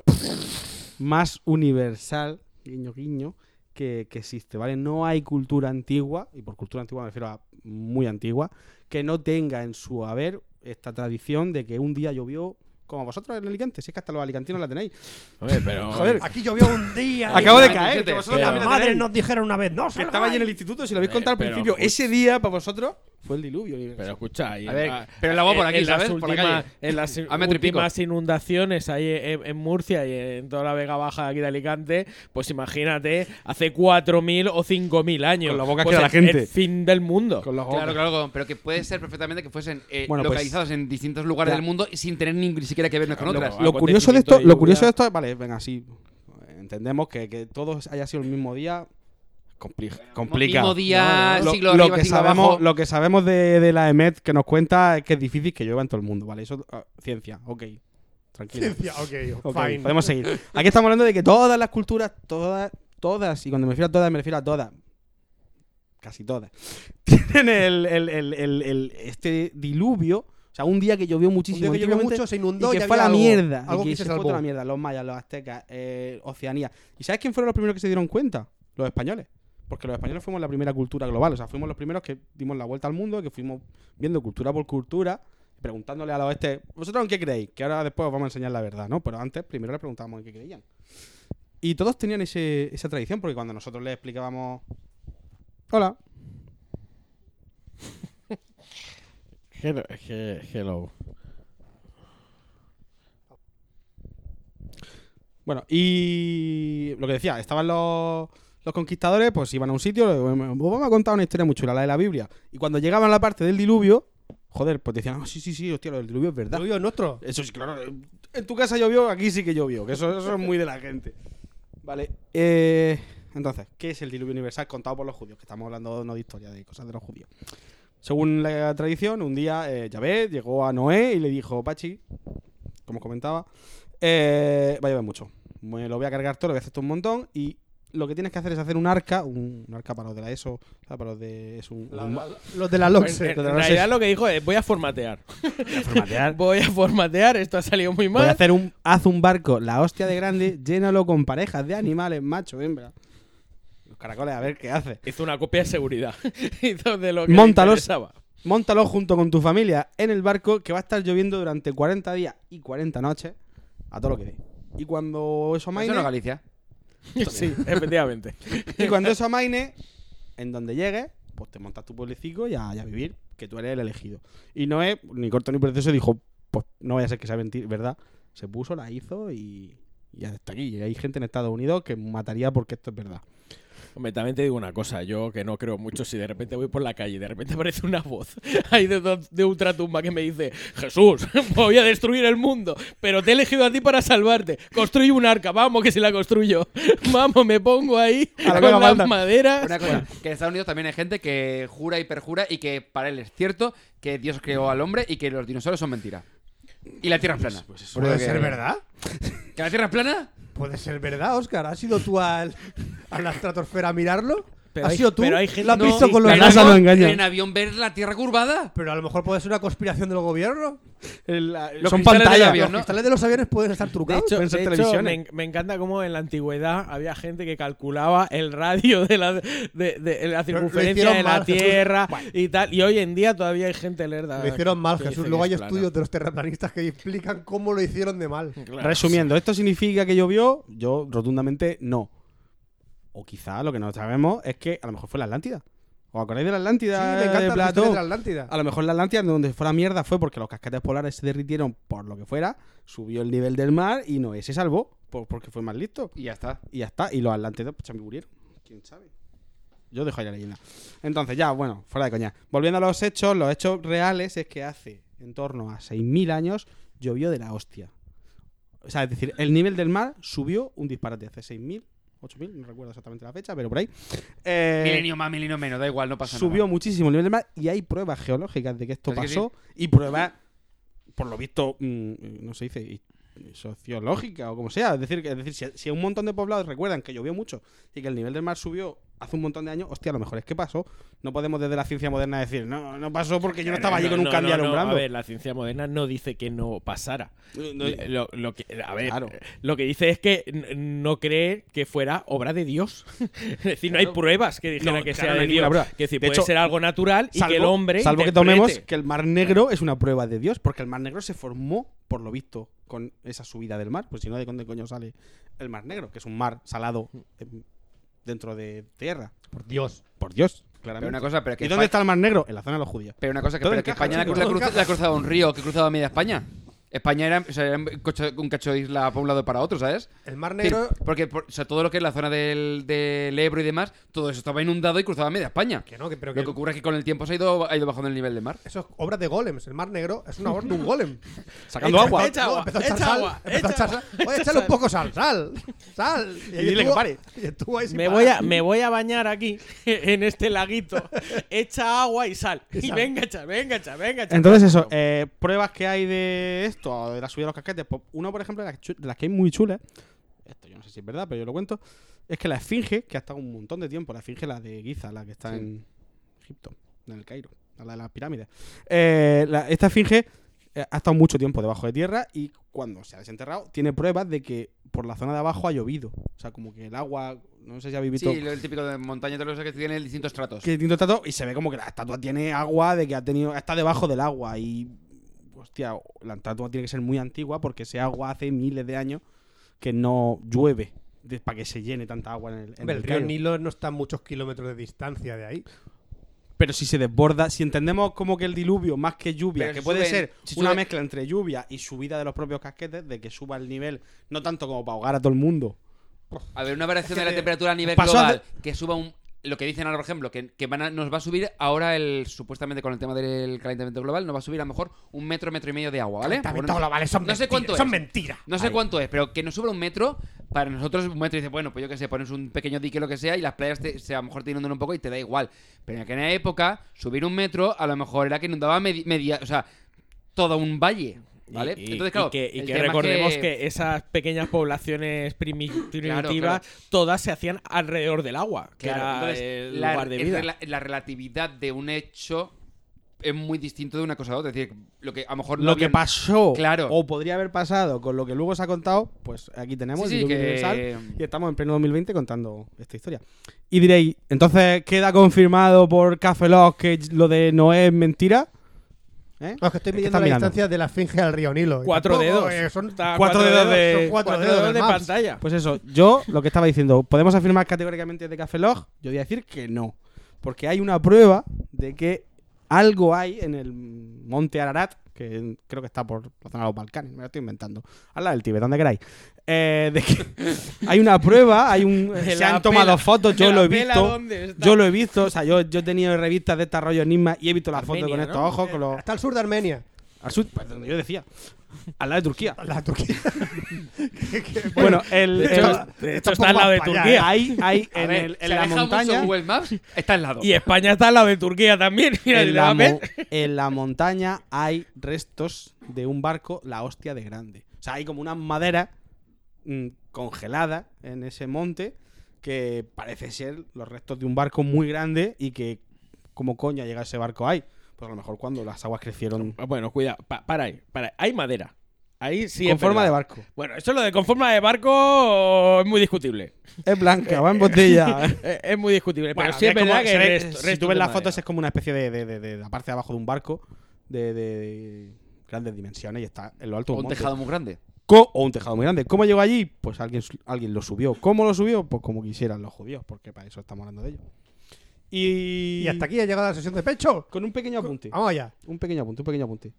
más universal, guiño guiño, que, que existe, ¿vale? No hay cultura antigua, y por cultura antigua me refiero a muy antigua, que no tenga en su haber esta tradición de que un día llovió como vosotros en Alicante, si es que hasta los alicantinos la tenéis.
Hombre, pero.
Joder,
Aquí llovió un día.
acabo de
Ay,
caer, que
pero-
vosotros
La
también la
madre
tenéis.
nos dijeron una vez, no,
Que
salgáis.
estaba allí en el instituto, si lo habéis contado al
Pero-
principio.
pero-
Ese día, para vosotros, fue el diluvio. universal.
Pero escucha, ahí
A
en
ver,
la-
pero el agua por aquí,
en las
¿sabes? Por la
últimas-
calle.
En las
A metro y pico.
últimas inundaciones ahí en, en Murcia y en toda la Vega Baja de aquí de Alicante, pues imagínate, hace 4.000 o 5.000 años.
Con la boca
Pues
queda la
el-
gente.
El fin del mundo.
Con los
Claro, claro, pero que puede ser perfectamente que fuesen eh,
Bueno, pues-
localizados en distintos lugares
Ya.
del mundo y sin tener ni, ni siquiera que ver unas con
Claro,
otras.
no,
lo
acontecimiento
curioso de esto,
de
lo
lluvia.
curioso de esto, vale, venga, sí. Entendemos que, que todo haya sido el mismo día. compli- complica.
mismo día,
Lo-
siglo
lo,
arriba,
que
siglo
sabemos,
abajo.
Lo que sabemos de, de la E EMET que nos cuenta es que es difícil que llueva en todo el mundo, ¿vale? Eso, ah, ciencia, ok. Tranquilo.
Ciencia, ok,
Ok,
fine.
podemos seguir. Aquí estamos hablando de que todas las culturas, todas, todas, y cuando me refiero a todas, me refiero a todas, casi todas, tienen el, el- el- el- el- este diluvio, o sea, un día que llovió
Un día
muchísimo.
que llovió
antiguamente,
mucho, se
y
inundó
que
y
fue a
había
la
algo-
mierda. y
Algo
que
que
se
se
fue toda la
salvó.
mierda. Los mayas, los aztecas, eh, Oceanía. ¿Y sabes quién fueron los primeros que se dieron cuenta? Los españoles. Porque los españoles fuimos la primera cultura global. O sea, fuimos los primeros que dimos la vuelta al mundo, que fuimos viendo cultura por cultura, preguntándole a los este, ¿vosotros en qué creéis? Que ahora después os vamos a enseñar la verdad, ¿no? Pero antes primero le preguntábamos en qué creían. Y todos tenían ese- esa tradición, porque cuando nosotros les explicábamos. Hola.
Hello. he- hello.
Bueno, y lo que decía, estaban los, los conquistadores, pues iban a un sitio, os vamos a contar una historia muy chula, la de la Biblia. Y cuando llegaban a la parte del diluvio, joder, pues decían, "Ah, sí, sí, sí, hostia, lo del diluvio es verdad.
Diluvio nuestro.
Eso sí, claro, eh, en tu casa llovió, aquí sí que llovió, que eso, eso es muy de la gente. Vale, eh, entonces, ¿qué es el diluvio universal contado por los judíos? Que estamos hablando no de historia, de cosas de los judíos. Según la tradición, un día eh, Yahvé llegó a Noé y le dijo, Pachi, como comentaba, eh, va a llover mucho. Me lo voy a cargar todo, lo voy a hacer todo un montón y lo que tienes que hacer es hacer un arca, un, un arca para los de la ESO, o sea, para los de... Es un, un-
Los de la
En,
LOXE.
en realidad lo que dijo es: voy a formatear. voy a formatear, esto ha salido muy
Voy a
mal.
hacer un, haz un barco, la hostia de grande, llénalo con parejas de animales, macho, hembra. Los caracoles, a ver qué hace.
Hizo una copia de seguridad. Hizo de lo que le
Móntalos.
interesaba.
Móntalo junto con tu familia en el barco que va a estar lloviendo durante 40 días y 40 noches a todo lo que dé. Y cuando eso
Eso no es
amaine,
Galicia.
Sí, efectivamente.
y cuando eso amaine, en donde llegues, pues te montas tu pueblecico y a, y a vivir, que tú eres el elegido. Y no es ni corto ni precioso, dijo, pues no vaya a ser que sea mentir, ¿verdad? Se puso, la hizo y, y hasta aquí. Y hay gente en Estados Unidos que mataría porque esto es verdad.
Hombre, también te digo una cosa, yo que no creo mucho, si de repente voy por la calle y de repente aparece una voz ahí de, do- de ultratumba que me dice, Jesús, voy a destruir el mundo, pero te he elegido a ti para salvarte, construye un arca, vamos que si la construyo, vamos, me pongo ahí
A la
con
nueva
las
banda.
maderas.
Una cosa, que en Estados Unidos también hay gente que jura y perjura y que para él es cierto que Dios creó al hombre y que los dinosaurios son mentira. Y la Tierra es plana. Por
¿Puede
lo que-
ser verdad?
¿Que la Tierra es plana?
¿Puede ser verdad, Óscar? ¿Has ido tú al, a la estratosfera a mirarlo?
Pero
¿Has
hay-
sido tú?
pero hay gente-
¿Lo has
No,
visto con los
pero
la NASA
no,
lo engaña.
En avión ver la Tierra curvada.
Pero a lo mejor puede ser una conspiración del gobierno.
El- la-
Los
son
cristales del
pantallas.
avión,
Los
¿no?
cristales de los aviones pueden estar
De
trucados.
hecho,
pueden ser
de hecho,
televisiones.
me,
¿eh?
en- me encanta cómo en la antigüedad había gente que calculaba el radio de la, de, de la
Pero lo
circunferencia
hicieron
de la
mal, Jesús.
Tierra y tal, y hoy en día todavía hay gente lerda.
lo hicieron mal,
que dice
Jesús.
que
Luego
es
hay
plana.
estudios de los terraplanistas que explican cómo lo hicieron de mal.
Claro.
Resumiendo, ¿esto significa que llovió? Yo rotundamente no. O quizá lo que no sabemos es que a lo mejor fue la Atlántida. ¿Os acordáis de la
Sí,
Atlántida?
me
de
encanta la
Platón?
historia de la Atlántida.
A lo mejor la Atlántida, donde fue la mierda, fue porque los casquetes polares se derritieron por lo que fuera, subió el nivel del mar y Noé se salvó por- porque fue más listo.
Y ya está.
Y ya está. Y los atlantes pues, también murieron. ¿Quién sabe? Yo dejo ahí la leyenda. Entonces, ya, bueno, fuera de coña. Volviendo a los hechos, los hechos reales es que hace en torno a 6.000 años llovió de la hostia. O sea, es decir, el nivel del mar subió un disparate hace 6.000 8.000, no recuerdo exactamente la fecha, pero por ahí. Eh,
milenio más, milenio menos, da igual, no pasa
subió
nada.
muchísimo el nivel del mar y hay pruebas geológicas de que esto
Así que
pasó y pruebas, por lo visto, mm, no se dice, y- y sociológica o como sea. Es decir, que- es decir si, si un montón de poblados recuerdan que llovió mucho y que el nivel del mar subió hace un montón de años, hostia, a lo mejor es que pasó. No podemos desde la ciencia moderna decir, no, no pasó porque yo no estaba allí con un candil
Eh, no,
alumbrando.
A ver, la ciencia moderna no dice que no pasara. lo, lo que, a ver,
Claro.
lo que dice es que n- no cree que fuera obra de Dios. es decir, no hay pruebas que dijeran
No,
que
claro,
sea
no
de
hay
Dios.
ninguna prueba.
Que decir,
De
puede
hecho,
ser algo natural y que el hombre.
salvo que tomemos
interprete.
que el Mar Negro es una prueba de Dios, porque el Mar Negro se formó, por lo visto, con esa subida del mar. Pues si no, ¿de dónde coño sale el Mar Negro? Que es un mar salado em, dentro de tierra.
Por Dios.
Por Dios,
Pero
claramente.
una cosa, pero que
¿Y dónde
Espa-
está el Mar Negro? En la zona de los judíos.
Pero una cosa, que,
Todo
pero que
encaja,
España la,
chico,
la
todo
cruza-
encaja.
la ha cruzado un río que ha cruzado a media España. España era, o sea, era un cocho- un cacho de isla para un lado y para otro, ¿sabes?
El Mar
Sí,
Negro.
porque por- o sea, todo lo que es la zona del, del Ebro y demás, todo eso estaba inundado y cruzaba media España.
Que no, que- pero
lo
que-
que ocurre es que con el tiempo se ha ido, ha ido bajando el nivel del mar.
Eso es obra de golems. El Mar Negro es una obra de un golem.
Sacando agua.
Empezó- no, empezó a echar sal, empezó a echar sal. Oye, échale un poco sal, sal, sal. Y,
dile que
estuvo-
pare.
y estuvo ahí sin
Me
parar.
voy, a, me voy a bañar aquí, en este laguito. Echa agua y sal. Y
sal.
venga, echa, venga, echa, venga, echa.
Entonces, eso, eh, pruebas que hay de esto, de la subida de los casquetes. Pues uno, por ejemplo, de las, chu- de las que hay muy chulas, esto yo no sé si es verdad, pero yo lo cuento, es que la esfinge, que ha estado un montón de tiempo, la esfinge, la de Giza, la que está
Sí.
en Egipto, en el Cairo, la de las pirámides. Eh, la- esta esfinge eh, ha estado mucho tiempo debajo de tierra y cuando se ha desenterrado, tiene pruebas de que por la zona de abajo ha llovido. O sea, como que el agua, no sé si habéis visto
Sí, lo, el típico de montaña, todo eso que tiene distintos tratos.
que distinto trato y se ve como que la estatua tiene agua de que ha tenido está debajo del agua y hostia la estatua tiene que ser muy antigua porque ese agua hace miles de años que no llueve para que se llene tanta agua en el, en
Hombre,
el
el río
Cairo.
Nilo no está a muchos kilómetros de distancia de ahí.
pero si se desborda si entendemos como que el diluvio más que lluvia
Pero
que
si
puede
suben-
ser
si
una
suben-
mezcla entre lluvia y subida de los propios casquetes de que suba el nivel no tanto como para ahogar a todo el mundo
A ver, una variación de la temperatura a nivel
pasó
global
hace-
que suba un. Lo que dicen ahora, por ejemplo, que, que van a- nos va a subir ahora el supuestamente con el tema del calentamiento global, nos va a subir a lo mejor un metro, metro y medio de agua, ¿vale?
Calentamiento
Por-
global, eso es
no sé
mentira,
cuánto
eso
es.
es mentira.
No sé cuánto es, pero que nos suba un metro, para nosotros un metro dice, bueno, pues yo qué sé, pones un pequeño dique lo que sea y las playas te- se- a lo mejor te inundan un poco y te da igual. Pero en aquella época, subir un metro a lo mejor era que inundaba medi- media, o sea, todo un valle, ¿vale?
Y, y-
Entonces, claro,
y que, y
el
que
tema es
recordemos que... esas pequeñas poblaciones primi- primitivas
claro.
Todas se hacían alrededor del agua. que
Claro,
era
entonces,
el
la,
lugar de
es
vida.
rela- la relatividad de un hecho es muy distinto de una cosa a otra. Es decir, lo que a lo mejor no
lo que
bien-
pasó
Claro.
o podría haber pasado con lo que luego se ha contado, pues aquí tenemos
Sí,
el
sí,
diluvio
que-
Em,
universal y estamos en pleno 2020 contando esta historia. Y diréis, entonces queda confirmado por Café Lock que lo de Noé es mentira. ¿Eh?
No, es que estoy
Es que
midiendo
estás
la
mirando.
distancia de la esfinge al río Nilo. Y
Cuatro
tampoco,
dedos.
eh, son
Está
cuatro dedos de-
son cuatro
cuatro
dedos
dedos
de
de
Maps.
pantalla.
Pues eso, yo lo que estaba diciendo, ¿podemos afirmar categóricamente de Café Lock? Yo voy a decir que no. Porque hay una prueba de que algo hay en el monte Ararat, que creo que está por la zona de los Balcanes, me lo estoy inventando. Habla del Tíbet, donde queráis. Eh, de que hay una prueba, hay un.
De
se
la
han tomado
pela-
fotos, yo
de
lo he
la pela,
visto.
¿dónde está?
Yo lo he visto, o sea, yo, yo he tenido revistas de este rollo enigma y he visto la foto
Armenia,
con estos
¿no?
ojos, con los.
Hasta el sur de Armenia.
al sur, pues, donde yo decía. Al lado de Turquía.
La Turquía. Que- que-
Bueno, el.
De
el-
hecho, de hecho, está al lado de Turquía.
Ahí, ahí, en,
ver,
el-
se
en la
aleja mucho
montaña.
Google Maps está al lado.
Y España está al lado de Turquía también. Mira,
En
¿la
la,
ves?
mo- en la montaña hay restos de un barco, la hostia de grande. O sea, hay como una madera mm, congelada en ese monte que parece ser los restos de un barco muy grande y que, como coño llega ese barco ahí? Pues a lo mejor cuando las aguas crecieron
Bueno, cuidado, pa- para ahí, para ahí. Hay madera. Ahí sí
con
es
forma de
verdad.
barco.
Bueno, eso lo de con forma de barco es muy discutible.
Es blanca, va en botella.
Eh, es muy discutible.
Bueno,
pero sí es
como-
verdad que
se ve-
resto-
si tú
restos
ves
de
las
madera.
fotos es como una especie de, de- de- de la parte de abajo de un barco de, de grandes dimensiones y está en lo alto
O
de
un
monte.
tejado muy grande.
Co- o un tejado muy grande. ¿Cómo llegó allí? Pues alguien, su- alguien lo subió. ¿Cómo lo subió? Pues como quisieran los judíos, porque para eso estamos hablando de ellos. Y,
Y hasta aquí ha llegado la sesión de pecho.
Con un pequeño apunte.
Vamos allá.
Un pequeño apunte, un pequeño apunte.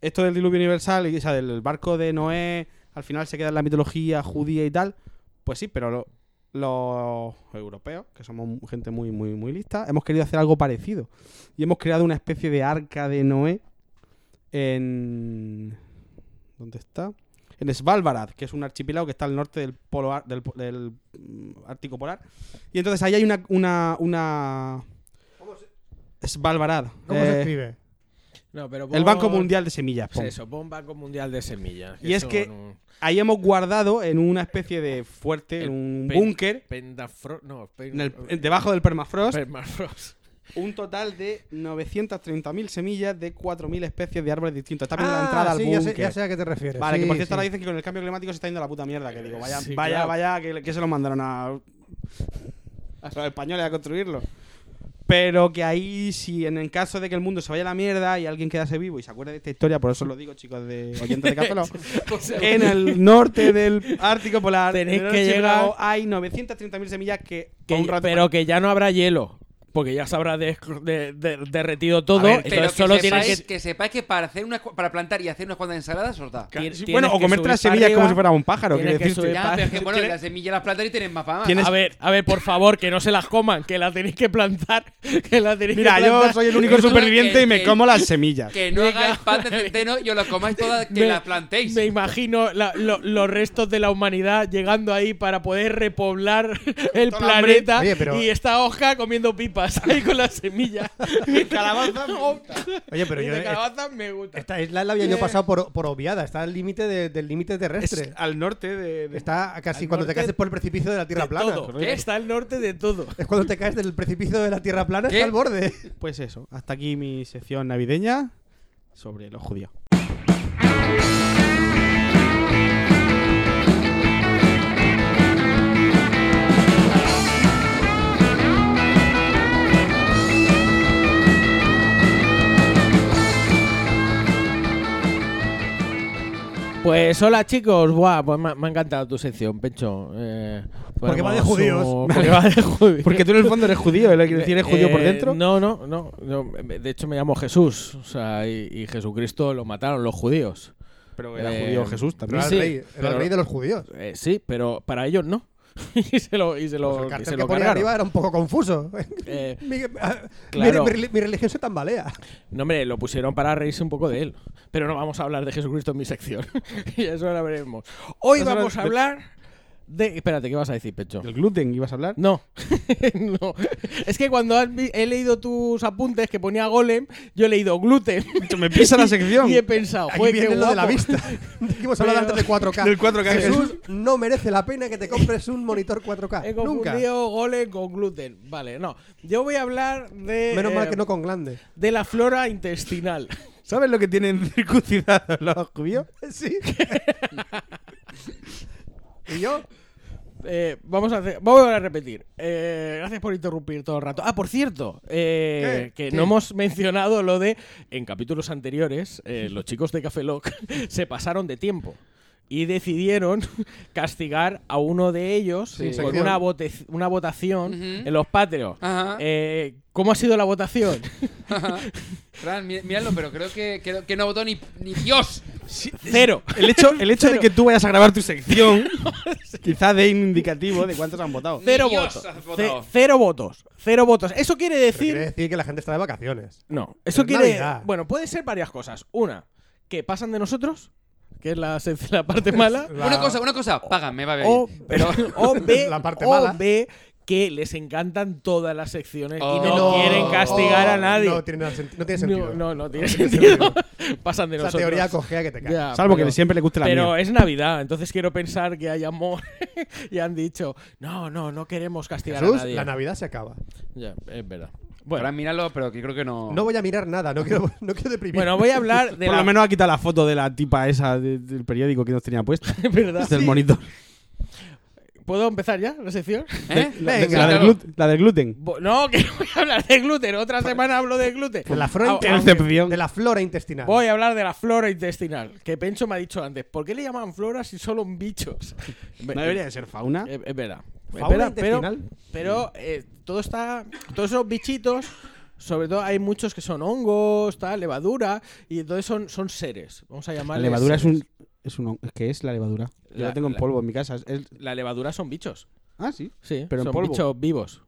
Esto del diluvio universal, y, o sea, del barco de Noé, al final se queda en la mitología judía y tal. Pues sí, pero lo- los europeos, que somos gente muy, muy, muy lista, hemos querido hacer algo parecido. Y hemos creado una especie de arca de Noé en... ¿Dónde está? en Svalbard, que es un archipiélago que está al norte del polo ar- del, po- del, mm, Ártico Polar. Y entonces ahí hay una. una, una... Svalbard.
¿Cómo se
eh,
escribe?
No, pero
el Banco
pon-
Mundial de Semillas.
Pues
pon.
eso, pon Banco Mundial de Semillas.
Y es
eso
que
no-
Ahí hemos guardado en una especie de fuerte, en
El
un
pen-
búnker,
Pendafro... No, pen-
en el- en- debajo del permafrost,
Permafrost.
un total de 930.000 semillas de 4.000 especies de árboles distintos. Está bien
Ah,
la entrada
sí,
al
ya sé,
búnker.
ya sé a qué te refieres.
Vale,
Sí,
que por cierto
sí.
ahora dicen que con el cambio climático se está yendo a la puta mierda. Que digo, vaya,
Sí,
vaya,
claro.
vaya, que, que se lo mandaron a, a los españoles a construirlo. Pero que ahí, si en el caso de que el mundo se vaya a la mierda y alguien quedase vivo y se acuerde de esta historia, por eso lo digo, chicos, de oyentes de Cazolo, en el norte del Ártico Polar
Tenéis
en el
que
archipiélago,
llegar-
hay 930.000 semillas que,
Que-
con un rato-
pero que ya no habrá hielo. Porque ya se habrá des- de- de- derretido todo.
A ver, pero
Oh, entonces solo
que
tienes
sepáis,
que.
que... sepáis que para, hacer unas cu- para plantar y hacer unas cuantas ensaladas os da.
tien-
Sí,
tienes
bueno, o
que
comerte las
subir
semillas como
arriba.
si fuera un pájaro,
tienes
quiero
que
decirte.
subir
Ya,
pa-
pero es que, bueno,
¿Tienes-
las semillas las plantas y tienen más fama.
¿Tienes-
A ver, a ver, por favor, que no se las coman, que las tenéis que plantar. Que las tenéis
Mira,
que
yo
plantar.
soy el único
Yo creo
superviviente
que-
y me
que-
como las semillas.
Ah, Que no hagáis pan de centeno y os las comáis todas, que
Me-
las plantéis.
Me imagino la- lo- los restos de la humanidad llegando ahí para poder repoblar el
Todo el hambre.
planeta
Oye, pero-
y esta hoja comiendo pipas ahí con las semillas.
Calabaza, oh,
Oye, pero yo.
de calabaza me gusta.
Esta isla la había yo pasado por, por obviada. Está al límite de- del límite terrestre.
Eh. Es al norte de. de-
Está casi
al
cuando te
norte
caes por el precipicio de la Tierra
De
plana.
todo.
correcto.
Está al norte de todo.
Es cuando te caes del precipicio de la Tierra plana,
¿Qué?
está al borde.
Pues eso, hasta aquí mi sección navideña sobre los judíos.
Pues hola chicos, Buah, pues me, ha- me ha encantado tu sección, Pencho. Eh,
Porque va de
ponemos
judíos.
un- Porque va de judíos.
Porque tú en el fondo eres judío, ¿eh? ¿Quieres decir eres judío por
Eh,
dentro?
No, no, no, no, De hecho me llamo Jesús. O sea, y, y Jesucristo lo mataron los judíos.
Pero era
eh,
judío Jesús
Pero
también.
era el
Sí,
rey, era
pero-
el rey de los judíos.
Eh, sí, pero para ellos no. y se lo, y se lo,
Pues el
y
cartel
se
que
lo
ponía
cargaron.
arriba era un poco confuso.
Eh,
mi, ah,
claro.
mi- mi reli- mi religión se tambalea.
no, hombre, lo pusieron para reírse un poco de él. Pero no vamos a hablar de Jesucristo en mi sección. y eso ahora veremos. Hoy
Eso
vamos
lo-
a hablar de. Espérate, ¿qué vas a decir, Pecho?
¿Del gluten ibas a hablar?
No, no. Es que cuando has vi- he leído tus apuntes que ponía golem, yo he leído gluten.
Me pisa la sección.
y he pensado,
Aquí
joder, qué
viene lo de la
guapo.
vista. Dijimos hablar antes de 4K.
Del 4K,
Jesús no merece la pena que te compres un monitor 4K.
He
Nunca.
confundido golem con gluten. Vale, no. Yo voy a hablar de.
Menos mal
eh,
que no con glande.
De la flora intestinal.
¿Sabes lo que tienen circuncidados los judíos?
Sí. ¿Y yo?
Eh, vamos a hacer, vamos a repetir. Eh, gracias por interrumpir todo el rato. Ah, por cierto, eh, que no hemos mencionado lo de en capítulos anteriores eh, los chicos de Café Lock se pasaron de tiempo y decidieron castigar a uno de ellos
Sí.
con
Sección.
una, vote- una votación
Ujú.
en los Patreons.
Ajá.
Eh, ¿Cómo ha sido la votación?
Fran, mí- míralo, pero creo que, que, que no votó ni, ni Dios.
Cero.
El hecho, el hecho de
Cero.
que tú vayas a grabar tu sección, quizás dé un indicativo de cuántos han votado.
Cero
Dios,
votos.
has votado.
Ce- Cero votos. Cero votos. Eso quiere decir
Quiere decir que la gente está de vacaciones.
No, eso
es
quiere.
Navidad.
Bueno, puede ser varias cosas. Una, que pasan de nosotros, que es la, se- la parte mala.
La-
Una cosa, una cosa, págame, va a ver.
o, o B,
La parte
o
mala.
B, que les encantan todas las secciones
Oh.
y no,
No,
quieren castigar a nadie.
Oh. No tiene, nada senti- no tiene sentido.
No, no, no tiene
No
sentido. pasan de
Esa
nosotros.
teoría cojea que te cae.
Ya,
Salvo que
pero-
le- siempre le guste la
Pero
mía.
es Navidad, entonces quiero pensar que hay amor y han dicho, no, no, no queremos castigar a
Jesús,
nadie.
la Navidad se acaba.
Ya, es verdad.
Fran,
Bueno,
míralo, pero que creo que no.
No voy a mirar nada, no quiero, no quiero deprimir.
bueno, voy a hablar de
Por
la...
lo menos ha quitado la foto de la tipa esa de- del periódico que nos tenía puesta.
Es verdad.
del monitor.
¿Puedo empezar ya la sección?
¿Eh?
La del,
Claro.
glut- la del gluten.
Bo- No, que no voy a hablar de gluten. Otra semana hablo de gluten.
de la, flora
Ah,
intestinal.
Excepción.
de la flora intestinal.
Voy a hablar de la flora intestinal. Que Pencho me ha dicho antes. ¿Por qué le llaman flora si solo son bichos?
No debería de ser fauna.
Eh, Es verdad.
¿Fauna
Es verdad, pero
intestinal?
pero eh, todo está. Todos esos bichitos. Sobre todo hay muchos que son hongos, tal, levadura, y entonces son, son seres. Vamos a
La
llamarles.
levadura es
seres.
un. Es un es que es la levadura. Yo
La-
la tengo en
la-
polvo en mi casa. Es- es-
La levadura son bichos.
ah, sí.
Sí,
Pero en
son
polvo.
bichos vivos.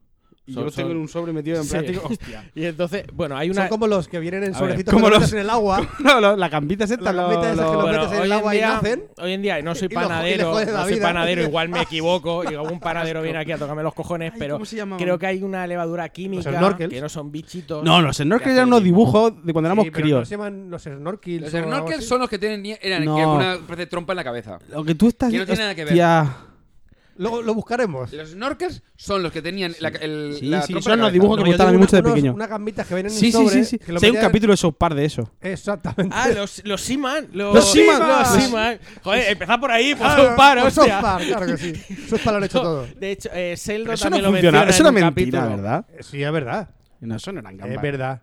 Y
Son-
yo lo tengo
son-
en un sobre metido en
Sí.
plástico. Hostia.
Y entonces, bueno, hay una.
Son como los que vienen en
ver,
sobrecitos
como
que los
los-
metes en el agua.
No, no, la gambita es
La
esta. lo-
gambita esa
lo-
que lo
bueno,
metes en el
hoy en
agua y
día-
nacen.
Hoy en día no soy
Y lo- y le
panadero,
jodes la
no soy
vida.
panadero, igual me equivoco, y algún panadero viene aquí a tocarme los cojones,
Ay,
pero
¿cómo se llamaban?
creo que hay una levadura
Pues
química
snorkels.
que no son bichitos.
No, los snorkels
hace
eran unos
tiempo.
dibujos de cuando éramos
Sí, pero no
críos.
se llaman los snorkels.
Los
o algo
snorkels
así.
son los que tienen nie- eran
No.
que una especie de trompa en la cabeza.
Lo que tú estás
Que no tiene nada que ver.
Hostia.
Luego lo buscaremos.
Los snorkels son los que tenían la, el,
Sí,
la
sí,
trompa
son
en la
los
cabeza.
dibujos que
No,
me
yo
gustaban a mí
digo
mucho de
unos-
pequeño.
Unas gambitas que vienen en
Sí, sí,
sobre,
sí, sí.
que lo
Sí, hay un
metían-
capítulo de South Park de eso.
Exactamente.
Ah, los, los Seaman. Los,
¡Los Seaman!
Los Seaman. Joder, empezad por ahí, por ah, un paro,
Pues
hostia.
South Park, claro que sí. South Park lo han hecho todo.
De hecho, eh, Sheldon
Pero eso no
también lo
funciona,
menciona
eso
en
era
un
mentira,
capítulo.
¿verdad?
Eh, Sí, es verdad.
No, eso no eran gambas.
Es verdad.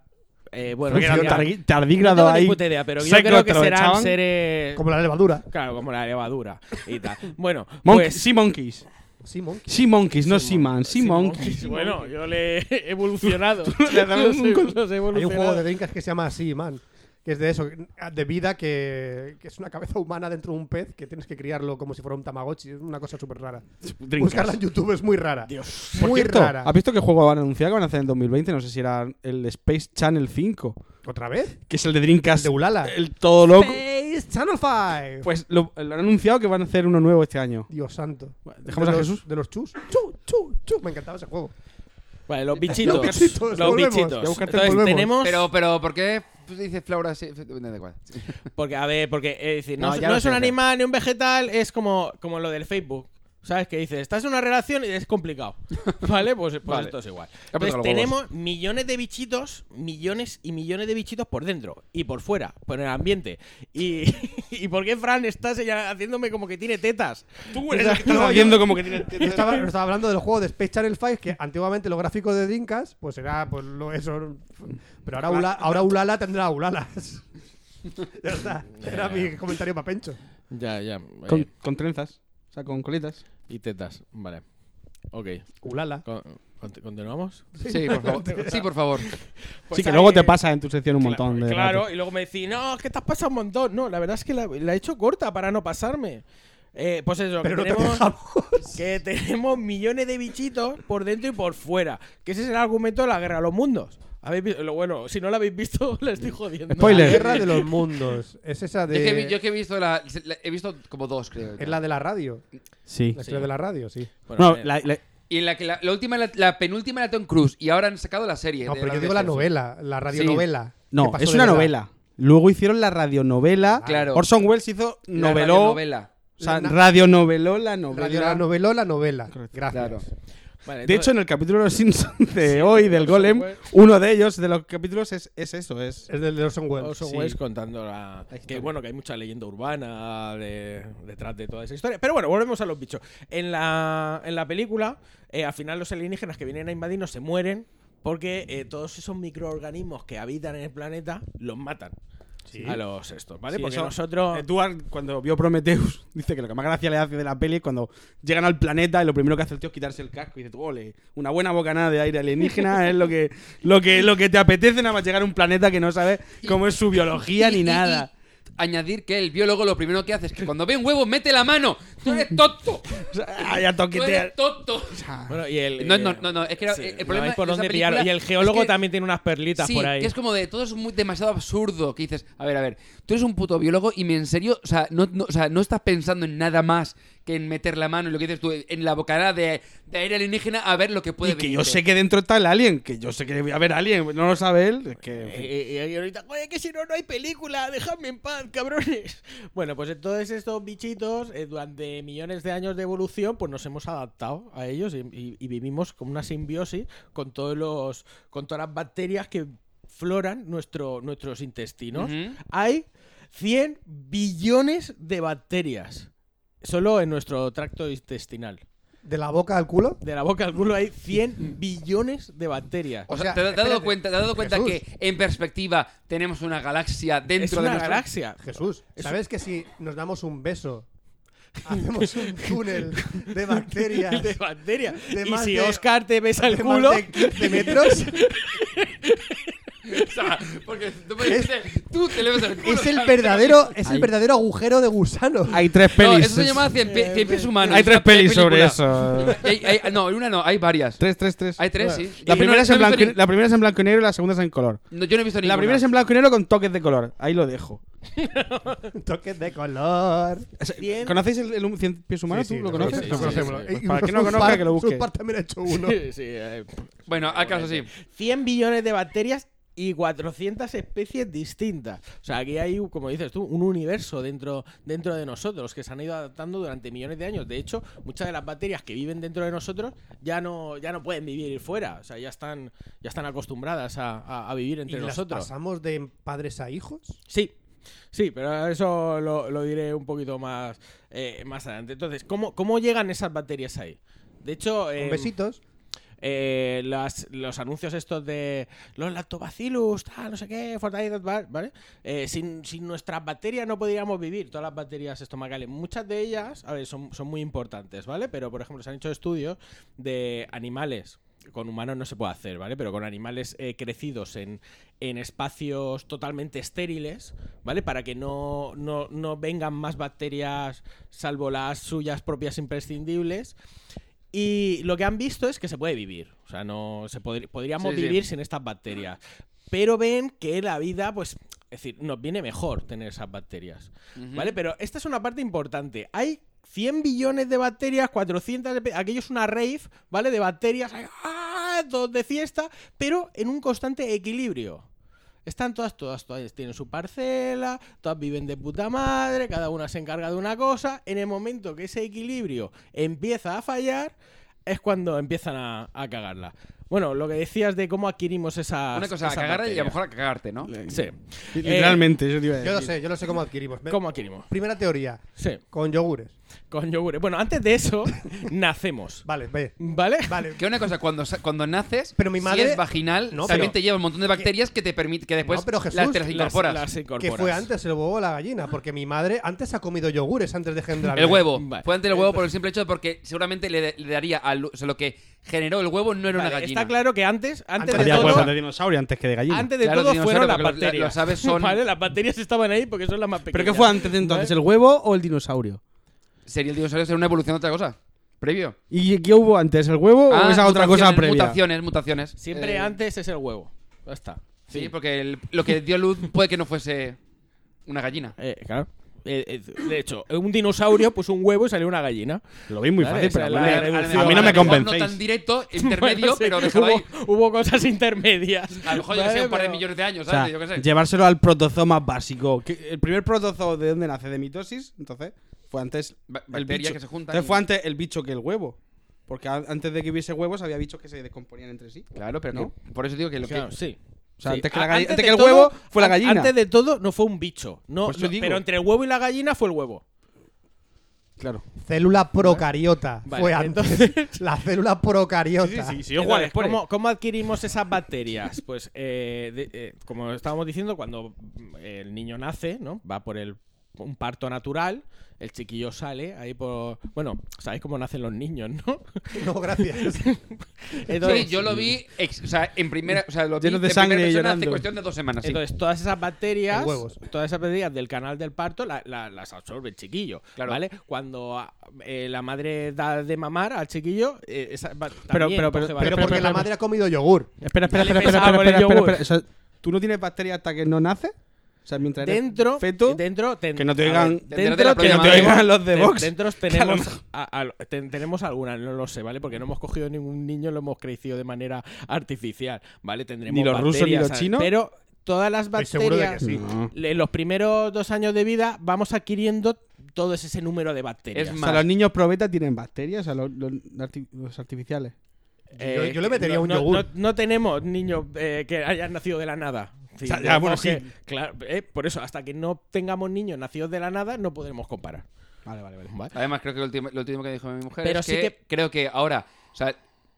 Eh, bueno,
Porque eran
funciona.
tardi-
no
tardígrado
tengo
ahí.
ni puta idea, pero yo
seco,
creo
te
que
lo
serán
echaban.
seres...
Como la levadura.
Claro, como la levadura y tal. Bueno,
Monk-
pues...
Sea Monkeys.
Sí, monkey.
Sea Monkeys, no Sea Man. Sea Monkeys.
Bueno, yo le he evolucionado.
le has dado
Los he-
un con-
los he
Hay un juego
evolucionado.
de drinkas que se llama así, man. Que es de eso, de vida, que, que es una cabeza humana dentro de un pez que tienes que criarlo como si fuera un tamagotchi. Es una cosa súper rara.
Drinkas.
Buscarla en YouTube es muy rara.
Dios.
Por
muy
cierto,
rara.
¿Has visto qué juego van a anunciar que van a hacer en 2020? No sé si era el Space Channel 5,
¿Otra vez?
que es el de Dreamcast.
De Ulala.
El todo loco.
Space Channel 5.
Pues lo, lo han anunciado que van a hacer uno nuevo este año.
Dios santo.
¿dejamos
de
a
los-
Jesús?
De los chus. Chu, chu, chu. Me encantaba ese juego.
Vale, los bichitos.
Los bichitos,
Los
volvemos.
bichitos.
Ya buscaste,
Entonces,
volvemos.
tenemos...
Pero, pero, ¿por qué Pues dices Flaura así? Da igual.
Porque, a ver, porque es decir, no,
No,
es-
ya
no
lo
es
sé,
un
ya.
animal ni un vegetal, es como, como lo del Facebook. ¿Sabes? Que dices, estás en una relación y es complicado. ¿Vale? Pues, pues
Vale.
esto es igual.
Ya empezó
Entonces,
con los
tenemos millones de bichitos, millones y millones de bichitos por dentro y por fuera, por el ambiente. ¿Y, ¿y por qué Fran está señal- haciéndome como que tiene tetas?
Tú eres el que estás haciendo como que tienes.
estaba, estaba hablando del juego de Space Channel 5, que antiguamente los gráficos de Dreamcast, pues era pues lo, eso. Pero ahora, Ula- ahora Ulala tendrá Ulalas. ya está. Era mi comentario para Pencho.
Ya, ya. eh,
Con, con trenzas, o sea, con coletas.
Y tetas, vale. Ok.
Ulala.
¿Continuamos?
Sí, por favor. Sí, por favor.
Pues
sí, que luego te pasa en tu sección un montón de.
Claro, y luego me decís, no, es que te has pasado un montón. No, la verdad es que la, la he hecho corta para no pasarme. Eh, pues eso,
Pero no
que,
te
tenemos,
dejamos.
que tenemos millones de bichitos por dentro y por fuera. Que ese es el argumento de la guerra de los mundos. ¿Habéis visto? Lo bueno, si no lo habéis visto, la estoy jodiendo.
La
Spoiler.
guerra de los mundos. Es esa
Yo es que, vi- yo
de.
es que he visto la, la- He visto como dos, creo.
Es la de la radio.
Sí.
La historia de la radio, sí.
Bueno,
no,
eh,
la- la-
Y la, que la, la última, la, la penúltima era Tom Cruise. Y ahora han sacado la serie.
No,
de
pero yo
las
digo la
veces.
novela, la radionovela. que
no
pasó
es
de
una
verdad.
novela. Luego hicieron la radionovela.
Claro.
Orson Welles hizo
La
noveló. O
novela.
sea,
La-
radionoveló la
Radio,
novela.
la noveló, la novela. Gracias.
Claro.
vale,
De
entonces-
hecho, en el capítulo de los Simpsons de hoy, del Golem, uno de ellos, de los capítulos, es, es eso: es
Es del de Orson Welles.
Orson
Sí.
Welles contando la, que
historia.
bueno que hay mucha leyenda urbana de- detrás de toda esa historia pero bueno volvemos a los bichos en la, en la película eh, al final los alienígenas que vienen a invadirnos se mueren porque eh, todos esos microorganismos que habitan en el planeta los matan a los estos vale
Sí,
porque
eso- eh,
nosotros
Edward, cuando vio Prometheus, dice que lo que más gracia le hace de la peli es cuando llegan al planeta y lo primero que hace el tío es quitarse el casco y dice, ole, una buena bocanada de aire alienígena es lo que, lo que, lo que te apetece nada más llegar a un planeta que no sabes cómo es su biología
Y-
ni
y-
nada.
y añadir que el biólogo lo primero que hace es que cuando ve un huevo, mete la mano. Tú eres tonto.
O sea, ah, ya
Tú eres
toquetea.
tonto.
bueno, y el,
Ah. No,
eh,
no, no, no, es que era- el
no
problema
hay por
de esa
dónde
película
pillarlo. y el
es
geólogo
que-
también tiene unas perlitas
sí,
por ahí
que es como de todo es muy demasiado absurdo que dices, a ver, a ver, tú eres un puto biólogo y me en serio, o sea, no, no- o sea, no estás pensando en nada más que en meter la mano y lo que dices tú en la bocanada de, de aire alienígena a ver lo que puede
Y que
venirte.
yo sé que dentro está el alien, que yo sé que voy a ver alien, no lo sabe él. es que, en
Eh,
fin.
Eh, Y, y- y ahorita, oye, que si no, no hay película, dejadme en paz, cabrones. Bueno, pues entonces estos bichitos, eh, durante millones de años de evolución, pues nos hemos adaptado a ellos y, y- y vivimos como una simbiosis con todos los. con todas las bacterias que floran nuestro, nuestros intestinos.
Ujú.
Hay 100 billones de bacterias. Solo en nuestro tracto intestinal.
De la boca al culo.
De la boca al culo hay 100 billones de bacterias.
O
O
sea,
sea,
¿te, has dado
espérate,
cuenta, te has dado cuenta
Jesús.
que en perspectiva tenemos una galaxia dentro
Es
de
una
nuestra-
galaxia.
Jesús, ¿sabes que si nos damos un beso, hacemos un túnel de bacterias
de bacteria.
De
y
más
si
de-
Oscar te besa el
de más
culo,
de 15 metros?
O sea, porque tú me dices, tú te leves el culo.
Es el
¿sabes?
verdadero, es el verdadero agujero de gusano.
Hay tres
No,
pelis.
eso se llama Cien, pie- Cien pies humanos.
Hay
es
tres
una pe-
pelis sobre
película.
eso.
Hay- hay- no, una no, hay varias.
Tres, tres, tres.
Hay tres, sí.
La
Y
primera,
no-
es en
no he
blanco, y-
visto ni-
la primera es en blanco y negro y la segunda es en color.
no, yo no he visto ninguna.
La primera es en blanco y negro con toques de color. Ahí lo dejo.
Toques de color.
¿Conocéis el, el hum- cien pies humano?
Sí, sí,
¿Tú lo
lo
conoces?
conocemos, lo conocemos.
Pues para quien no lo conozca, que lo busque.
Suspar también ha hecho uno.
Sí, eh,
Bueno, al caso sí.
100 billones de bacterias y 400 especies distintas. O sea, aquí hay, como dices tú, un universo dentro, dentro de nosotros que se han ido adaptando durante millones de años. De hecho, muchas de las bacterias que viven dentro de nosotros ya no, ya no pueden vivir fuera. O sea, ya están, ya están acostumbradas a, a- a vivir
¿Y
entre
las
nosotros.
pasamos de padres a hijos?
Sí, sí, pero eso lo, lo diré un poquito más, eh, más adelante. Entonces, ¿cómo, ¿cómo llegan esas bacterias ahí? De hecho,
Con
em,
besitos.
eh, las- los anuncios estos de los lactobacillus, tal, no sé qué, fortaleza, tal, ¿vale? Eh, sin, sin nuestras bacterias no podríamos vivir, todas las bacterias estomacales. Muchas de ellas, a ver, son, son muy importantes, ¿vale? Pero, por ejemplo, se han hecho estudios de animales. Con humanos no se puede hacer, ¿vale? Pero con animales eh, crecidos en, en espacios totalmente estériles, ¿vale? Para que no, no, no vengan más bacterias, salvo las suyas propias imprescindibles. Y lo que han visto es que se puede vivir. O sea, no se podri- podríamos
Sí, sí.
vivir sin estas bacterias. Pero ven que la vida, pues, es decir, nos viene mejor tener esas bacterias. ¿Vale? Pero esta es una parte importante. Hay 100 billones de bacterias, 400... de pe- Aquello es una rave, ¿vale? De bacterias. hay- ¡Ah! Todos de fiesta, pero en un constante equilibrio. Están todas, todas, todas tienen su parcela, todas viven de puta madre, cada una se encarga de una cosa. En el momento que ese equilibrio empieza a fallar, es cuando empiezan a, a cagarla. Bueno, lo que decías de cómo adquirimos esas.
Una cosa, a
esas
cagar y a lo
bacterias.
mejor a cagarte, ¿no?
Eh,
Sí.
Literalmente, eso te iba a
Yo lo
decir.
sé, yo lo sé cómo adquirimos.
Eh, ¿Cómo adquirimos?
Primera teoría,
Sí,
con yogures.
con yogures. Bueno, antes de eso, nacemos.
Vale, ve.
¿Vale?
Vale.
Que una cosa, cuando, sa- cuando naces,
Pero mi madre-
si es vaginal,
No,
también
pero-
te lleva un montón de bacterias que te permite que después
No, pero Jesús,
las te las
Las-
incorporas.
las
Que
incorporas.
fue antes el huevo o la gallina, porque mi madre antes ha comido yogures antes de engendrarme.
El huevo.
Vale.
Fue antes el huevo por el simple hecho de porque seguramente le, le daría al, o sea, lo que generó el huevo no era
Vale,
una gallina.
Está claro que antes, antes,
Antes
de
Había
todo,
huevos de dinosaurio antes que de gallina.
Antes de
Claro,
todo
dinosaurio,
fueron las
porque los-
bacterias.
los aves son-
Vale, las bacterias estaban ahí porque son las más pequeñas.
¿Pero qué fue antes de entonces? ¿El huevo o el dinosaurio?
Sería el dinosaurio ser una evolución de otra cosa. Previo.
¿Y qué hubo antes? ¿El huevo o
Ah,
esa otra cosa
mutaciones,
previa?
Mutaciones, mutaciones.
Siempre
Eh,
antes es el huevo. Ya está.
Sí, porque el- lo que dio luz puede que no fuese una gallina.
Eh, claro. Eh, eh, de hecho, un dinosaurio puso un huevo y salió una gallina.
Lo vi muy fácil,
Vale, esa
pero
es la
bueno,
reducción.
a mí
lo
no me
mejor
convencéis.
No tan directo, intermedio,
Bueno, sí,
pero déjalo ahí.
hubo, hubo cosas intermedias.
A lo mejor yo que
Vale,
sé, un par de
pero-
millones de años,
O sea,
¿sabes? yo qué sé.
llevárselo al protozoma básico. Que el primer protozoo de dónde nace de mitosis, entonces, fue antes
Ba-
el
bacterias
bicho.
que se juntan
Entonces
y-
fue antes el bicho que el huevo. Porque a- antes de que hubiese huevos había bichos que se descomponían entre sí.
Claro, pero
¿No?
que- por eso digo que lo que.
Claro, sí.
O sea,
Sí.
antes que, la
A-
galli- antes
de
que el
todo-
huevo fue la
an-
gallina.
Antes de todo no fue un bicho. No,
Por eso
no,
digo.
pero entre el huevo y la gallina fue el huevo.
Claro.
Ah,
Célula procariota.
Vale,
fue antes. La célula procariota.
Entonces, eh, ¿cómo, cómo adquirimos esas bacterias? Pues, eh, de- eh, como estábamos diciendo, cuando mm, el niño nace, ¿no? Va por el, un parto natural, el chiquillo sale ahí por... Bueno, sabéis cómo nacen los niños, ¿no?
No, gracias.
Entonces,
sí, yo lo vi, ex- o sea, en primera, o sea, lo vi
Llenos de
en primera
sangre
persona
y
hace
llorando.
cuestión de dos semanas. sí.
Entonces, todas esas bacterias,
En huevos.
todas esas bacterias del canal del parto la- la- las absorbe el chiquillo,
Claro.
¿vale? Cuando ah, eh, la madre da de mamar al chiquillo, eh, esa ba- también
pero- pero-
coge
Pero
bacterias.
porque la madre ha comido yogur.
Espera, espera,
Dale
espera, espera,
pesado
espera,
con el
espera, espera,
yogur.
espera. O sea, ¿tú no tienes bacteria hasta que no nace? O sea, mientras eres
dentro,
feto,
dentro ten-
que no te
a
oigan-
ver,
Dentro de la propia madre.
tenemos-
Que no te
oigan los de
ten-
Vox.
Dentro
a lo
tenemos, a- a- ten- tenemos algunas, no lo sé, ¿vale? Porque no hemos cogido ningún niño, lo hemos crecido de manera artificial, ¿vale? Tendremos
Ni los rusos ni
bacterias,
los
¿sabes?
chinos.
Pero todas las
Estoy seguro de que
bacterias,
sí.
No.
en los primeros dos años de vida, vamos adquiriendo todo ese, ese número de bacterias.
Es
O
más-
sea, los niños probeta tienen bacterias, o sea, los, los arti- los artificiales.
Yo- yo le metería
Eh, no,
un
no-
yogur.
No, no tenemos niños eh, que hayan nacido de la nada. Sí,
O sea, ya, bueno,
porque-
sí.
Claro, eh, por eso, hasta que no tengamos niños nacidos de la nada, no podremos comparar.
Vale, vale, vale.
¿vale?
Además, creo que lo último, lo último que dijo mi mujer
Pero
es
sí
que,
que-
creo que ahora, o sea,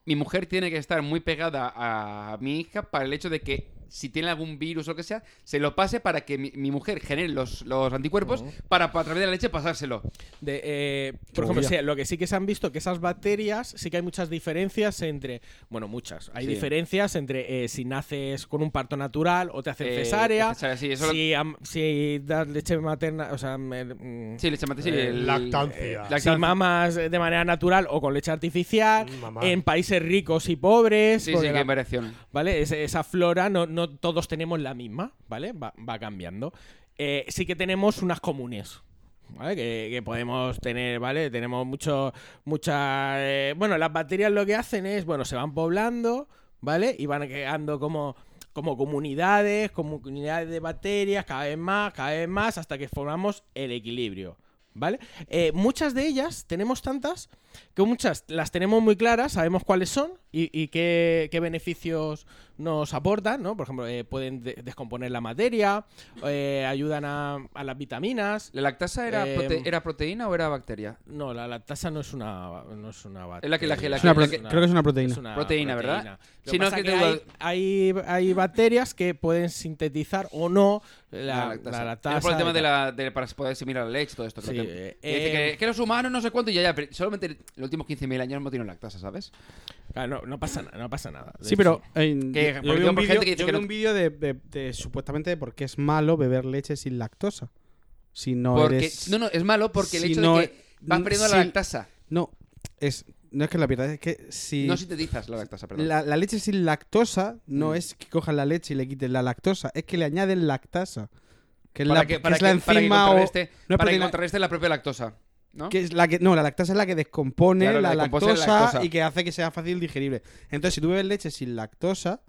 mi mujer tiene que estar muy pegada a mi hija para el hecho de que si tiene algún virus o lo que sea, se lo pase para que mi, mi mujer genere los, los
Oh.
anticuerpos para, para a través de la leche pasárselo.
De, eh, por ejemplo, o sea, lo que sí que se han visto que esas bacterias, sí que hay muchas diferencias entre. Bueno, muchas. Hay
Sí.
diferencias entre eh, si naces con un parto natural o te hacen
Eh,
cesárea.
cesárea, sí, eso lo-
si, am- si das leche materna. O sea, me- mm,
Sí, leche materna, sí,
Eh,
el-
lactancia.
eh,
si mamas eh, de manera natural o con leche artificial.
Mamá.
En países ricos y pobres.
Sí, sí,
porque
que
la-
hay variación.
¿Vale? Ese- esa flora no, no todos tenemos la misma, ¿vale? Va, va cambiando. Eh, sí que tenemos unas comunes. ¿Vale? Que, que podemos tener, ¿vale? Tenemos mucho, muchas... eh, bueno, las bacterias lo que hacen es, bueno, se van poblando, ¿vale? Y van creando como, como comunidades, como comunidades de bacterias, cada vez más, cada vez más, hasta que formamos el equilibrio, ¿vale? Eh, muchas de ellas, tenemos tantas, que muchas las tenemos muy claras, sabemos cuáles son y, y qué, qué beneficios nos aportan, ¿no? Por ejemplo, eh, pueden de- descomponer la materia, eh, ayudan a, a las vitaminas.
¿La lactasa era,
Eh,
prote- era proteína o era bacteria?
No, la lactasa no es una no es una
Es la que- la que- la
bacteria,
que- la que-
creo que es una proteína.
Proteína, ¿verdad?
Lo
Si
que
no,
pasa
es que
que
te-
hay, hay, hay bacterias que pueden sintetizar o no la, la lactasa.
Era por el tema
y
de
tal.
la, de- para poder asimilar la leche, todo esto. creo
Sí,
que,
eh,
que dice
eh,
que, que los humanos no sé cuánto y ya, ya, pero solamente los últimos 15.000 años hemos tenido lactasa, ¿sabes?
Claro, no, no pasa nada, no pasa nada. De
Sí, pero
hecho,
en-
Que
yo
prohibido
vi un
por gente
vídeo-
que dice
yo
que
vi
no-
un vídeo de, de- de supuestamente de por qué es malo beber leche sin lactosa. Si no
porque,
eres-
No, no, es malo porque el
si
hecho
no
de que
e-
vas perdiendo la
si-
lactasa.
No, es, no es que la pierdas, es que si
No sintetizas la lactasa, perdón. Mm.
la, la leche sin lactosa no es que cojan la leche y le quiten la lactosa, es que le añaden lactasa. Que es la, que es la
para que
enzima o-
contrarreste-
no es
para que
proteína,
contrarreste la propia lactosa. ¿no?
que es la que- no, la lactasa es la que descompone
Claro, la
la,
descompone la
lactosa
lactosa.
y que hace que sea fácil digerible. Entonces, si tú bebes leche sin lactosa,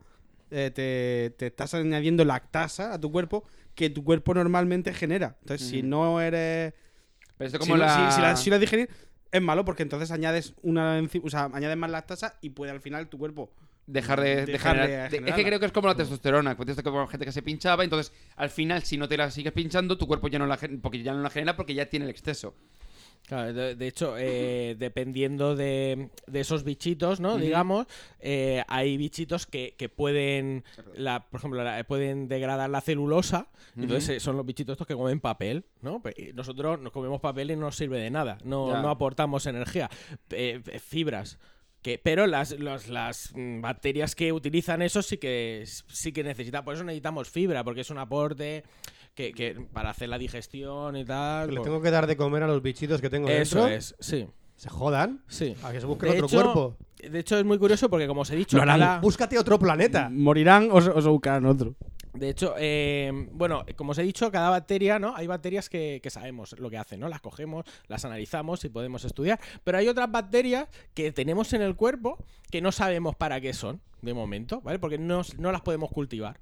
eh, te, te estás añadiendo lactasa a tu cuerpo que tu cuerpo normalmente genera. Entonces, si no eres.
Pero esto
si
como
no-
la...
si, si la, si la digerir, es malo porque entonces añades una enci- o sea, añades más lactasa y puede al final tu cuerpo.
Dejar de, de
Dejar de
generar- de- Es que
generarla.
creo que es como la testosterona. que tienes que como gente que se pinchaba, entonces al final, si no te la sigues pinchando, tu cuerpo ya no la, gen- porque ya no la genera porque ya tiene el exceso.
claro, de, de hecho, eh, dependiendo de, de esos bichitos, ¿no? Digamos, eh, hay bichitos que, que pueden, la, por ejemplo, la- pueden degradar la celulosa. Entonces eh, son los bichitos estos que comen papel, ¿no? Pe- y Nosotros nos comemos papel y no nos sirve de nada.
Ya.
No, no aportamos energía. Eh, eh, fibras. Que, pero las, las, las, mm, bacterias que utilizan eso sí que, sí que necesitan. Por eso necesitamos fibra, porque es un aporte que, que para hacer la digestión y tal.
Les
por-
tengo que dar de comer a los bichitos que tengo
Eso
dentro.
es, sí.
Se jodan.
Sí.
A que se busquen otro cuerpo.
De hecho, es muy curioso porque, como os he dicho, cada-
Búscate otro
Mm,
planeta.
Morirán o, se- o se buscarán otro.
de hecho, eh, bueno, como os he dicho, cada bacteria, ¿no? Hay bacterias que, que sabemos lo que hacen, ¿no? Las cogemos, las analizamos y podemos estudiar. Pero hay otras bacterias que tenemos en el cuerpo que no sabemos para qué son, de momento, ¿vale? Porque no, no las podemos cultivar.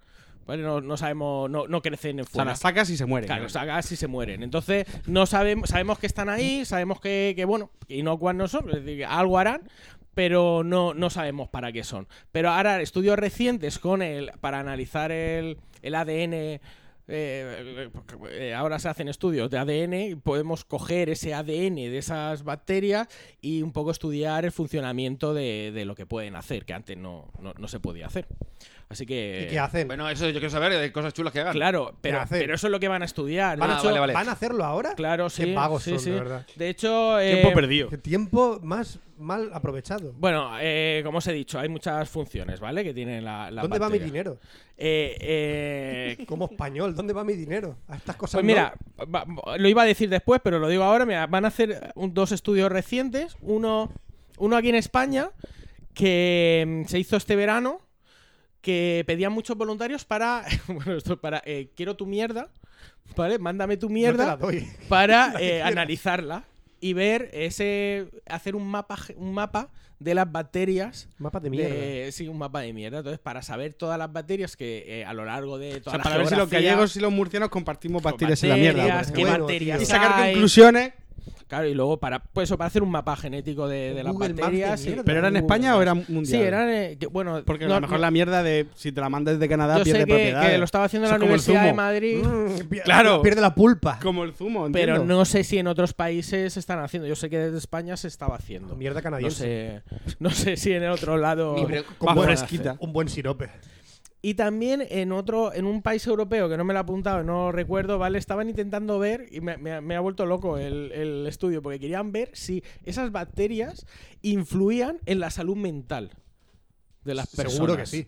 ¿Vale? No, no sabemos, no, no crecen en
O sea,
fuera.
las sacas y se mueren.
Claro, sagas y se mueren. Entonces, no sabemos, sabemos que están ahí, sabemos que, que bueno, inocuas no son, es decir, que algo harán, pero no, no sabemos para qué son. Pero ahora, estudios recientes con el, para analizar el, el ADN. eh, eh, ahora se hacen estudios de ADN y podemos coger ese ADN de esas bacterias y un poco estudiar el funcionamiento de, de lo que pueden hacer, que antes no, no- no se podía hacer. Así que.
¿Y qué hacen?
Bueno, eso yo quiero saber de cosas chulas que hagan.
Claro, pero,
hacen?
pero eso es lo que van a estudiar. De
Ah,
hecho,
vale, vale.
¿Van a hacerlo ahora?
Claro, sí.
Qué vagos
sí,
son,
sí.
de verdad.
De hecho, eh,
Tiempo perdido.
Qué tiempo más mal aprovechado.
Bueno, eh, como os he dicho, hay muchas funciones, ¿vale? Que tiene la, la
¿Dónde va mi
bacteria.
dinero?
Eh, eh,
Como español, ¿dónde va mi dinero? A estas cosas
pues
no.
mira, va- lo iba a decir después, pero lo digo ahora. Mira, van a hacer un- dos estudios recientes. Uno, uno aquí en España, que mm, se hizo este verano, que pedían muchos voluntarios para. Bueno, esto es para. eh, quiero tu mierda, ¿vale? Mándame tu mierda.
No te la doy.
para
La
eh,
que quieras.
analizarla y ver ese hacer un mapa ge- un mapa de las bacterias
Mapa de mierda.
de, sí, un mapa de mierda. Entonces, para saber todas las bacterias que eh, a lo largo de
O
toda
sea,
la
para ver si los
geografía,
gallegos y los murcianos compartimos
con
bacterias en la mierda.
bacterias,
por
qué
ejemplo.
bacterias
Y sacar
hay.
conclusiones.
Claro, y luego para pues eso, para hacer un mapa genético de, de las
Google Maps de
bacterias. y-
mierda.
¿Pero era en
Google
España o
Maps.
era mundial?
Sí, eran eh, que- bueno,
Porque a
no-
lo mejor
no-
la mierda de si te la mandas de Canadá
yo
pierde
sé que,
propiedades.
que lo estaba haciendo
Eso
la
es como el
Universidad de
zumo.
Madrid.
Mm, pi-
claro.
Pierde la pulpa.
Como el zumo, entiendo.
Pero no sé si en otros países se están haciendo. Yo sé que desde España se estaba haciendo.
Mierda
No
canadiense.
sé, no sé si en el otro lado.
Mi pre-
Con
Más
buen-
fresquita.
Un buen sirope.
Y también en otro, en un país europeo que no me lo he apuntado, no recuerdo, ¿vale? Estaban intentando ver, y me, me- me ha vuelto loco el, el estudio, porque querían ver si esas bacterias influían en la salud mental de las personas. Eh,
Seguro que sí.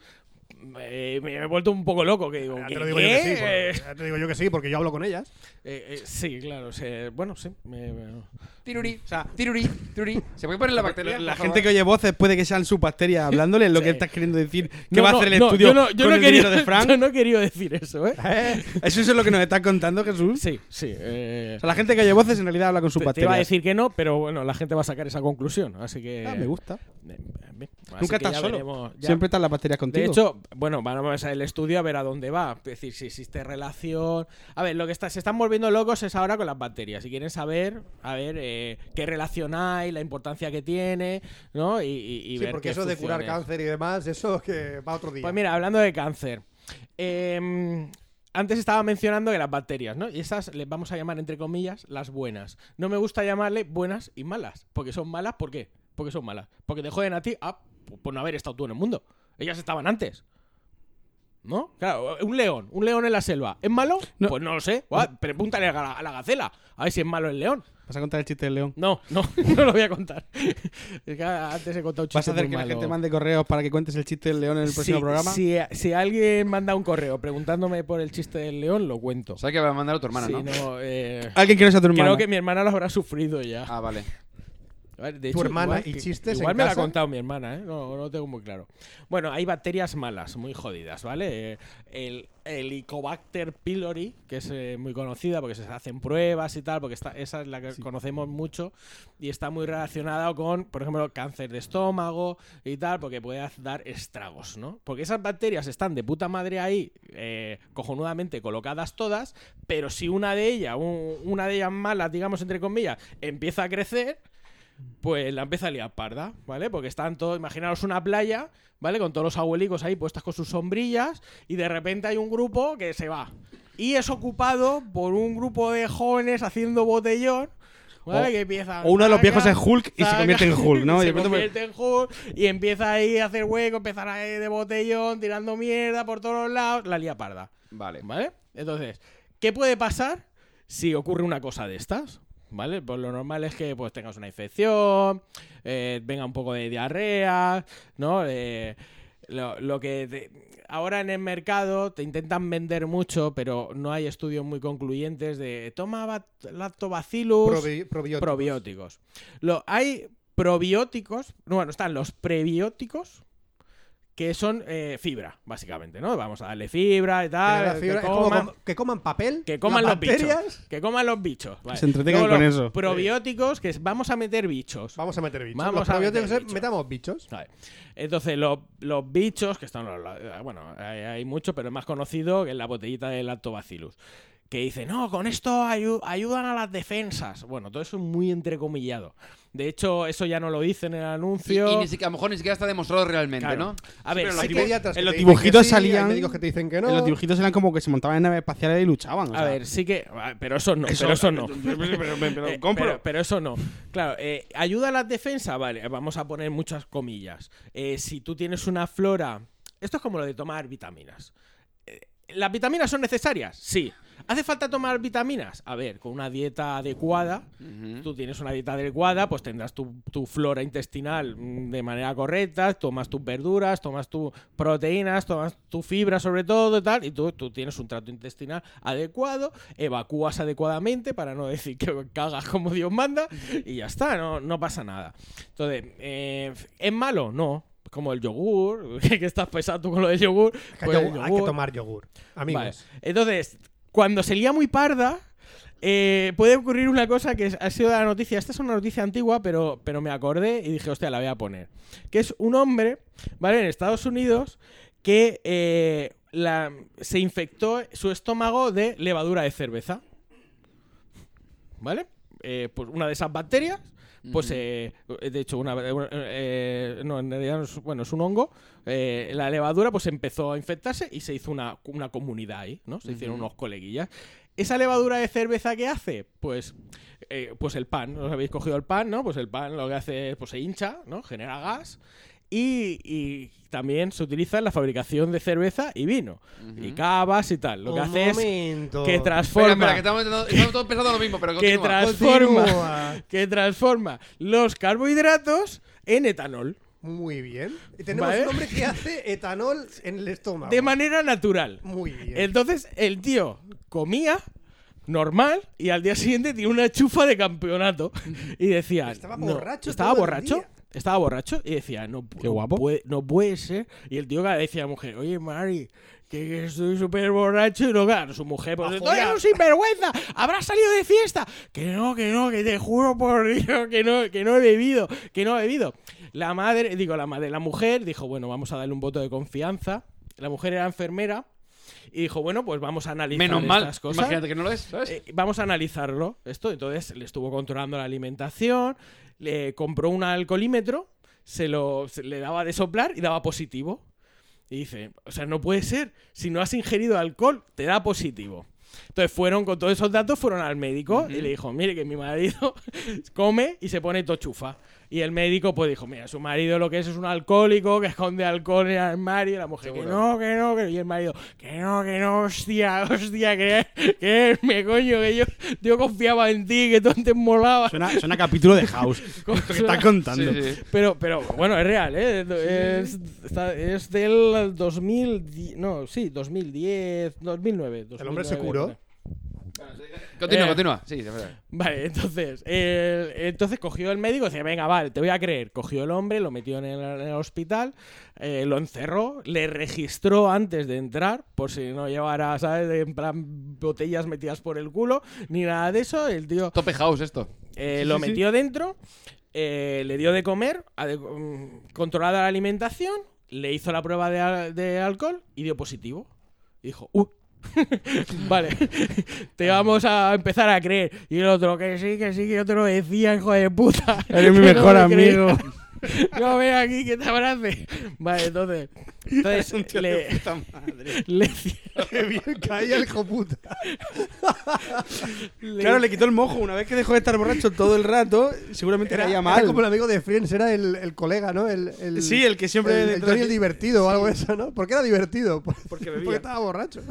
Me, me he vuelto un poco loco, que digo,
Ya
¿qué-
te, lo digo yo que sí,
qué?
porque- ya te digo yo que sí, porque yo hablo con ellas.
Eh, eh, sí, claro. o sea, bueno, sí. me- me-
Tiruri, tiruri, tiruri. ¿Se puede poner la bacteria?
La
por favor?
gente que oye voces puede que sean sus bacterias hablándole lo que estás queriendo decir. ¿Qué
No,
va a
no,
hacer el
no,
estudio
Yo no, yo
con
no
el
quería,
dinero de Frank?
yo no quería decir eso, ¿eh?
¿Eh? ¿Eso es lo que nos estás contando, Jesús?
Sí, sí. eh,
O sea, la gente que oye voces en realidad habla con sus
te, te iba a
bacterias.
decir que no, pero bueno, la gente va a sacar esa conclusión. Así que.
Ah, me gusta.
Eh, bien, así
Nunca
que
estás
ya
solo.
veremos, ya.
Siempre están las bacterias
De
contigo.
hecho, bueno, vamos al estudio a ver a dónde va. Es decir, si existe relación. A ver, lo que está- se están volviendo locos es ahora con las bacterias. Si quieren saber, a ver, eh, qué relación hay, la importancia que tiene, ¿no? Y, y- y
Sí,
ver
porque
qué
eso de curar
funciones.
cáncer y demás, eso es que va otro día.
Pues mira, hablando de cáncer. eh, antes estaba mencionando que las bacterias, ¿no? Y esas les vamos a llamar, entre comillas, las buenas. No me gusta llamarle buenas y malas. Porque son malas, ¿por qué? Porque son malas. Porque te joden a ti ah, por no haber estado tú en el mundo. Ellas estaban antes. ¿No? Claro, un león, un león en la selva. ¿Es malo?
No.
Pues no lo sé. Guau, Pregúntale a la, a la gacela. A ver si es malo el león.
¿Vas a contar el chiste del león?
No, no, no lo voy a contar. Es que antes he contado un
¿Vas
chiste
a hacer
muy
que la
malo.
gente mande correos para que cuentes el chiste del león en el próximo
Si-
programa?
Si, si alguien manda un correo preguntándome por el chiste del león, lo cuento.
O sea que va a mandar a tu hermana,
Si
¿no?
no, eh,
Alguien quiere ser tu hermano.
creo que mi hermana lo habrá sufrido ya.
Ah, vale.
A ver, de
Tu hermana y
que-
chistes
Igual
en
me
casa.
lo ha contado mi hermana, ¿eh? No, no lo tengo muy claro. Bueno, hay bacterias malas, muy jodidas, ¿vale? Eh, El Helicobacter pylori, que es eh, muy conocida porque se hacen pruebas y tal, porque está, esa es la que conocemos mucho y está muy relacionada con, por ejemplo, cáncer de estómago y tal, porque puede haz- dar estragos, ¿no? Porque esas bacterias están de puta madre ahí, eh, cojonudamente colocadas todas, pero si una de ellas, un- una de ellas malas, digamos, entre comillas, empieza a crecer, pues la empieza a liar parda, ¿vale? Porque están todos, imaginaros una playa, ¿vale? Con todos los abuelicos ahí puestas con sus sombrillas y de repente hay un grupo que se va. Y es ocupado por un grupo de jóvenes haciendo botellón, ¿vale?
O-
que empieza...
o uno de los viejos es Hulk y se
Saca-
convierte en Hulk, ¿no? Y de
se
pronto, pues-
convierte en Hulk y empieza ahí a hacer hueco, empezar ahí de botellón, tirando mierda por todos lados, la lía parda.
Vale.
¿Vale? Entonces, ¿qué puede pasar si ocurre una cosa de estas? ¿Vale? Pues lo normal es que pues tengas una infección, eh, venga un poco de diarrea, ¿no? Eh, lo, lo que te- ahora en el mercado te intentan vender mucho, pero no hay estudios muy concluyentes de toma bat- lactobacillus
Probi- probióticos.
probióticos. Lo, hay probióticos, no, bueno, están los prebióticos, que son eh, fibra, básicamente, ¿no? Vamos a darle fibra y
Tiene la
tal, eh,
fibra-
que
es como
coman,
com- que coman papel.
que coman
las
los bichos.
bacterias,
Que coman los bichos. vale.
se entretengan
Luego
con
los
eso.
Probióticos, que es- vamos a meter bichos.
Vamos a meter bichos.
Vamos
Los
a meter
probióticos, eh,
bichos.
metamos bichos.
Vale. Entonces, lo- los bichos, que están. los- la- Bueno, hay, hay muchos, pero el más conocido que es la botellita de lactobacillus. Que dice, no, con esto ayu- ayudan a las defensas. Bueno, todo eso es muy entrecomillado. De hecho, eso ya no lo dicen en el
Y,
anuncio.
y ni siquiera- a lo mejor ni siquiera está demostrado realmente,
Claro.
¿no?
A ver,
pero
sí
Hay
que-
pediatras que
en los
te dicen que
dibujitos
sí, hay
salían-
médicos que te dicen que no.
En los dibujitos eran como que se montaban en naves espaciales y luchaban. o
A
sea.
ver, sí que. ah, Pero eso no, pero eso no. Eh, pero- pero eso no. Claro, eh, ayuda a las defensas, vale, vamos a poner muchas comillas. Eh, si tú tienes una flora. Esto es como lo de tomar vitaminas. Eh, ¿Las vitaminas son necesarias? Sí. ¿Hace falta tomar vitaminas? A ver, con una dieta adecuada,
Ujú.
tú tienes una dieta adecuada, pues tendrás tu, tu flora intestinal mm, de manera correcta, tomas tus verduras, tomas tus proteínas, tomas tu fibra sobre todo y tal, y tú, tú tienes un trato intestinal adecuado, evacúas adecuadamente para no decir que cagas como Dios manda y ya está, no, no pasa nada. Entonces, eh, ¿es malo? No. Como el yogur, que estás pesado tú con lo del yogur.
Que
pues
hay,
el
yogur- hay que
yogur-
tomar yogur. Amigos.
Vale. Entonces, cuando se lía muy parda, eh, puede ocurrir una cosa que es- ha sido de la noticia. Esta es una noticia antigua, pero, pero me acordé y dije, hostia, la voy a poner. Que es un hombre, ¿vale? En Estados Unidos, que eh, la- se infectó su estómago de levadura de cerveza. ¿Vale? Eh, pues una de esas bacterias. Pues, eh, de hecho, una, una- eh, no, en realidad no es, bueno, es un hongo. Eh, la levadura pues empezó a infectarse y se hizo una, una comunidad ahí, ¿no? Se hicieron unos coleguillas. ¿Esa levadura de cerveza qué hace? Pues, eh, pues el pan, os habéis cogido el pan, ¿no? Pues el pan lo que hace es, pues se hincha, ¿no? Genera gas y, y también se utiliza en la fabricación de cerveza y vino.
Ujú.
Y cavas y tal. Lo que
Un
hace
momento.
es que
Espera,
transforma.
espera, que estamos, estamos todos pensando lo mismo, pero
que
continúa.
transforma,
Continúa.
que transforma los carbohidratos en etanol
Muy bien. Y tenemos
Vale.
un hombre que hace etanol en el estómago.
de manera natural.
Muy bien.
Entonces el tío comía normal y al día siguiente tiene una chufa de campeonato y decía
Estaba
no,
borracho
estaba
todo el
borracho
día.
estaba borracho y decía no
Qué
no
guapo.
puede, no puede ser y el tío cada vez decía a la mujer oye Mari que que estoy súper borracho y no claro su mujer pues tú eres un sinvergüenza habrás salido de fiesta que no que no que te juro por Dios que no que no he bebido que no he bebido la madre digo la madre la mujer dijo bueno vamos a darle un voto de confianza la mujer era enfermera y dijo, bueno, pues vamos a analizar
Menos mal,
estas cosas.
imagínate que no lo es, ¿sabes?
Eh, vamos a analizarlo. Esto, entonces, le estuvo controlando la alimentación, le compró un alcoholímetro, se lo se- le daba de soplar y daba positivo. Y dice, o sea, no puede ser. Si no has ingerido alcohol, te da positivo. Entonces fueron con todos esos datos, fueron al médico y le dijo, mire que mi marido come y se pone tochufa. Y el médico pues dijo, mira, su marido lo que es es un alcohólico que esconde alcohol en el armario. Y la mujer, que no, que no, que no. Y el marido, que no, que no, hostia, hostia, que, que me coño, que yo, yo confiaba en ti, que tú antes molabas.
Suena, suena capítulo de House. esto que estás contando.
Sí, sí.
Pero, pero bueno, es real, ¿eh? Es, está- es del 2010, no, sí, 2010, 2009.
El hombre se
2009,
curó.
creo.
Continúa,
Eh.
continúa. Sí, de verdad.
Vale, entonces, el- entonces cogió el médico y decía, venga, vale, te voy a creer. Cogió el hombre, lo metió en el, en el hospital, eh, lo encerró, le registró antes de entrar, por si no llevara, ¿sabes? En plan, botellas metidas por el culo, ni nada de eso. El tío
Tope house esto.
eh, lo metió dentro, eh, le dio de comer, ade- mm, controlada la alimentación, le hizo la prueba de, al- de alcohol y dio positivo. Y dijo, ¡uh! vale, te vamos a empezar a creer. Y el otro, que sí, que sí, que yo te lo decía, hijo de puta.
Eres mi
Que
mejor
me creía".
amigo.
No, ven aquí, que te abrace. Vale, entonces. Entonces, le, le,
Qué bien caía el hijo puta.
le-
Claro, le quitó el mojo. Una vez que dejó de estar borracho todo el rato, seguramente
Era,
caía
era
mal.
como el amigo de Friends, era el, el colega, ¿no? El, el,
Sí, el que siempre-
El, el Tony el divertido o algo de eso, ¿no? ¿Por qué era divertido? Por-
Porque bebía.
estaba borracho.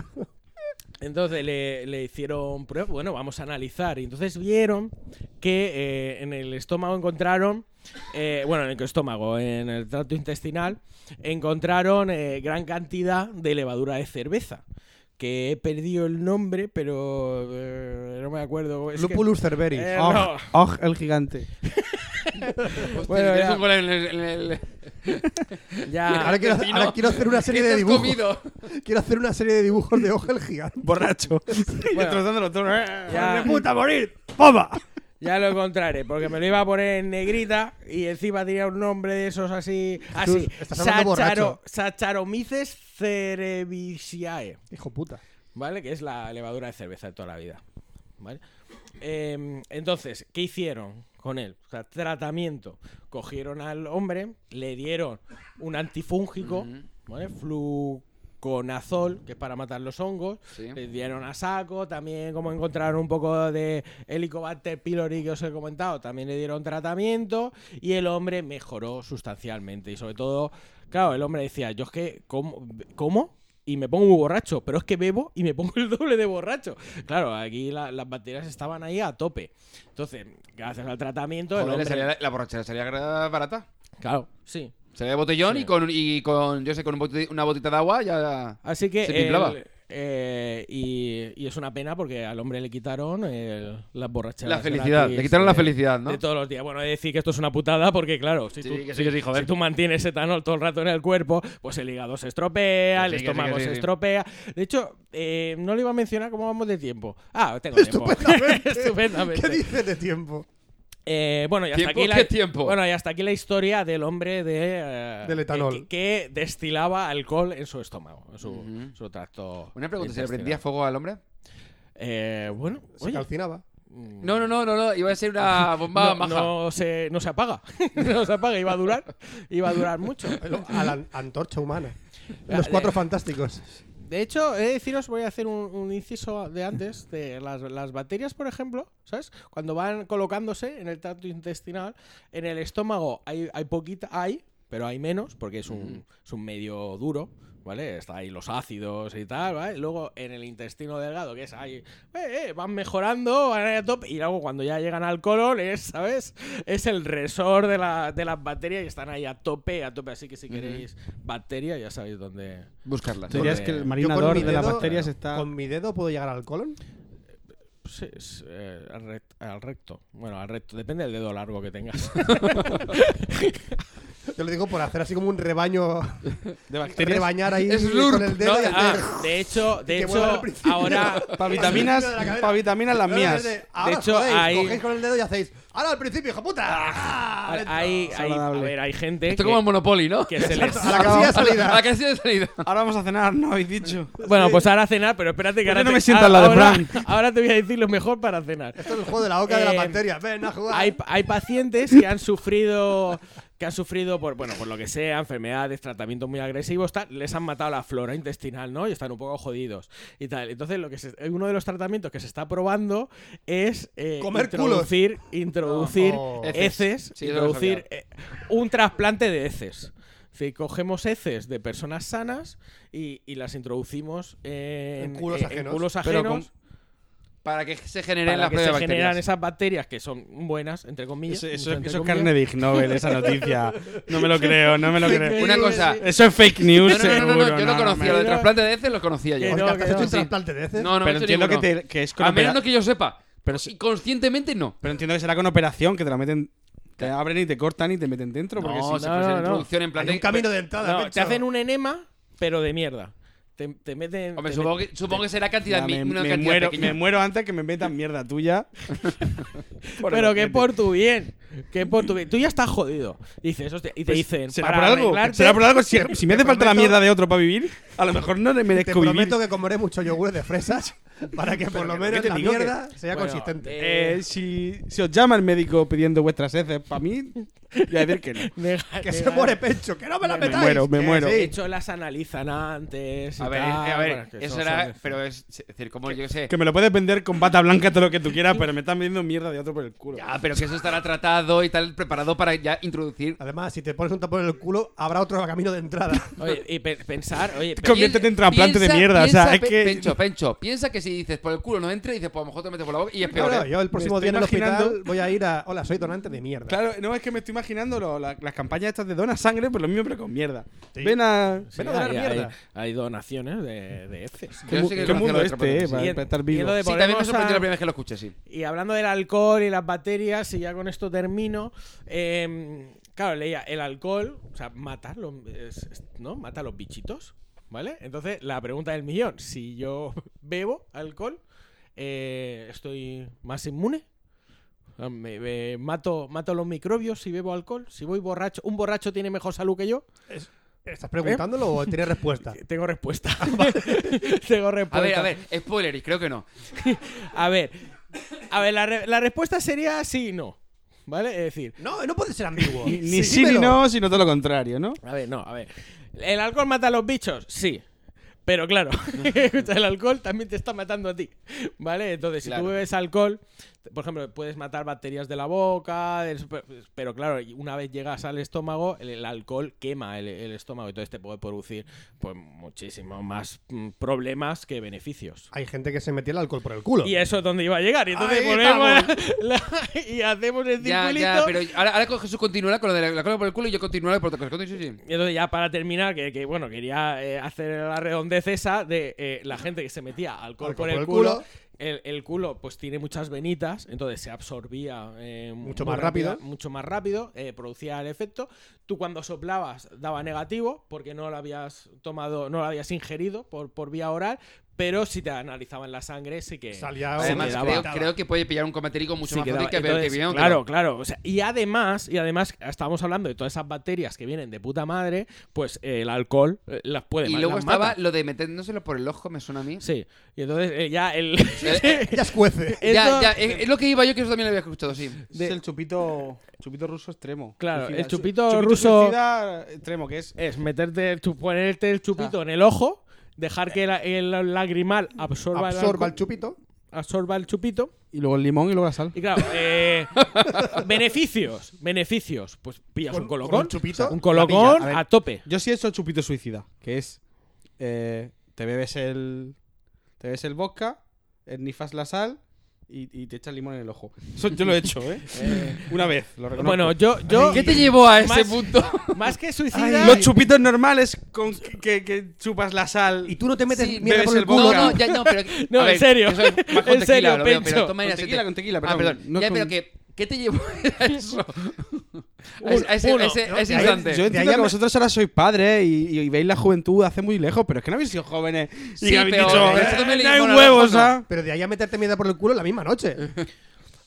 Entonces le, le hicieron pruebas, bueno, vamos a analizar. Y entonces vieron que eh, en el estómago encontraron, eh, bueno, en el estómago, en el tracto intestinal, encontraron eh, gran cantidad de levadura de cerveza. Que he perdido el nombre, pero eh, no me acuerdo. Es que-
Lupulus Ah. cerveri.
Eh,
Oj,
no.
oj, el gigante.
Hostia,
Bueno,
si tienes
ya.
un gol en el- en el-
Ya, Ah,
Ahora quiero,
el vino.
ahora quiero hacer una
¿Qué
serie
te
de
has
dibujos.
comido?
Quiero hacer una serie de dibujos de hoja el gigante.
Borracho. Y
Bueno.
destrozándolo todo.
Ya.
¡Hijo de puta, morir! ¡Poma!
ya lo encontraré, porque me lo iba a poner en negrita y encima tenía un nombre de esos así. así
estás hablando borracho.
Sacharomices cerevisiae.
Hijo puta.
¿vale? Que es la levadura de cerveza de toda la vida, ¿vale? Em, entonces, ¿qué hicieron con él? O sea, tratamiento. Cogieron al hombre, le dieron un antifúngico, ¿vale? Fluconazol, que es para matar los hongos.
Sí.
Le dieron a saco, también como encontraron un poco de Helicobacter pylori que os he comentado, también le dieron tratamiento y el hombre mejoró sustancialmente. Y sobre todo, claro, el hombre decía, yo es que como, como y me pongo muy borracho, pero es que bebo y me pongo el doble de borracho. Claro, aquí la- las bacterias estaban ahí a tope. Entonces, gracias al tratamiento,
Joder,
el
le
hombre...
salía- la borrachera salía gra- barata.
Claro, sí.
Salía de botellón
Sí.
y con, y con, yo sé, con un bote- una botita de agua ya...
Así que.
Se pimplaba.
él, eh, y, y es una pena porque al hombre le quitaron el- las borracheras.
La felicidad, le quitaron la felicidad, ¿no?
De todos los días. Bueno, he de decir que esto es una putada porque, claro, si,
Sí,
tú,
que sí,
si-
que sí, joder.
si tú mantienes etanol todo el rato en el cuerpo, pues el hígado se estropea,
Que sí,
el
que sí, que
estómago
sí,
se
sí.
estropea. De hecho, eh, no le iba a mencionar cómo vamos de tiempo. Ah, tengo tiempo. Estupendamente.
¿Qué dices de tiempo?
Eh, bueno, y hasta
¿Tiempo?
aquí la,
¿Qué tiempo?
Bueno, y hasta aquí la historia del hombre de, eh,
Del etanol.
Que, que destilaba alcohol en su estómago, en su,
Ujú.
su tracto.
Una pregunta, ¿se le
intestinal.
prendía fuego al hombre?
Eh, bueno,
Se
oye,
calcinaba.
mm,
No, no, no, no, no, iba a ser una bomba
no,
maja.
no se, no se apaga. no se apaga, iba a durar. Iba a durar mucho.
A la antorcha humana. Los cuatro fantásticos.
De hecho, he de deciros, voy a hacer un, un inciso de antes, de las, las bacterias, por ejemplo, ¿sabes? Cuando van colocándose en el tracto intestinal, en el estómago hay, hay poquita, hay, pero hay menos porque es un, es un medio duro, ¿vale? Está ahí los ácidos y tal, ¿vale? Luego en el intestino delgado, que es ahí, eh, eh, van mejorando, van ahí a top, y luego cuando ya llegan al colon, es, ¿sabes? Es el resor de, la- de las bacterias y están ahí a tope, a tope. Así que si queréis bacterias, ya sabéis dónde
Buscarlas.
¿Tú dirías que el marinador de las bacterias está.
¿Con mi dedo puedo llegar al colon?
Sí, es, eh, al, rec- al recto. Bueno, al recto. Depende del dedo largo que tengas.
Yo lo digo por hacer así como un rebaño.
De bacterias.
rebañar ahí
Es
con
slurp,
el dedo
¿no?
y el
Ah,
dedo.
de hecho, de
que vuelvan al
hecho
principio.
ahora...
Para vitaminas,
de la cadena.
pa' vitaminas las
No,
mías.
no, no, no, ahora
hecho,
jodéis,
hay-
cogéis con el dedo y hacéis. ¡Ahora al principio, hijo puta! Ah,
Hay,
dentro.
hay, hay- a
Saludable.
ver, hay gente
Esto
que,
como en Monopoly, ¿no?
que se les...
a la casilla de
A la
salida.
que sí de salida.
Ahora vamos a cenar, no habéis dicho.
Bueno, pues ahora a cenar, pero espérate que
¿Por qué
ahora...
no
te-
me siento al lado de
ahora,
Frank?
ahora te voy a decir lo mejor para cenar.
Esto es el juego de la oca de
Eh,
las bacterias. Ven a jugar.
Hay, hay pacientes que han sufrido que han sufrido por bueno por lo que sea enfermedades tratamientos muy agresivos tal, les han matado la flora intestinal no y están un poco jodidos y tal entonces lo que se- uno de los tratamientos que se está probando es eh,
Comer culos.
introducir introducir
Oh.
heces,
Heces. Sí, eso lo
introducir
sabía.
eh, un trasplante de heces Es decir, cogemos heces de personas sanas y, y las introducimos eh,
En culos
eh,
ajenos.
culos
Pero con-
ajenos
Para que se generen
para
las
que se
propias
generan
bacterias.
esas bacterias que son buenas, entre comillas.
Eso, eso-
entre
eso es
comillas.
carne de Ig Nobel, esa noticia. No me lo creo, no me lo creo.
Una cosa.
Eso es fake news,
No, no, no, no, no,
seguro.
yo no conocía. Lo de
no.
trasplante de heces lo conocía yo.
Que
Porque
no,
has hecho
no,
un
sí.
trasplante de heces.
No, no, me he
Pero
hecho
entiendo que,
ninguno.
te- que es con
A menos
opera-
no que yo sepa.
Pero
Pero
sí-
conscientemente no.
Pero entiendo que será con operación, que te la meten. Te abren y te cortan y te meten dentro. Porque
No,
si
se
no,
puede
no,
ser
no.
introducción en plan
Hay un
de-
camino de entrada.
No, te
pecho.
hacen un enema, pero de mierda. Te, te meten.
Hombre,
te
supongo
meten-
que, supongo que será cantidad,
Ya,
mi-
me,
una
me
cantidad
muero,
pequeña.
me muero antes que me metan mierda tuya. por el
Pero que
ojete.
por tu bien. Que por tu bien. Tú ya estás jodido. Dices, hostia, y te
Pues,
dicen.
¿Será
para
por algo?
arreglarte-
¿Será por algo? Si, si me hace falta la
prometo-
mierda de otro para vivir, a lo mejor no me
Te
merezco vivir.
prometo que comeré mucho yogur de fresas para que por lo
que- que
menos
te
la
digo que-
mierda sea
Bueno,
consistente.
Eh, si, si os llama el médico pidiendo vuestras heces, para mí, voy a decir que no.
Nega-
que se
nega-
muere pecho, que no me la
Me
metáis.
muero, me
Que
muero.
sí.
De hecho, las analizan antes. y
A ver,
tal,
eh, a ver,
para que
eso
no
era.
sabes.
Pero es, es decir, como yo sé.
Que me lo puedes vender con bata blanca todo lo que tú quieras, pero me están pidiendo mierda de otro por el culo.
Ya, pero que eso estará tratado y tal, preparado para ya introducir.
Además, si te pones un tapón en el culo, habrá otro camino de entrada.
Oye, y pe- pensar, oye, pe-
Conviértete en trasplante de
Piensa-
mierda, o
piensa,
sea, es
Pe-
que-
Pencho, Pencho, piensa que si dices por el culo no entra y dices, pues a lo mejor te metes por la boca y es peor.
Claro,
¿eh?
yo el próximo
estoy
día en el hospital
imaginando-
voy a ir a. Hola, soy donante de mierda.
Claro, no es que me estoy imaginando lo- la- las campañas estas de dona sangre, pues lo mismo, pero con mierda. Ven a.
sí,
Ven a donar
hay,
mierda.
hay- hay donaciones de, de heces.
Yo
mu-
sé que
qué
conocía
mundo
la otra
este,
parte,
eh,
sí.
para,
Y en-
para estar
y en lo
vivo.
de-
Sí, también me
Volvemos
sorprendió
a-
la primera vez que lo escuché, sí.
Y hablando del alcohol y las bacterias, y ya con esto termino. eh, claro, leía, el alcohol, o sea, mata los, es- es- ¿no? mata los bichitos, ¿vale? Entonces, la pregunta del millón, si yo bebo alcohol, eh, ¿estoy más inmune? O sea, Me, me- mato, mato los microbios si bebo alcohol. Si voy borracho, un borracho tiene mejor salud que yo. Eh,
¿Estás preguntándolo o tienes respuesta?
Tengo respuesta. Tengo respuesta.
A ver, a ver, spoiler, y creo que no.
A ver, a ver, la, re- la respuesta sería sí y no. ¿Vale? Es decir,
No, no puede ser ambiguo.
Ni, ni sí ni no, sino todo lo contrario, ¿no?
a ver, no, a ver. ¿El alcohol mata a los bichos? Sí. Pero claro, escucha, el alcohol también te está matando a ti. ¿Vale? Entonces, si
Claro.
tú bebes alcohol, por ejemplo, puedes matar bacterias de la boca, del super- pero claro, y una vez llegas al estómago, el, el alcohol quema el, el estómago, entonces te puede producir pues muchísimos más mm, problemas que beneficios.
Hay gente que se metía el alcohol por el culo.
Y eso es donde iba a llegar. Y entonces
Ahí
volvemos a la- y hacemos el
Ya,
circulito.
ya, pero ahora, ahora Jesús continuará con lo de la, la cola por el culo y yo continuaré por otra cosa. Continúa, sí, sí.
Y entonces ya para terminar, que, que, bueno, quería eh, hacer la redondez esa de eh, la gente que se metía alcohol, por el, culo. El, el culo pues tiene muchas venitas, entonces se absorbía eh,
Mucho
muy
más rápido.
rápida- mucho más rápido, eh, producía el efecto. Tú cuando soplabas daba negativo porque no lo habías tomado, no lo habías ingerido por, por vía oral, pero si te analizaban la sangre sí que
Salía
Ah,
sí
Además,
que daba.
creo, creo que puede pillar un comatérico mucho
Sí
más
que
fácil
daba.
que
Entonces,
verte bien.
claro, claro. O sea, y además, y además, estábamos hablando de todas esas bacterias que vienen de puta madre, pues eh, el alcohol eh, las puede
Y
ma-
luego
las
estaba
mata.
lo de meténdoselo por el ojo, me suena a mí.
Sí. Y entonces eh, ya el.
Eh,
Ya escuece.
ya,
Esto-
ya, es, es lo que iba yo, que eso también lo había escuchado, sí.
Es el chupito, chupito ruso extremo.
Claro,
Suicida.
el chupito
Chupito
ruso-
suicida extremo, que es
Es meterte el chu- ponerte el chupito en el ojo, dejar que la- el lagrimal absorba, el
Absorba
alcohol-
el chupito.
absorba el chupito.
Y luego el limón y luego la sal.
Y claro, eh, Eh, beneficios, beneficios. Pues pillas
Con-
un
con
colocón.
un chupito.
o sea, un colocón
La
a,
pilla, a ver.
tope.
Yo sí he hecho chupito suicida, que es. eh, te bebes el. Te bebes el vodka, eh, nifas la sal y, y te echas limón en el ojo. Eso yo lo he hecho, ¿eh? Eh, Una vez, lo reconozco.
Bueno, yo. yo
¿Qué te llevó a ese
Más-
punto?
Más que suicida.
Los chupitos normales con que, que chupas la sal.
Y tú no te metes
Sí,
mierda
bebes
por el
el
culo.
vodka.
No, no, ya, no, pero.
No,
a
en serio.
yo soy más con
En serio,
lo veo,
Pencho.
pero toma
Con
ya se
tequila,
te-
con tequila,
Ah,
perdón.
perdón.
No
ya,
con-
pero que. ¿Qué te llevó a eso? A ese- a ese,
Uno,
a ese-
¿no?
a ese
Yo-
instante.
Yo
De ahí
entiendo
a
que
me-
vosotros ahora sois padres y, y- y veis la juventud hace muy lejos, pero es que no habéis sido jóvenes y
Sí,
habéis
pero-
dicho,
pero eso
"Eh,
también
no
le
hay
mola
huevos,
bastante".
¿ah?
Pero de ahí a meterte mierda por el culo la misma noche.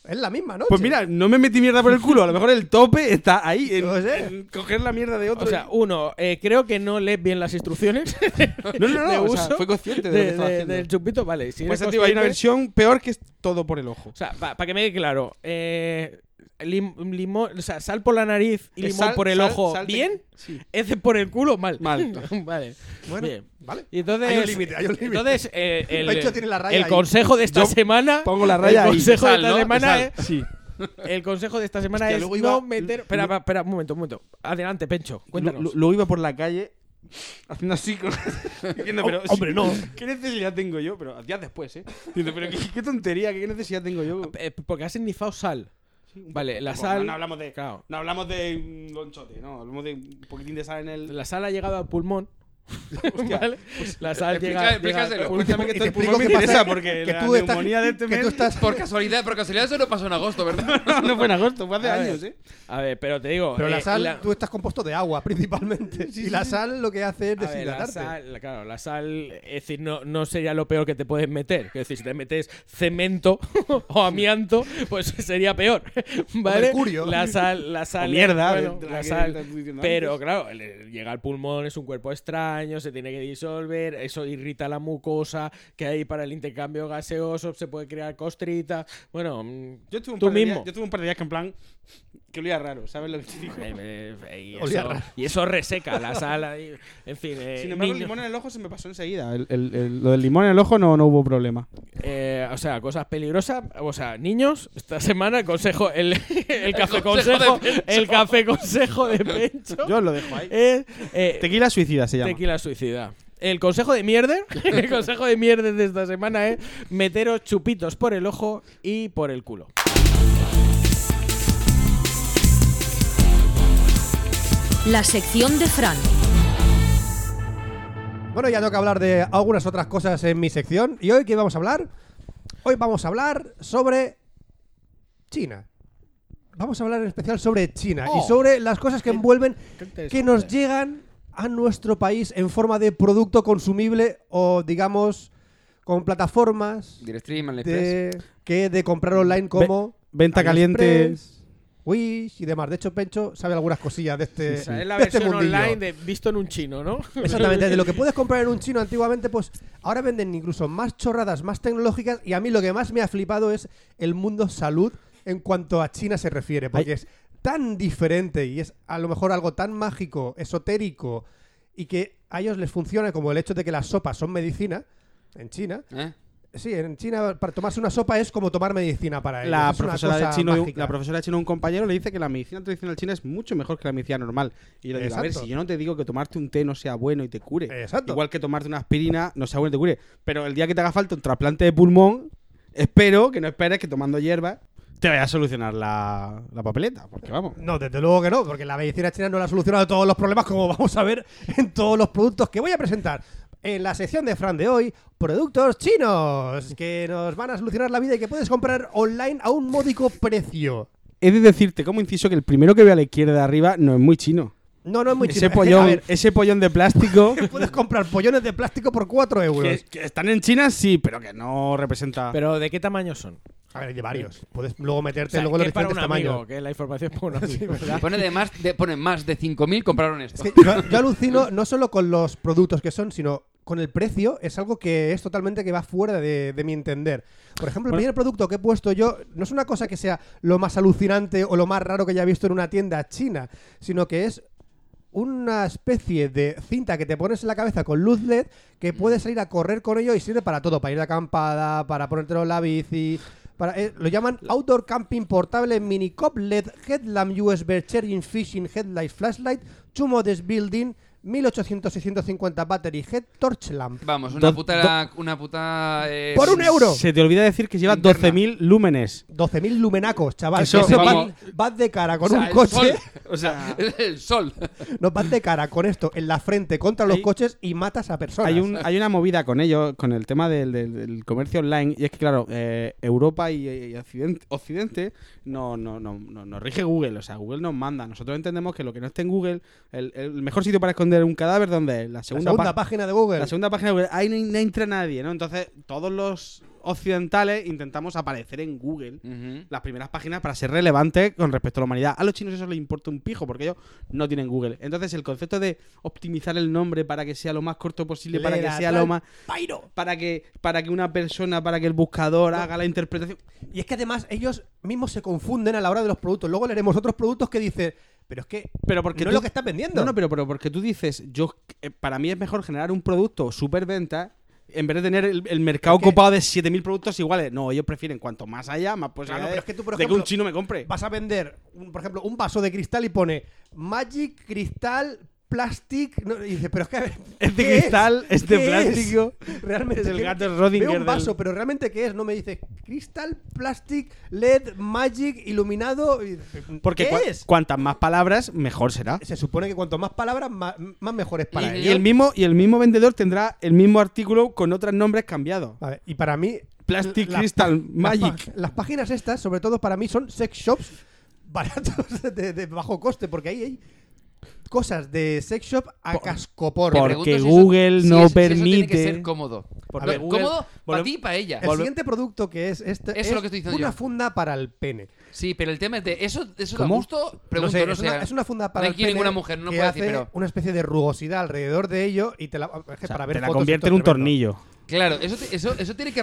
es la misma noche.
Pues mira, no me metí mierda por el culo, a lo mejor el tope está ahí, en,
No sé.
en coger la mierda de otro.
O sea, uno, eh, creo que no lees bien las instrucciones.
no, no, no,
de
o sea,
uso
fue consciente de, lo que
de-
estaba
de-
haciendo.
del chupito, vale. Si
Pues
eres
tío, hay una
consciente-
versión peor que es todo por el ojo.
O sea, para que me quede claro, eh, lim- limón, o sea, sal por la nariz y
Que
limón
Eh, sal-
por el
sal-
ojo,
sal te-
bien.
Sí.
Ese por el culo, mal.
Mal.
vale.
Bueno,
bien.
vale.
Y entonces,
Hay un límite, hay un límite.
entonces eh, el,
Pancho tiene la raya
el
ahí.
consejo de esta
Yo
semana,
pongo la raya
el
ahí.
consejo
Sal,
de esta
¿no?
semana
Sal.
es,
Sí.
el consejo de esta semana
Hostia,
es
luego
no
iba-
meter, espera, va, espera, un momento, un momento. Adelante, Pencho, cuéntanos.
Lu- lu- Luego iba por la calle haciendo así. con- diciendo, pero,
hombre, no.
¿Qué necesidad tengo yo? Pero días después, ¿eh? Diciendo, pero qué, qué tontería, ¿qué necesidad tengo yo?
Eh, porque has ennifado sal. Vale, la
Bueno,
sal.
No, hablamos de.
Claro.
No hablamos de un lonchote, no. Hablamos de un poquitín de sal en el.
La sal ha llegado al pulmón.
Hostia,
¿Vale?
Pues,
La sal
Explica-
llega, llega
explícaselo.
al pulmón.
Cuéntame
Y
que
te
esto del
explico
pulmón
qué
me interesa
pasa.
porque
que
la
tú estás,
neumonía de este
que
mes-
tú estás
Por casualidad, por casualidad eso no pasó en agosto, ¿verdad?
no fue en agosto, fue hace
A ver,
años, ¿eh?
A ver, pero te digo.
Pero
eh,
la sal, tú estás compuesto de agua principalmente. y la sal lo que hace es
a ver, la
deshidratarte.
sal, claro, la sal, es decir, no, no sería lo peor que te puedes meter. Es decir, si te metes cemento o amianto, pues sería peor. ¿Vale?
mercurio.
La sal, la sal.
O mierda,
bueno,
de- de la
la
que
sal.
estás diciendo
Pero
antes.
claro, le- llega al pulmón, es un cuerpo extraño, se tiene que disolver, eso irrita la mucosa que hay para el intercambio gaseoso, se puede crear costrita. Bueno, mm,
Yo tuve un,
tú
par de días-
mismo.
yo tuve un par de días que en plan. Que olía raro, ¿sabes lo que te digo?
Eh, eh, eh, y,
Olía
eso,
raro.
y eso reseca la sala. y- en fin, eh,
Sin embargo, el
niño-
limón en el ojo se me pasó enseguida. El- el- el- lo del limón en el ojo no, no hubo problema.
eh, o sea, cosas peligrosas. O sea, niños, esta semana el consejo, el, el café
consejo
consejo,
de Pencho.
el café consejo de Pencho
Yo lo dejo ahí.
es eh,
Tequila suicida se llama.
tequila suicida. El consejo de mierder, el consejo de mierder de esta semana es meteros chupitos por el ojo y por el culo.
La sección de Fran.
Bueno, ya toca hablar de algunas otras cosas en mi sección. ¿Y hoy qué vamos a hablar? Hoy vamos a hablar sobre China. Vamos a hablar en especial sobre China y sobre las cosas que envuelven, que nos llegan a nuestro país en forma de producto consumible o, digamos, con plataformas
Directstream, AliExpress.
de, que de comprar online como...
venta
AliExpress,
caliente.
Wish y demás. De hecho, Pencho sabe algunas cosillas de este,
O sea, es la
de este
versión
mundillo.
online de visto en un chino, ¿no?
Exactamente, de lo que puedes comprar en un chino antiguamente, pues ahora venden incluso más chorradas, más tecnológicas y a mí lo que más me ha flipado es el mundo salud en cuanto a China se refiere, porque es tan diferente y es a lo mejor algo tan mágico, esotérico y que a ellos les funciona como el hecho de que las sopas son medicina en China.
¿Eh?
Sí, en China para tomarse una sopa es como tomar medicina para ellos.
La
es una
profesora, de
cosa
chino, de un-
mágica.
la profesora de chino, de un compañero, le dice que la medicina tradicional china es mucho mejor que la medicina normal. Y yo le digo, a ver,
Exacto.
si yo no te digo que tomarte un té no sea bueno y te cure.
Exacto.
Igual que tomarte una aspirina no sea bueno y te cure. Pero el día que te haga falta un trasplante de pulmón, espero que no esperes que tomando hierbas te vaya a solucionar la, la papeleta. Porque vamos.
No, desde luego que no, porque la medicina china no la ha solucionado todos los problemas, como vamos a ver en todos los productos que voy a presentar. En la sección de Fran de hoy, productos chinos que nos van a solucionar la vida y que puedes comprar online a un módico precio.
He de decirte como inciso que el primero que veo a la izquierda de arriba no es muy chino.
No, no es muy chino.
Ese
Es que, a
pollón,
ver, eh,
ese pollón de plástico.
puedes comprar pollones de plástico por 4 euros.
que, que están en China, sí, pero que no representa.
Pero ¿de qué tamaño son?
A ver, hay de varios. Puedes luego
Este
O
meterte
sea,
luego
que
los
es para un
diferentes tamaños.
amigo, que la información es para un amigo.
Y Pone de más, de, pone más de 5.000 compraron
Es
esto.
que yo, yo alucino no solo con los productos que son, sino con el precio. Es algo que es totalmente que va fuera de, de mi entender. Por ejemplo, el primer producto que he puesto yo no es una cosa que sea lo más alucinante o lo más raro que haya visto en una tienda china, sino que es una especie de cinta que te pones en la cabeza con luz LED que puedes salir a correr con ello y sirve para todo, para ir de acampada, para ponértelo en la bici, Para, eh, lo llaman Outdoor Camping Portable Minicop LED Headlamp USB Charging Fishing Headlight Flashlight Two Modes Building 1800-650 Battery Head Torch Lamp.
Vamos, una puta. Una puta eh,
¡Por un euro!
Se te olvida decir que lleva 12.000 lúmenes.
12.000 lumenacos, chaval. Eso, eso vas, vas de cara con
o sea,
un coche.
sol. o sea, el sol.
No, vas de cara con esto en la frente contra los coches y matas a personas.
Hay, un, hay una movida con ello, con el tema del, del- del comercio online, y es que, claro, eh, Europa y, y Occidente, Occidente no, no, no, no, nos rige Google, o sea, Google nos manda. Nosotros entendemos que lo que no esté en Google, el, el mejor sitio para esconder un cadáver, ¿dónde es? La
la
segunda,
segunda
pá-
página de Google.
La segunda página de Google. Ahí no, no entra nadie, ¿no? Entonces, todos los occidentales intentamos aparecer en Google
Ujú.
las primeras páginas para ser relevantes con respecto a la humanidad. A los chinos eso les importa un pijo porque ellos no tienen Google. Entonces el concepto de optimizar el nombre para que sea lo más corto posible, para
Le
que
da
sea
tal
lo más...
pairo.
Para que, para que una persona, para que el buscador haga la interpretación...
Y es que además ellos mismos se confunden a la hora de los productos. Luego leeremos otros productos que dicen, pero es que
Pero porque
no es
tú-
lo que estás vendiendo.
No, no, pero, pero porque tú dices, yo eh, para mí es mejor generar un producto superventa en vez de tener el, el mercado
Es que-
ocupado de 7.000 productos iguales. No, ellos prefieren cuanto más haya, más
Claro,
posibilidades
pero es que tú, por
de que un
ejemplo,
chino me compre.
Vas a vender, un- por ejemplo, un vaso de cristal y pone Magic Cristal Plastic. no, y dices, pero es que.
Es de
¿qué
cristal, es de
¿Qué
plástico.
Realmente.
Es el
que-
gato Schrödinger
Veo
del-
un vaso, pero realmente ¿qué es? No me dices Cristal Plastic LED Magic Iluminado. y-
Porque
¿Qué
cua-
es?
cuantas más palabras, mejor será.
Se supone que cuanto más palabras, más, más mejor es para
Y-
ellos.
Y el mismo, y el mismo vendedor tendrá el mismo artículo con otros nombres cambiados.
A ver, y para mí.
Plastic
la-
Crystal
las
Magic.
pag- Las, páginas estas, sobre todo para mí, son sex shops baratos de, de bajo coste, porque ahí hay cosas de sex shop a cascoporro.
Me
por-
pregunto
Porque
eso-
Google
si
no
eso- si eso tiene que
permite-
ser cómodo.
Porque
A ver,
Google-
cómodo para
volve-
ti y para ella.
El siguiente producto que es este
Eso es
es,
lo que estoy diciendo
una
yo.
funda para el pene.
Sí, pero el tema es de eso, eso da
¿Cómo?
gusto.
No
Pregunto,
sé,
no
es, una,
sé.
es una funda para
no
el
quiere
pene
ninguna mujer, no
que
puedo decir,
hace
pero
una especie de rugosidad alrededor de ello y te la,
O sea,
para ver
te la
fotos,
convierte
esto
en un
es tremendo.
tornillo.
claro, eso, te- eso, eso tiene que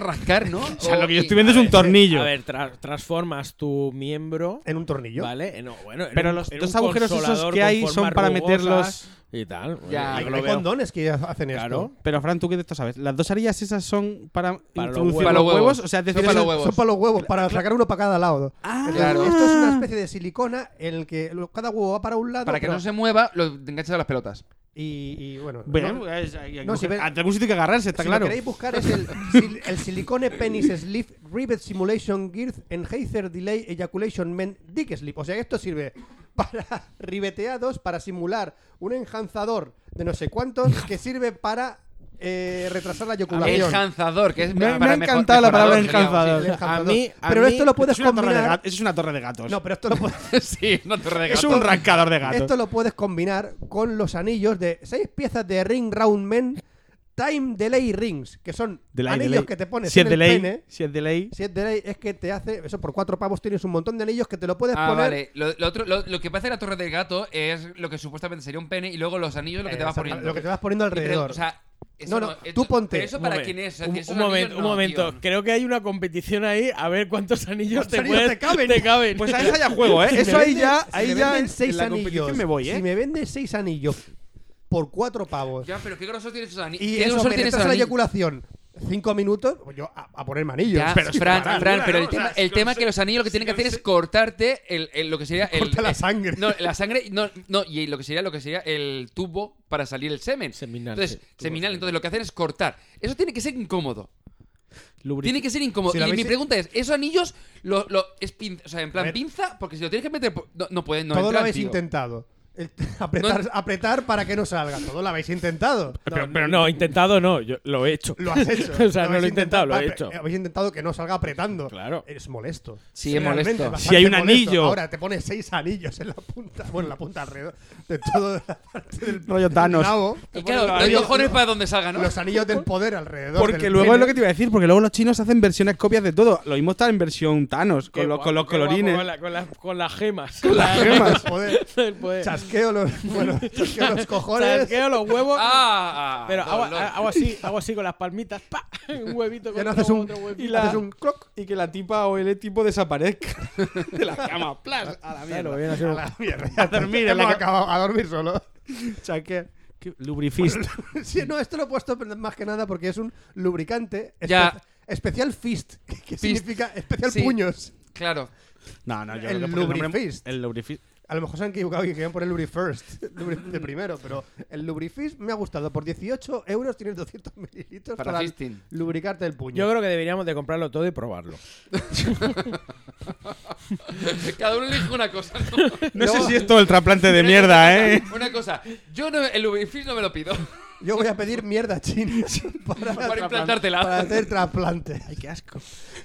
rascar, ¿no?
O sea, lo que yo
y-
estoy viendo pues, es un tornillo.
A ver, tra- transformas tu miembro.
En un tornillo.
¿Vale? Eh, No, bueno, en
Pero
un-
los
en
dos
un
agujeros esos
consolador
que
con
hay son
formas
para
rugosas
meterlos-
Y tal. Bueno,
Ya,
yo
Hay,
lo
hay
veo.
condones que hacen
Claro.
Pero Fran, ¿tú qué de esto sabes? ¿Las dos arillas esas son para,
Para los
introducir
huevos.
los
Para los
huevos? O sea, es
Son
decir,
para
eso-
los
esto.
huevos.
Son para los huevos, para sacar uno para cada lado. Entonces,
claro.
Esto es una especie de silicona en el que lo- cada huevo va para un lado.
Ah. Para que
pero-
no se mueva, lo enganchas a las pelotas.
Y, y, bueno,
Bueno,
no-
es- hay- hay
No,
que
si
buscar-
ves-
ah, tenemos un sitio que agarrarse, está
si
claro.
lo queréis buscar es el, sil- el silicone penis sleeve rivet simulation girth enhancer delay ejaculation men dick slip. O sea, que esto sirve para ribeteados, para simular un enjanzador de no sé cuántos que sirve para eh, retrasar la eyaculación.
Enjanzador, que es
Me- me
para
ha
mejor-
encantado la palabra
mejorador, sería,
enjanzador.
El enjanzador.
A mí- a
pero
mí-
esto lo puedes
es, una torre de
combinar.
gato- es una torre de gatos.
No, pero esto lo puedes.
sí, una torre de
es
gato.
un rascador de gatos.
Esto lo puedes combinar con los anillos de seis piezas de Ring Round Men Time Delay Rings, que son
Delay,
anillos
delay.
que te pones
si
en
es
el
delay,
pene.
Si es delay.
Si es delay, es que te hace. Eso por cuatro pavos tienes un montón de anillos que te lo puedes
Ah,
poner.
vale. Lo, lo otro, lo, lo que pasa en la torre del gato es lo que supuestamente sería un pene y luego los anillos lo que te vas
Exacto,
poniendo.
lo que te vas poniendo
Y te-
alrededor.
O sea, eso eh,
No, no, tú
eso-
ponte.
pero eso
Un
para
momen-
quién es.
Un, un momento, un momento. Creo que hay una competición ahí a ver cuántos anillos
¿Cuántos
te,
anillos
puedes-
te caben?
Pues a esa ya juego, ¿eh?
Si me
Eso ahí
venden-
ya.
si me
Ahí ya.
venden
En,
seis
la
anillos.
competición me voy, ¿eh?
Si me venden seis anillos por cuatro pavos.
Ya, pero qué grosor tienes esos anillos.
y
¿Qué
eso
grosor
me
tienes
retrasa la
esos anillos?
eyaculación cinco minutos, pues yo a, a ponerme anillos.
Ya,
Pero es que
Fran,
para-
Fran, pero
¿no?
el
O
tema,
sea,
el
si
tema
no
que los anillos lo que tienen que hacer es cortarte el, el- lo que sería el,
Corta la
el-
sangre.
No, la sangre no, no, y lo que sería lo que sería el tubo para salir el semen.
Seminal,
Entonces,
sí, tubo
seminal,
seminal.
entonces lo que hacen es cortar. Eso tiene que ser incómodo.
Lubric-
Tiene que ser incómodo.
Si
y
lo
mi
habéis-
pregunta es, ¿esos anillos lo, lo- es pin- o sea, en
A
plan
ver.
pinza? Porque si lo tienes que meter por- no, no puedes no
todo lo
entran,
habéis
tío.
intentado. El- apretar, apretar para que no salga. Todo lo habéis intentado.
Pero, pero no, intentado no, yo lo he hecho.
Lo has hecho.
o sea, no
habéis
lo he intentado, lo he
apre-
hecho.
Habéis intentado que no salga apretando.
Claro.
Es molesto.
Sí, es
Realmente
molesto.
bastante
Si hay un
molesto.
anillo.
Ahora te pones seis anillos en la punta. Bueno, en la punta alrededor. De toda la parte del
Rollo Thanos.
nabo.
Y claro, no hay
Anillos-
cojones para donde salga, ¿no? Ah,
Los anillos del poder alrededor.
Porque
del
luego
pene.
es lo que te iba a decir, porque luego los chinos hacen versiones copias de todo. Lo mismo está en versión Thanos,
Qué
con, los,
guapo,
con los
qué guapo,
colorines.
Con, la- con las- con las gemas.
las gemas.
Poder.
El poder.
Chasqueo los, bueno, chasqueo los cojones.
Chasqueo los huevos.
Ah, ah,
Pero hago,
dolor.
hago así, hago así con las palmitas. ¡pa! Un huevito
Ya
con
no
otro,
haces un,
otro huevito.
y la-
haces un clock.
Y que la tipa o el tipo desaparezca de la cama. ¡Plas! A la mierda.
A la mierda. A dormir,
en la ca-
a dormir solo.
Chaque- que- Lubrifist.
Sí, no, esto lo he puesto más que nada porque es un lubricante espe-
Ya.
Especial Fist, que fist. significa especial sí. puños.
Claro.
No, no, yo
el
creo que
Lubrifist.
El Lubrifist.
A lo mejor se han equivocado y querían poner Lubrifirst de primero, pero el Lubrifist me ha gustado. Por 18 euros tienes 200 mililitros para, para lubricarte el puño.
Yo creo que deberíamos de comprarlo todo y probarlo.
Cada uno elige una cosa. No,
no, no sé si es todo el trasplante de mierda, ¿eh?
Una cosa, yo no, el Lubrifist no me lo pido.
Yo voy a pedir mierda china para,
para implantártela.
Para hacer trasplante.
Ay, qué asco.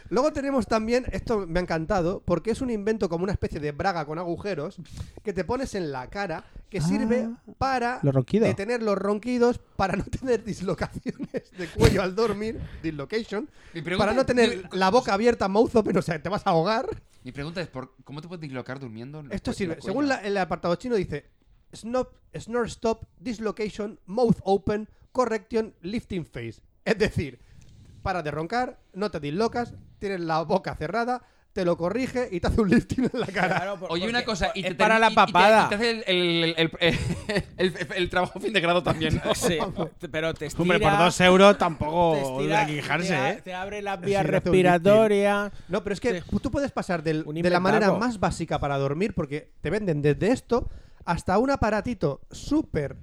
Luego tenemos también, esto me ha encantado, porque es un invento como una especie de braga con agujeros que te pones en la cara que ah, sirve para
lo
detener los ronquidos, para no tener dislocaciones de cuello al dormir, dislocation, para no tener la boca abierta, mouth open, o sea, te vas a ahogar.
Mi pregunta es, ¿por ¿cómo te puedes dislocar durmiendo? En
esto sirve, según la, el apartado chino dice, Snop, snort stop, dislocation, mouth open, correction, lifting face. Es decir, para de roncar, no te dislocas, tienes la boca cerrada, te lo corrige y te hace un lifting en la cara. Claro,
por, Oye, una cosa, y
es
te,
para
te,
la
y,
papada.
Y te, y te, hace el, el, el, el, trabajo fin de grado también. ¿no?
Sí, pero te estira,
Hombre, por dos euros tampoco hay que quejarse.
¿eh? Te, abre las vías respiratorias.
No, pero es que sí. tú puedes pasar del, de la manera más básica para dormir, porque te venden desde esto hasta un aparatito súper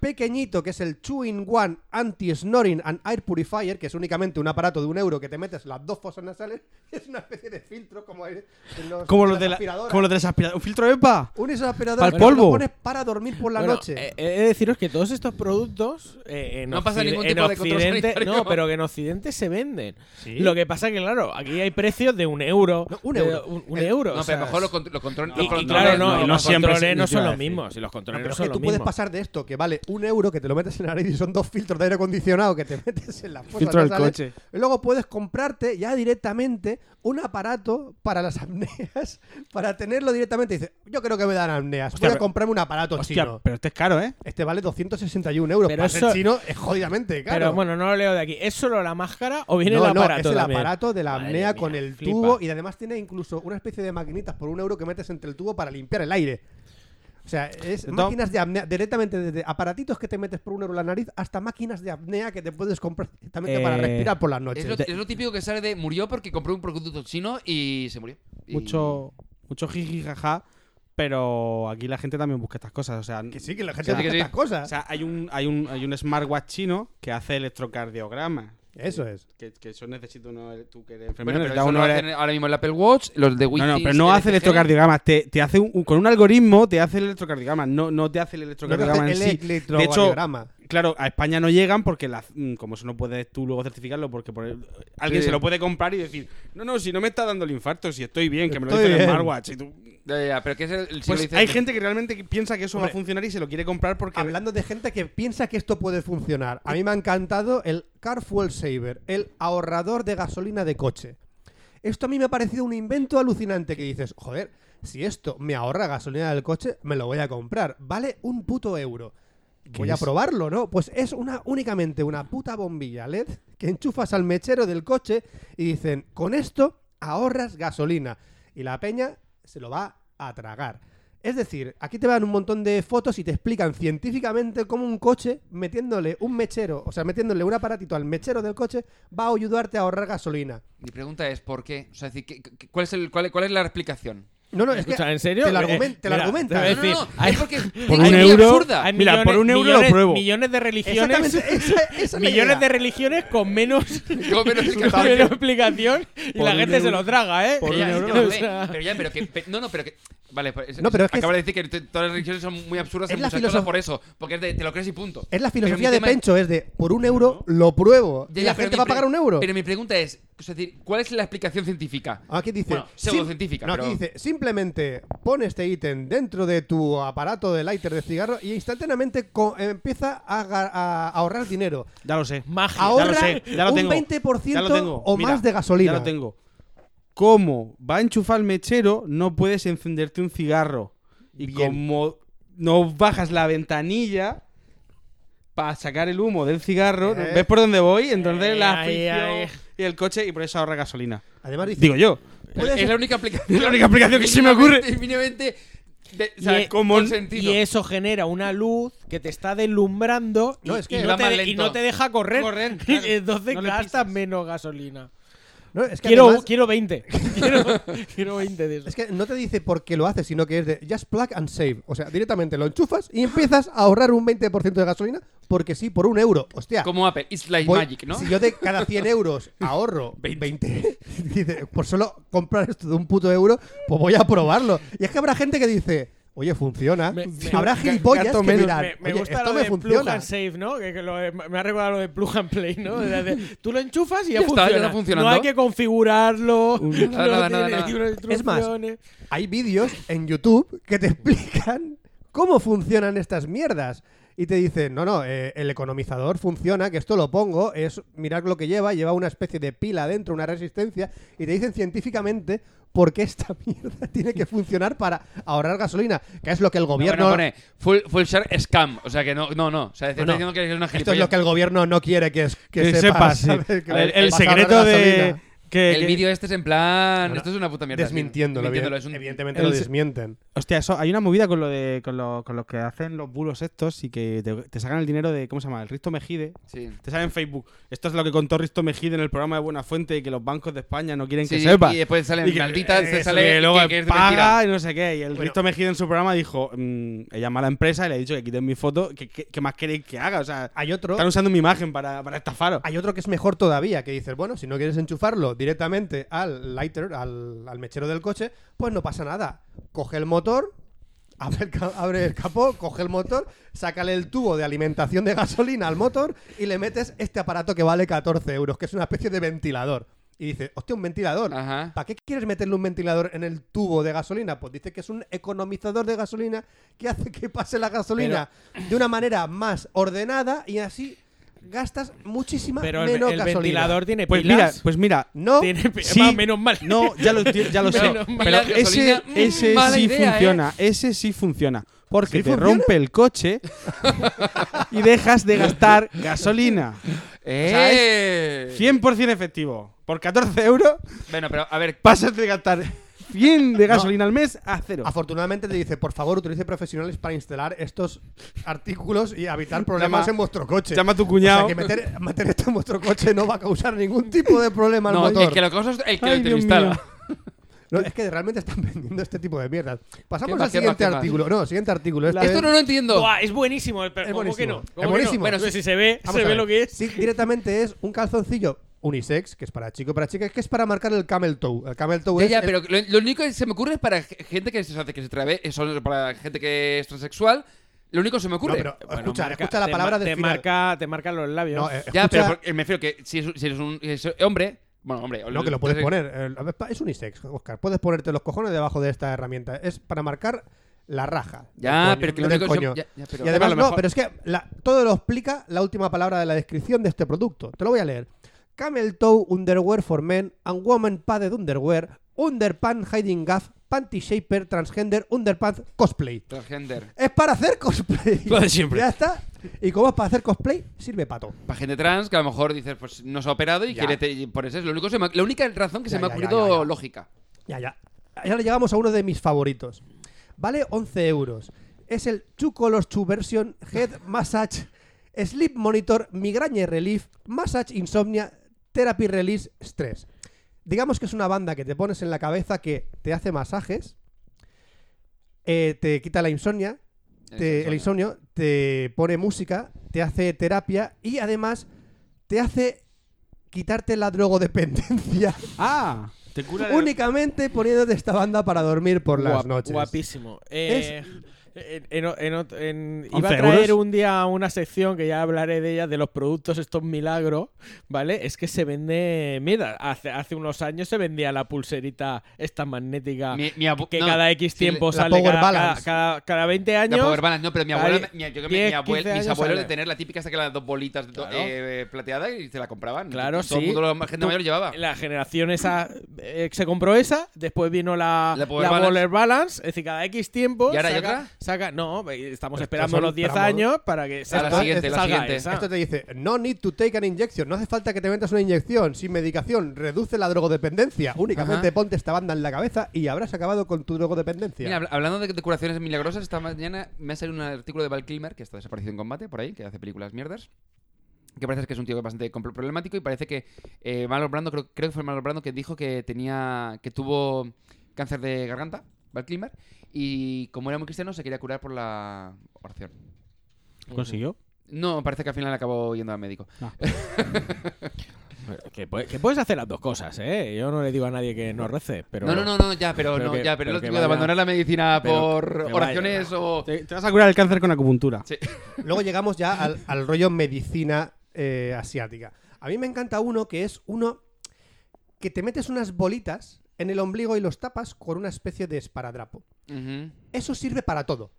pequeñito que es el Chewing One Anti-Snoring and Air Purifier, que es únicamente un aparato de un euro que te metes las dos fosas nasales, es una especie de filtro como el,
los, como los de, la, como los de las aspiradoras. ¿Un filtro EPA?
Un
¿Para el polvo?
Lo pones para dormir por la
bueno,
noche.
Eh, he de deciros que todos estos productos eh, en
no pasa ningún tipo
en Occidente,
de
No, pero que en Occidente se venden. ¿Sí? Lo que pasa que, claro, aquí hay precios de un euro.
No, un euro. Eh,
De, un, un el, euro
no, pero mejor lo, contro lo control
y,
los controles.
claro, no,
y
los controles no son los mismos. Y los controles
pero
no
es que
son los
tú puedes pasar de esto, que vale un euro que te lo metes en la nariz y son dos filtros de aire acondicionado que te metes en la fosa.
Filtro del coche.
Y luego puedes comprarte ya directamente un aparato para las apneas, para tenerlo directamente. Y dices, yo creo que me dan apneas. Hostia, voy a comprarme un aparato hostia, chino.
Pero este es caro, ¿eh?
Este vale 261 euros. Pero para eso... ser chino es jodidamente caro.
Pero bueno, no lo leo de aquí. ¿Es solo la máscara o viene
no,
el aparato?
No, es el
también?
aparato de la apnea Madre con mía, el flipa. tubo y además tiene incluso una especie de maquinitas por un euro que metes entre el tubo para limpiar el aire. O sea, es Entonces, máquinas de apnea, directamente desde aparatitos que te metes por un euro en la nariz hasta máquinas de apnea que te puedes comprar directamente eh, para respirar por las noches.
Es lo, es lo, típico que sale de murió porque compró un producto chino y se murió. Y...
Mucho, mucho jiji jaja, pero aquí la gente también busca estas cosas. O sea,
que sí, que la gente o sea, busca sí. estas cosas.
O sea, hay un, hay, un, hay un smartwatch chino que hace electrocardiograma.
Eso es.
Que, que eso necesita uno, tú que eres
enfermero.
Bueno,
pero eso no
eres...
hacen ahora mismo el Apple Watch, los de Wii
e- No, no, pero no hace electrocardiograma. Te, te hace un, con un algoritmo te hace el electrocardiograma. No, no te hace el electrocardiograma
no
en
el
sí.
Electrocardiograma.
De hecho, claro, a España no llegan porque la, como eso no puedes tú luego certificarlo porque por el, alguien sí. se lo puede comprar y decir, no, no, si no me está dando el infarto, si estoy bien, que estoy me lo dice bien. el smartwatch. Y tú...
ya, ya, pero que es el, si
pues
lo dices
hay
tú.
gente que realmente piensa que eso Hombre, va a funcionar y se lo quiere comprar porque...
Hablando de gente que piensa que esto puede funcionar, a mí me ha encantado el Car Fuel Saver, el ahorrador de gasolina de coche. Esto a mí me ha parecido un invento alucinante que dices, joder, si esto me ahorra gasolina del coche, me lo voy a comprar. Vale un puto euro voy a es? probarlo, ¿no? Pues es una únicamente una puta bombilla LED que enchufas al mechero del coche y dicen, con esto ahorras gasolina. Y la peña se lo va a tragar. Es decir, aquí te van un montón de fotos y te explican científicamente cómo un coche, metiéndole un mechero, o sea, metiéndole un aparatito al mechero del coche, va a ayudarte a ahorrar gasolina.
Mi pregunta es, ¿por qué? O sea, decir, ¿cuál, es el, cuál, ¿cuál es la explicación?
No, no,
Escucha,
es que
¿en serio? Eh,
Te la argumenta.
Mira,
argumenta.
Te no, no, no,
hay,
es porque es
por un
muy
euro,
absurda.
hay
Mira,
millones-
por un euro
millones-
lo pruebo.
Millones de religiones.
Exactamente, esa- esa es la
millones
idea.
de religiones con menos,
Con menos
con
explicación.
menos explicación y
Por
la
un
gente se
euro.
lo traga, ¿eh?
Por
Pero
un
ya,
euro.
pero,
O sea-
pero ya, pero que. pe- no, no, pero que. Vale, pues,
No, pero es que
acaba
es-
de decir que t- todas las religiones son muy absurdas
Es
en
la
muchas
filosof-
cosas por eso. Porque es de- te lo crees y punto.
Es la
Pero mi
filosofía de
tema es-
Pencho, es de, por un euro lo pruebo.
Ya,
y
ya,
la
pero
gente
mi
va a
pre-
pagar un euro. Ah,
Pero mi pregunta es, es decir, ¿cuál es la explicación científica?
Aquí dice,
Bueno, pseudocientífica,
no,
pero-
aquí dice, simplemente pon este ítem dentro de tu aparato de lighter de cigarro y instantáneamente co- empieza a, ga- a ahorrar dinero.
Ya lo sé.
Magia.
Ahorra
ya lo sé. Ya lo
un
tengo.
20%
Ya lo tengo.
o
Mira,
más de gasolina.
Ya lo tengo. Como va a enchufar el mechero, no puedes encenderte un cigarro. Y
Bien.
como no bajas la ventanilla para sacar el humo del cigarro,
Eh.
¿ves por dónde voy? Entonces
Eh,
la
ahí, ahí.
afición y el coche y por eso ahorra gasolina.
Además dice,
Digo eh, yo.
puedes
es la única aplicación.
Es la única aplicación que se me ocurre.
Mínimamente, mínimamente De- o sea,
e-
con buen sentido.
y eso genera una luz que te está deslumbrando y-
No, es que
y,
va
no
más
te, y
lento.
no te deja correr.
Correr, claro.
Entonces
No le
gastas menos gasolina.
No, es que
quiero,
además-
quiero 20. quiero, quiero 20 de eso.
Es que no te dice por qué lo haces, sino que es de just plug and save. O sea, directamente lo enchufas y empiezas a ahorrar un 20% de gasolina porque sí, por un euro. Hostia.
Como Apple, it's like
voy-
magic, ¿no?
Si yo de cada 100 euros ahorro 20, dice, por solo comprar esto de un puto euro, pues voy a probarlo. Y es que habrá gente que dice, oye, funciona.
Me- me-
habrá gilipollas
gasto
que
menos.
dirán,
Me, me
"Oye,
gusta
esto
lo
me
de plug
funciona.
and save, ¿no? Que, que lo de- me ha recordado lo de plug and play, ¿no? De- de- tú lo enchufas y ya,
Ya está, ya
funciona.
está funcionando.
No hay que configurarlo. no
nada,
tiene
nada, nada.
libro de
Es más,
instrucciones.
Hay vídeos en YouTube que te explican cómo funcionan estas mierdas. Y te dicen, no, no, eh, el economizador funciona, que esto lo pongo, es mirar lo que lleva, lleva una especie de pila dentro, una resistencia, y te dicen científicamente por qué esta mierda tiene que funcionar para ahorrar gasolina, que es lo que el gobierno...
Bueno, pone full, full share scam. O sea que no, no, no. O sea, te
No, no.
está diciendo que es una
esto es lo
gilipollas.
que el gobierno no quiere que, es- que,
Que
sepas.
sepas, sí.
¿sabes? Que
El, el
vas a ahorrar
secreto de.
gasolina.
Que,
El
que-
vídeo este es en plan.
No, no.
Esto es una puta mierda.
Desmintiéndolo,
Desmintiéndolo,
evi-
es un-
evidentemente
el
lo
se-
desmienten.
Hostia, eso, hay una movida con lo de con lo, con lo que hacen los bulos estos y que te, te sacan el dinero de, ¿cómo se llama? El Risto Mejide.
Sí.
Te sale en Facebook. Esto es lo que contó Risto Mejide en el programa de Buena Fuente y que los bancos de España no quieren que
Sí,
sepa.
y después salen
que- eh,
malditas, te
eso,
sale
que luego
que- que es de
paga
mentira.
y no sé qué. Y el Risto Mejide en su programa dijo, mm, ella es mala empresa y le ha dicho que quiten mi foto. ¿Qué, qué- qué más queréis que haga? O sea,
Hay otro...
están usando mi imagen para, para estafaros.
Hay otro que es mejor todavía, que dices, bueno, si no quieres enchufarlo directamente al lighter, al, al mechero del coche, pues no pasa nada. Coge el motor, abre el, ca- abre el capó, coge el motor, sácale el tubo de alimentación de gasolina al motor y le metes este aparato que vale 14 euros, que es una especie de ventilador. Y dices, hostia, un ventilador.
Ajá.
¿Para qué quieres meterle un ventilador en el tubo de gasolina? Pues dice que es un economizador de gasolina que hace que pase la gasolina de una manera más ordenada y así gastas muchísima
Pero el,
menos
el
gasolina.
ventilador tiene
Pues mira,
pilas.
pues mira.
no,
Tiene pi-
Sí.
va, menos mal.
No, ya lo, enti- ya lo sé.
Menos mal.
Pero
Pila de
ese,
gasolina,
ese
mala
sí
idea, ¿eh?
funciona. Ese sí funciona. Porque
¿Sí
te
funciona?
rompe el coche y dejas de gastar gasolina.
¡Eh!
O sea, es 100% efectivo. Por 14 euros
Bueno, pero a ver.
pasas de gastar 100 de gasolina al mes a cero.
afortunadamente te dice, por favor, utilice profesionales para instalar estos artículos y evitar problemas
Llama-
en vuestro coche.
llama a tu
O
cuñado.
sea, que meter, meter esto en vuestro coche no va a causar ningún tipo de problema al
No,
motor.
el que lo causa es el que
Ay,
lo
Dios
instala.
mío.
No, es que realmente están vendiendo este tipo de mierdas.
¿Qué
Pasamos
más,
al
qué más,
siguiente
qué más?
artículo. No, siguiente artículo. Este Esta
Esto
vez-
no lo entiendo.
Buah, es buenísimo. Pero
Es
¿cómo
buenísimo.
que no?
Es
¿Cómo que no?
buenísimo.
Bueno, si se ve,
Vamos
se
a
ve
ver.
lo que es.
Sí, directamente es un calzoncillo unisex, que es para chico y para chica, que es para marcar el camel toe. El camel toe
Ya,
es
ya,
el-
pero lo, lo único que se me ocurre es para g- gente que se hace que se trabe, eso para gente que es transexual. Lo único que se me ocurre.
No, pero- Escucha, escucha la
te
palabra
ma-
del
te
final.
marca, te marcan los labios.
No, eh,
ya,
escucha-
pero porque- me refiero que si es, si eres un si es hombre. Bueno, hombre.
No, que lo puedes
entonces-
poner. Eh, a ver, pa- Es unisex, Oscar. Puedes ponerte los cojones debajo de esta herramienta. Es para marcar la raja.
Ya,
del coño,
pero que lo
del
único que se-
coño.
ya, ya, pero-
y
Además,
además,
lo
no,
mejor-
pero es que la- todo lo explica la última palabra de la descripción de este producto. Te lo voy a leer. Camel toe underwear for men and woman padded underwear, underpants hiding gaff, panty shaper, transgender, underpants cosplay.
Transgender.
Es para hacer cosplay.
Lo de siempre.
Ya está. Y como es para hacer cosplay, sirve pato.
Para gente trans que a lo mejor dices, pues no se ha operado y
Ya.
quiere te- y por eso es lo único que se me- la única razón que
Ya,
se me ha
ya, ya,
ocurrido
ya, ya.
lógica.
Ya, ya. Y ahora llegamos a uno de mis favoritos. Vale 11 euros. Es el Two Colors Two Version Head Massage Sleep Monitor Migraña Relief Massage Insomnia Therapy Release Stress. Digamos que es una banda que te pones en la cabeza que te hace masajes, eh, te quita la insomnia, te- el insomnio, te pone música, te hace terapia y además te hace quitarte la drogodependencia
Ah, te cura la-
únicamente poniéndote esta banda para dormir por las
Guap-
noches.
Guapísimo. Eh, en- en- en- en- iba a
11
traer
euros.
un día una sección que ya hablaré de ella, de los productos estos milagros, ¿vale? Es que se vende. Mira, hace, hace unos años se vendía la pulserita esta magnética
Mi- mi abu-
que
no,
cada X
sí,
tiempo
la
sale.
Power
Cada, cada-
Balance.
cada- cada 20
La
años.
Power Balance, no, pero mi
cada
abuela,
die-
mi- yo creo que
10,
mi abuel-
15
mis
años
abuelos de
sale.
tener la típica hasta que las dos bolitas do-
Claro.
eh, plateadas y se la compraban.
Claro,
Y todo el
sí.
mundo, la gente
Tú-
mayor llevaba.
La generación esa eh, se compró esa, después vino la,
La
la
Power
Power
Balance.
Balance. es decir, cada X tiempo.
¿Y ahora hay
saca-
otra?
saca. No, estamos esperando los 10 años para que
salga, la siguiente, la
salga
siguiente.
esa.
Esto te dice, no need to take an injection, no hace falta que te metas una inyección, sin medicación, reduce la drogodependencia, únicamente
Ajá.
ponte esta banda en la cabeza y habrás acabado con tu drogodependencia.
Mira, habla- hablando de, de curaciones milagrosas, esta mañana me ha salido un artículo de Val Kilmer, que está desaparecido en combate por ahí, que hace películas mierdas. Que parece que es un tío bastante compl- problemático y parece que eh, Marlon Brando, creo, creo que fue Marlon Brando que dijo que tenía que tuvo cáncer de garganta, Val Kilmer, y como era muy cristiano se quería curar por la oración.
¿Consiguió?
No, parece que al final acabó yendo al médico.
Que, puede- que puedes hacer las dos cosas, ¿eh? Yo no le digo a nadie que no rece, pero.
no, no, no, no, ya, pero,
pero
no,
que-
ya, pero,
pero
lo
que
digo de
vaya-
abandonar la medicina
pero
por
que vaya.
oraciones o.
Te, te vas a curar el cáncer con acupuntura.
Sí.
Luego llegamos ya al, al rollo medicina eh, asiática. A mí me encanta uno que es uno que te metes unas bolitas en el ombligo y los tapas con una especie de esparadrapo.
Ujú.
Eso sirve para todo.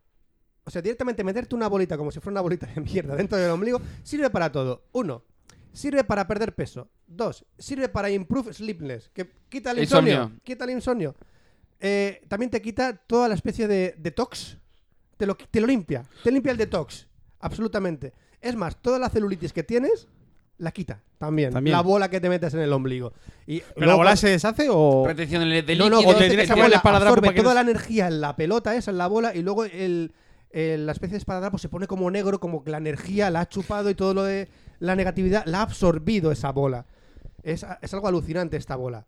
O sea, directamente meterte una bolita como si fuera una bolita de mierda dentro del ombligo sirve para todo. Uno, sirve para perder peso. Dos, sirve para improve sleepiness, que quita el insomnio.
Insomnio.
Quita el insomnio. Eh, también te quita toda la especie de detox. Te lo, te lo limpia. Te limpia el detox. Absolutamente. Es más, toda la celulitis que tienes la quita también.
También.
La bola que te metes en el ombligo. Y
¿Pero la
luego-
bola se deshace o.?
Retención de, de
no, no,
líquidos,
o te
tienes
retención-
que poner
bola
el esparadrapo
absorbe
para que
toda
no-
la energía en la pelota esa, en la bola, y luego el, el- la especie de esparadrapo se pone como negro, como que la energía la ha chupado y todo lo de la negatividad la ha absorbido esa bola. Es, es algo alucinante esta bola.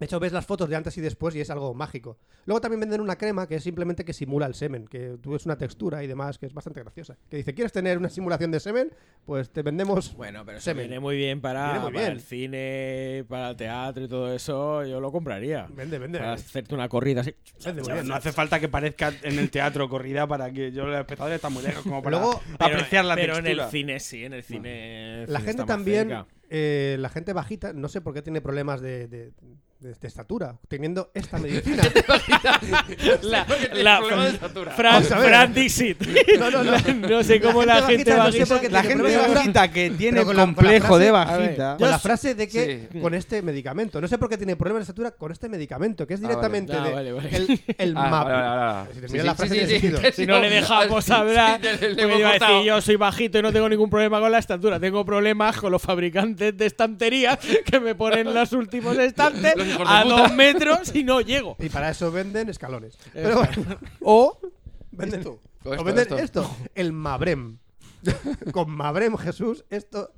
De hecho, ves las fotos de antes y después y es algo mágico. Luego también venden una crema que es simplemente que simula el semen, que tú ves una textura y demás, que es bastante graciosa. Que dice, ¿quieres tener una simulación de semen? Pues te vendemos...
Bueno, pero se
Semen.
viene muy bien para,
Viene muy
para
bien.
el cine, para el teatro y todo eso. Yo lo compraría.
Vende, vende.
Para hacerte una corrida así.
Vende,
Ya,
vende.
No hace falta que parezca en el teatro corrida para que yo, los espectadores, están muy lejos como para
Luego-
Pero-
apreciar la
Pero en
textura.
el cine sí, en el cine. el
La
cine
gente
está más
también,
cerca.
eh, la gente bajita, no sé por qué tiene problemas de, de- de- de estatura, teniendo esta medicina.
La,
la-
problema de estatura.
Fran,
Vamos a ver.
Fran Dixit. No, no, no. sé cómo la gente va
no sé por qué
La
tiene
gente
problemas de estatura,
bajita que tiene
pero con la- con la
complejo de
frase-
bajita.
Con la frase de que
Sí.
con este medicamento. No sé por qué tiene problemas de estatura con este medicamento, que es
Ah,
directamente
vale. Ah,
de-
vale, vale.
el, el
Ah,
mapa.
vale, vale, vale.
Si te
Sí,
miras
sí,
la frase
sí,
tiene
sí, sí,
sentido.
te-
Si no le dejamos hablar,
Sí, le- le
pues
hemos
iba a
cortado.
decir yo soy bajito y no tengo ningún problema con la estatura. Tengo problemas con los fabricantes de estanterías que me ponen los últimos estantes
Los hijos de
a
puta.
dos metros y no llego.
Y para eso venden escalones.
Eso.
Pero bueno, o venden,
O
o
esto,
venden
esto.
esto. el Mabrem. con Mabrem Jesús, esto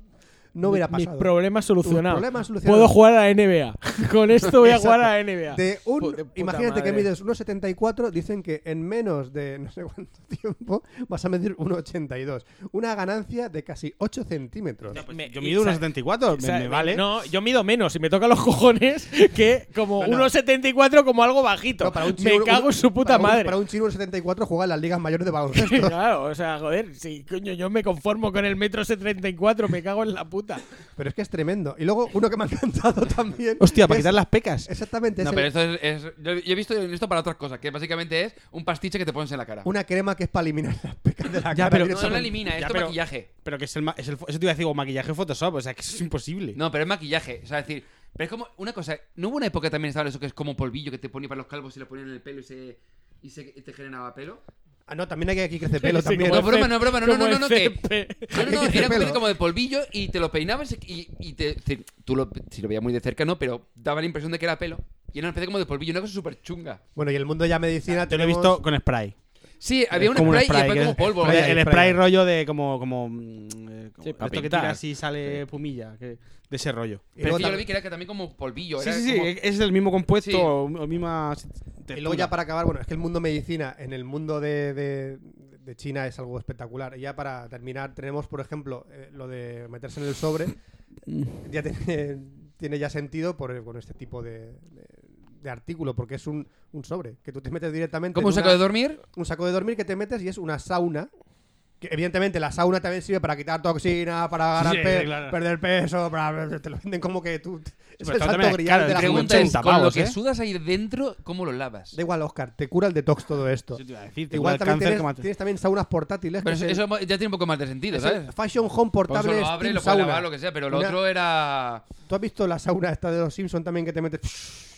no hubiera
Mis
pasado.
problemas solucionados.
problemas solucionados.
Puedo jugar a la NBA. Con esto voy a jugar a la
Exacto.
NBA.
De un,
Pu- de puta
imagínate que
madre.
mides 1,74, dicen que en menos de no sé cuánto tiempo vas a medir 1,82. Una ganancia de casi 8 centímetros.
Me-
pues Yo mido
sa-
1,74, me,
sa-
me vale.
No, yo mido menos y me toca los cojones que como
No, no.
1,74 como algo bajito.
No, para un
me
chino-
cago en su puta
para un-
madre.
para un chino 1,74 juega en las ligas mayores de baloncesto.
Claro, o sea, joder, si coño, yo me conformo con el metro C34, me cago en la puta.
Pero es que es tremendo. Y luego uno que me ha encantado también.
Hostia, para
es-
quitar las pecas.
Exactamente.
No,
es
pero
el-
esto es, es- yo, yo he visto esto para otras cosas, que básicamente es un pastiche que te pones en la cara.
Una crema que es para eliminar las pecas de la
Ya,
cara.
pero-
no, no lo
directamente.
elimina,
Ya,
esto es
pero-
maquillaje.
Pero que es el, ma- es el fo- Eso te iba a decir, o maquillaje Photoshop, o sea, que eso es imposible.
No, pero es maquillaje. O sea, es decir, pero es como una cosa. ¿No hubo una época también estaba eso que es como polvillo que te ponía para los calvos y lo ponían en el pelo y se, y se y te generaba pelo?
Ah, no, también hay que aquí crece pelo
Sí,
también.
como
No,
el
broma,
cep-
no, broma, no, no,
como
no,
el
no, que-
cep.
No, no, no,
Hay que
era
hacer
como-
pelo.
como de polvillo y te lo peinabas y, y te, te- tú lo, si lo veías muy de cerca, no, pero daba la impresión de que era pelo. Y era una especie como de polvillo, una cosa súper chunga.
Bueno, y el mundo ya medicina.
Yo lo he
tenemos-
visto con spray.
Sí, había un
como
spray, y después
que
como
es-
polvo.
El,
¿no?
Spray,
el
spray.
spray rollo de como. como mm, eh, como
Sí, pa'
esto que
pintar.
tiras y sale pumilla. que- de ese rollo.
Y
Pero
luego
es que yo lo vi
tam-
que era que también como polvillo.
Sí,
era
sí, sí.
como-
Es el mismo compuesto
Sí.
o, o misma.
Y
s-
luego
textura.
ya para acabar, bueno, es que el mundo medicina en el mundo de, de- de China es algo espectacular. Y ya para terminar, tenemos, por ejemplo, eh, lo de meterse en el sobre.
Mm.
ya tiene, tiene ya sentido por, con este tipo de, de- de artículo, porque es un, un sobre, que tú te metes directamente en
Como un saco
una-
de dormir.
un saco de dormir que te metes y es una sauna. Que evidentemente la sauna también sirve para quitar toxinas, para ganar
Sí,
pe-
claro.
perder peso, para, te lo venden como que tú... Es
pero
el
todo
santo
también es
grial
caro,
de la
creo que un
Pregunta
juventud.
es, con lo
80
que
pavos, ¿eh?
sudas ahí dentro, ¿cómo lo lavas?
Da igual, Oscar, te cura el detox todo esto.
Yo te iba a decir, te
Igual
cura el
también
cáncer
tienes,
como antes.
tienes también saunas portátiles.
Pero
que
eso,
es el-
eso ya tiene un poco más de sentido,
es el
¿sabes?
Fashion Home
Pues eso
portable
lo abre,
Steam
lo puedes
sauna.
lavar, lo que sea, pero lo
Una-
otro era.
¿Tú has visto la sauna esta de los Simpsons también que te metes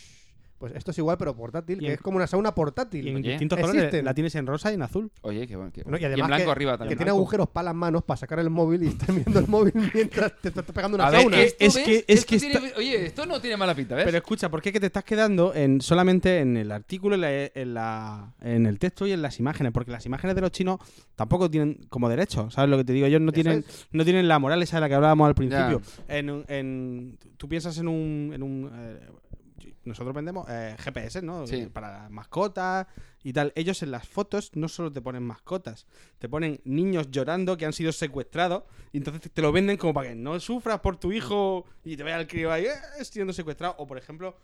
Pues esto es igual, pero portátil, que es como una sauna portátil.
Y en distintos colores la tienes en rosa y en azul.
Oye, qué bueno. qué
No,
bueno.
y
y,
además
en blanco
que,
arriba
que
también.
tiene agujeros para las manos para sacar el móvil y estar viendo el móvil mientras te estás pegando una
A ver,
sauna.
esto,
es
¿ves?
que- es
Esto
que
tiene- Oye, esto no tiene mala pinta, ¿ves?
Pero escucha, ¿por qué que te estás quedando en, solamente en el artículo, en, la- en la- en el texto y en las imágenes? Porque las imágenes de los chinos tampoco tienen como derecho, ¿sabes lo que te digo? Ellos no tienen, no tienen la moral esa de la que hablábamos al principio. En, un- en- tú piensas en un... en un, eh, nosotros vendemos eh, GPS, ¿no?
Sí.
Para mascotas y tal. Ellos en las fotos no solo te ponen mascotas, te ponen niños llorando que han sido secuestrados y entonces te lo venden como para que no sufras por tu hijo y te vea el crío ahí eh, siendo secuestrado. O por ejemplo...